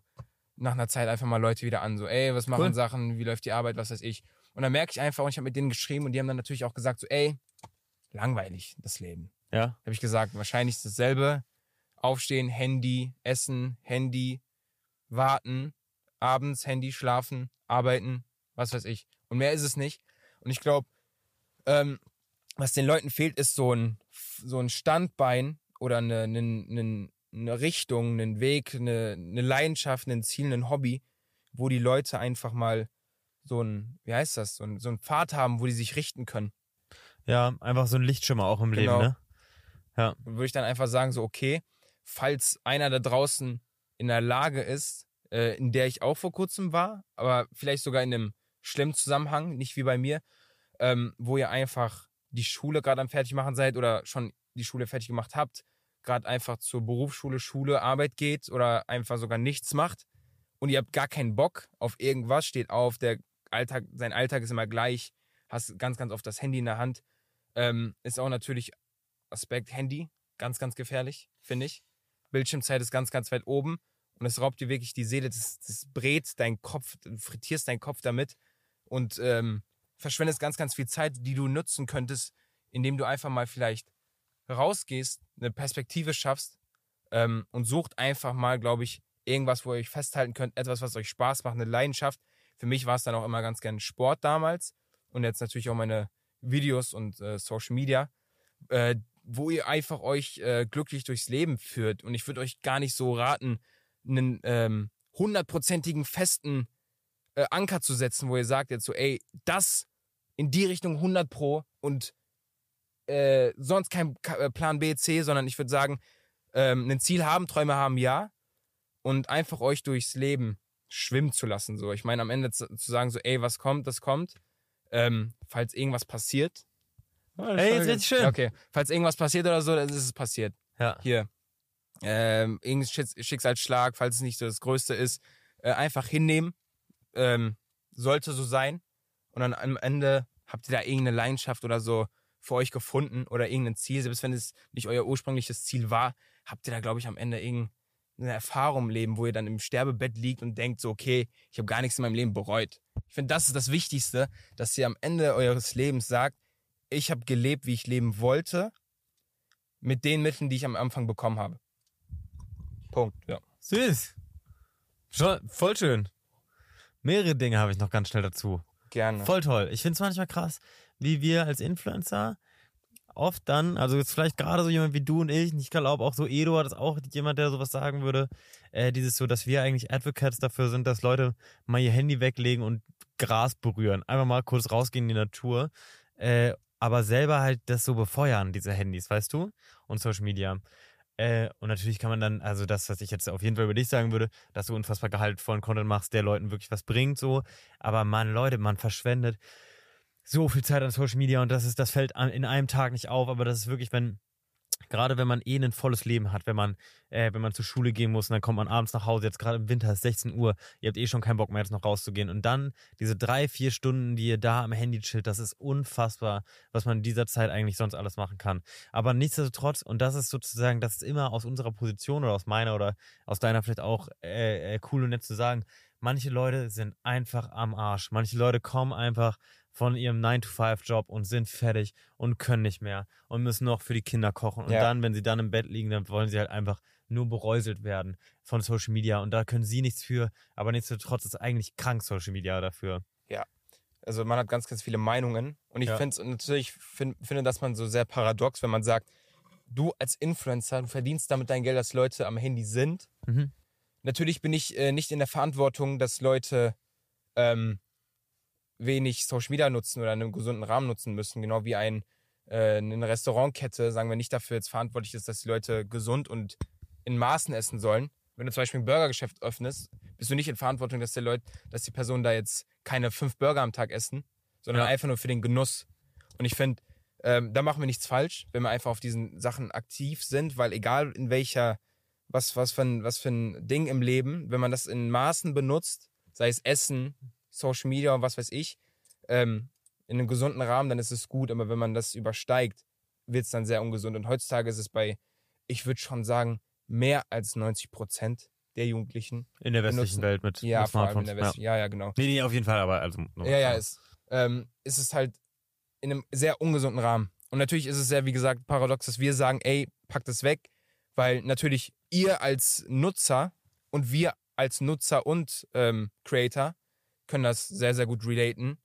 nach einer Zeit einfach mal Leute wieder an, so, ey, was machen
Cool.
Sachen, wie läuft die Arbeit, was weiß ich. Und dann merke ich einfach, und ich habe mit denen geschrieben und die haben dann natürlich auch gesagt, so, ey, langweilig, das Leben.
Ja.
Habe ich gesagt, wahrscheinlich ist dasselbe. Aufstehen, Handy, essen, Handy, warten, abends Handy, schlafen, arbeiten, was weiß ich. Und mehr ist es nicht. Und ich glaube, ähm, was den Leuten fehlt, ist so ein, so ein Standbein oder eine, eine, eine, eine Richtung, einen Weg, eine, eine Leidenschaft, ein Ziel, ein Hobby, wo die Leute einfach mal so ein, wie heißt das, so ein, so ein Pfad haben, wo die sich richten können.
Ja, einfach so ein Lichtschimmer auch im
Genau.
Leben, ne?
Und würde ich dann einfach sagen, so, okay, falls einer da draußen in der Lage ist, äh, in der ich auch vor kurzem war, aber vielleicht sogar in einem schlimmen Zusammenhang, nicht wie bei mir, ähm, wo ihr einfach die Schule gerade am Fertigmachen seid oder schon die Schule fertig gemacht habt, gerade einfach zur Berufsschule, Schule, Arbeit geht oder einfach sogar nichts macht und ihr habt gar keinen Bock auf irgendwas, steht auf, der Alltag, sein Alltag ist immer gleich, hast ganz, ganz oft das Handy in der Hand. Ähm, ist auch natürlich Aspekt Handy, ganz, ganz gefährlich, finde ich. Bildschirmzeit ist ganz, ganz weit oben und es raubt dir wirklich die Seele, das, das brät deinen Kopf, du frittierst deinen Kopf damit und ähm, verschwendest ganz, ganz viel Zeit, die du nutzen könntest, indem du einfach mal vielleicht rausgehst, eine Perspektive schaffst, äh, Ähm, und sucht einfach mal, glaube ich, irgendwas, wo ihr euch festhalten könnt, etwas, was euch Spaß macht, eine Leidenschaft. Für mich war es dann auch immer ganz gerne Sport damals und jetzt natürlich auch meine Videos und äh, Social Media, äh, wo ihr einfach euch äh, glücklich durchs Leben führt. Und ich würde euch gar nicht so raten, einen ähm, hundertprozentigen festen äh, Anker zu setzen, wo ihr sagt jetzt so, ey, das in die Richtung 100 pro und äh, sonst kein Ka- äh, Plan B, C, sondern ich würde sagen, ähm, ein Ziel haben, Träume haben, ja. Und einfach euch durchs Leben schwimmen zu lassen. So, ich meine, am Ende zu, zu sagen so, ey, was kommt, das kommt. Ähm, falls irgendwas passiert.
Ey, jetzt richtig schön.
Okay, falls irgendwas passiert oder so, dann ist es passiert
Ja.
hier, ähm, irgendein Schicks- Schicksalsschlag, falls es nicht so das Größte ist, äh, einfach hinnehmen. Ähm, sollte so sein. Und dann am Ende habt ihr da irgendeine Leidenschaft oder so für euch gefunden oder irgendein Ziel. Selbst wenn es nicht euer ursprüngliches Ziel war, habt ihr da, glaube ich, am Ende irgendeine Erfahrung im Leben, wo ihr dann im Sterbebett liegt und denkt so, okay, ich habe gar nichts in meinem Leben bereut. Ich finde, das ist das Wichtigste, dass ihr am Ende eures Lebens sagt, ich habe gelebt, wie ich leben wollte mit den Mitteln, die ich am Anfang bekommen habe. Punkt. Ja.
Süß. Schon, voll schön. Mehrere Dinge habe ich noch ganz schnell dazu.
Gerne.
Voll toll. Ich finde es manchmal krass, wie wir als Influencer oft dann, also jetzt vielleicht gerade so jemand wie du und ich, und ich glaube auch so Edo hat es auch jemand, der sowas sagen würde, äh, dieses so, dass wir eigentlich Advocates dafür sind, dass Leute mal ihr Handy weglegen und Gras berühren. Einfach mal kurz rausgehen in die Natur. Äh, aber selber halt das so befeuern, diese Handys, weißt du? Und Social Media. Äh, und natürlich kann man dann, also das, was ich jetzt auf jeden Fall über dich sagen würde, dass du unfassbar gehaltvollen Content machst, der Leuten wirklich was bringt, so. Aber man, Leute, man verschwendet so viel Zeit an Social Media und das ist, das fällt an, in einem Tag nicht auf, aber das ist wirklich, wenn, gerade wenn man eh ein volles Leben hat, wenn man, äh, wenn man zur Schule gehen muss und dann kommt man abends nach Hause, jetzt gerade im Winter ist 16 Uhr, ihr habt eh schon keinen Bock mehr, jetzt noch rauszugehen. Und dann diese drei, vier Stunden, die ihr da am Handy chillt, das ist unfassbar, was man in dieser Zeit eigentlich sonst alles machen kann. Aber nichtsdestotrotz, und das ist sozusagen, das ist immer aus unserer Position oder aus meiner oder aus deiner vielleicht auch äh, äh, cool und nett zu sagen, manche Leute sind einfach am Arsch. Manche Leute kommen einfach von ihrem 9-to-5-Job und sind fertig und können nicht mehr und müssen noch für die Kinder kochen. Und
Ja.
dann, wenn sie dann im Bett liegen, dann wollen sie halt einfach nur beräuselt werden von Social Media. Und da können sie nichts für, aber nichtsdestotrotz ist eigentlich krank Social Media dafür.
Also man hat ganz, ganz viele Meinungen. Und ich
Ja.
find's, und natürlich find, finde, dass man so sehr paradox, wenn man sagt, du als Influencer, du verdienst damit dein Geld, dass Leute am Handy sind.
Mhm.
Natürlich bin ich äh, nicht in der Verantwortung, dass Leute ähm, wenig Social Media nutzen oder einen gesunden Rahmen nutzen müssen. Genau wie ein, äh, eine Restaurantkette, sagen wir, nicht dafür jetzt verantwortlich ist, dass die Leute gesund und in Maßen essen sollen. Wenn du zum Beispiel ein Burgergeschäft öffnest, bist du nicht in Verantwortung, dass, der Leut, dass die Personen da jetzt keine fünf Burger am Tag essen, sondern
Ja.
einfach nur für den Genuss. Und ich finde, ähm, da machen wir nichts falsch, wenn wir einfach auf diesen Sachen aktiv sind, weil egal in welcher, was, was, für ein, was für ein Ding im Leben, wenn man das in Maßen benutzt, sei es Essen, Social Media und was weiß ich, ähm, in einem gesunden Rahmen, dann ist es gut, aber wenn man das übersteigt, wird es dann sehr ungesund. Und heutzutage ist es bei, ich würde schon sagen, mehr als 90 Prozent der Jugendlichen.
In der
Benutzen.
westlichen Welt mit,
Ja,
mit
vor allem in
Smartphones.
der
Ja.
West ja, ja, genau.
Nee, nee, auf jeden Fall, aber also. nur-
Ja, ja, ist, ähm, ist es halt in einem sehr ungesunden Rahmen. Und natürlich ist es sehr, wie gesagt, paradox, dass wir sagen, ey, packt es weg, weil natürlich ihr als Nutzer und wir als Nutzer und ähm, Creator können das sehr, sehr gut relaten,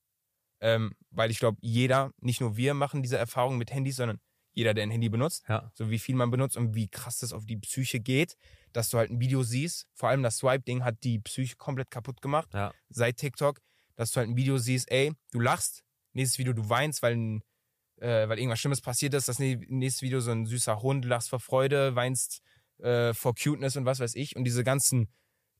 ähm, weil ich glaube, jeder, nicht nur wir machen diese Erfahrung mit Handys, sondern jeder, der ein Handy benutzt,
Ja.
so wie viel man benutzt und wie krass das auf die Psyche geht, dass du halt ein Video siehst. Vor allem das Swipe-Ding hat die Psyche komplett kaputt gemacht
Ja.
seit TikTok, dass du halt ein Video siehst, ey, du lachst, nächstes Video du weinst, weil, ein, äh, weil irgendwas Schlimmes passiert ist, das nä- nächste Video so ein süßer Hund, lachst vor Freude, weinst äh, vor Cuteness und was weiß ich. Und diese ganzen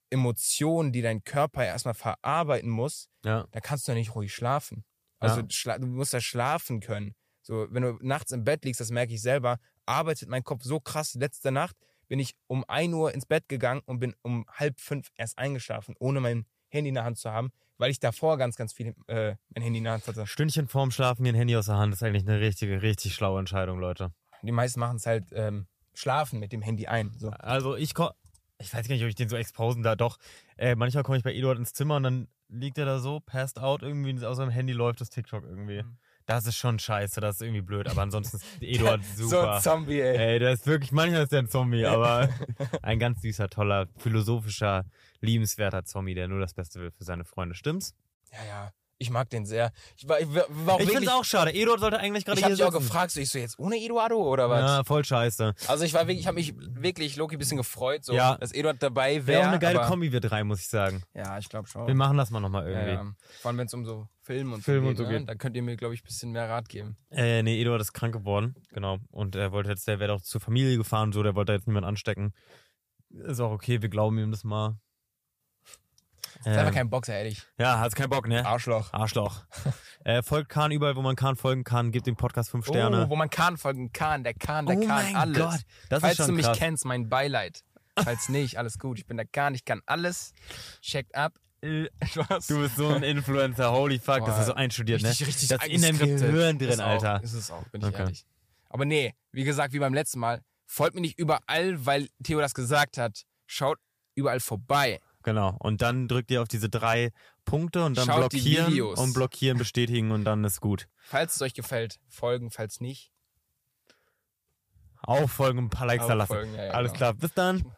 Emotionen, die dein Körper erstmal verarbeiten muss,
Ja.
da kannst du ja nicht ruhig schlafen. Also
Ja.
schla du musst ja schlafen können. So, wenn du nachts im Bett liegst, das merke ich selber, arbeitet mein Kopf so krass. Letzte Nacht bin ich um 1 Uhr ins Bett gegangen und bin um halb fünf erst eingeschlafen, ohne mein Handy in der Hand zu haben, weil ich davor ganz, ganz viel äh, mein Handy in der Hand hatte.
Stündchen vorm Schlafen gehen, Handy aus der Hand, ist eigentlich eine richtige, richtig schlaue Entscheidung, Leute.
Die meisten machen es halt ähm, schlafen mit dem Handy ein. So.
Also ich ko- ich weiß gar nicht, ob ich den so exposen da doch. Äh, manchmal
Mhm.
komme ich bei Eduard ins Zimmer und dann liegt er da so, passed out irgendwie und aus seinem Handy läuft das TikTok irgendwie. Das ist schon scheiße, das ist irgendwie blöd, aber ansonsten ist Eduard
So
super.
ein Zombie, ey.
Ey, der ist wirklich, manchmal ist der ein Zombie, aber ein ganz süßer, toller, philosophischer, liebenswerter Zombie, der nur das Beste will für seine Freunde. Stimmt's?
Ja, ja. Ich mag den sehr. Ich war, ich war war auch
ich
wirklich.
find's auch schade. Eduard sollte eigentlich gerade
ich
hier
hab dich auch
sitzen.
gefragt, so ich so jetzt ohne Eduardo oder was?
Ja, voll scheiße.
Also ich war wirklich, ich habe mich wirklich Loki ein bisschen gefreut, so,
Ja.
dass Eduard dabei
Wäre
wäre.
auch eine geile
aber-
Kombi, wir drei, muss ich sagen.
Ja, ich glaube schon.
Wir machen das mal nochmal
Ja,
irgendwie.
ja. Vor allem, wenn es um so Film und
Film
so
und so
ne?
geht.
Da könnt ihr mir, glaube ich, ein bisschen mehr Rat geben.
Äh, nee, Eduard ist krank geworden, genau. Und er wollte jetzt, der wäre doch zur Familie gefahren, und so, der wollte jetzt niemand anstecken. Ist auch okay, wir glauben ihm das mal.
Ist
Ähm,
einfach kein Ah. Boxer, ehrlich.
ja, hat keinen Bock, ne?
Arschloch.
Arschloch. äh, folgt Kahn überall, wo man Kahn folgen kann, gibt dem Podcast fünf Sterne.
Oh, wo man Kahn folgen kann. Der Kahn, der
Oh
Kahn,
mein
alles.
Gott, das
Falls
ist schon
du mich
krass.
kennst, mein Beileid. Falls nicht, alles gut. Ich bin der Kahn, ich kann alles. Checkt ab.
Äh,
Spaß.
Du bist so ein Influencer, holy fuck, das
Boah,
ist so einstudiert,
richtig,
ne?
richtig
das ist in deinem
eingeskriptet.
Gehirn drin,
ist auch,
Alter.
Ist es auch, bin ich
Okay.
ehrlich. Aber nee, wie gesagt, wie beim letzten Mal, folgt mir nicht überall, weil Theo das gesagt hat. Schaut überall vorbei.
Genau. Und dann drückt ihr auf diese drei Punkte und dann
Schaut die
blockieren
Videos.
und blockieren, bestätigen und dann ist gut.
Falls es euch gefällt, folgen, falls nicht.
Auffolgen und ein paar Likes da lassen.
Auffolgen, ja, ja,
Alles
genau.
klar, bis dann.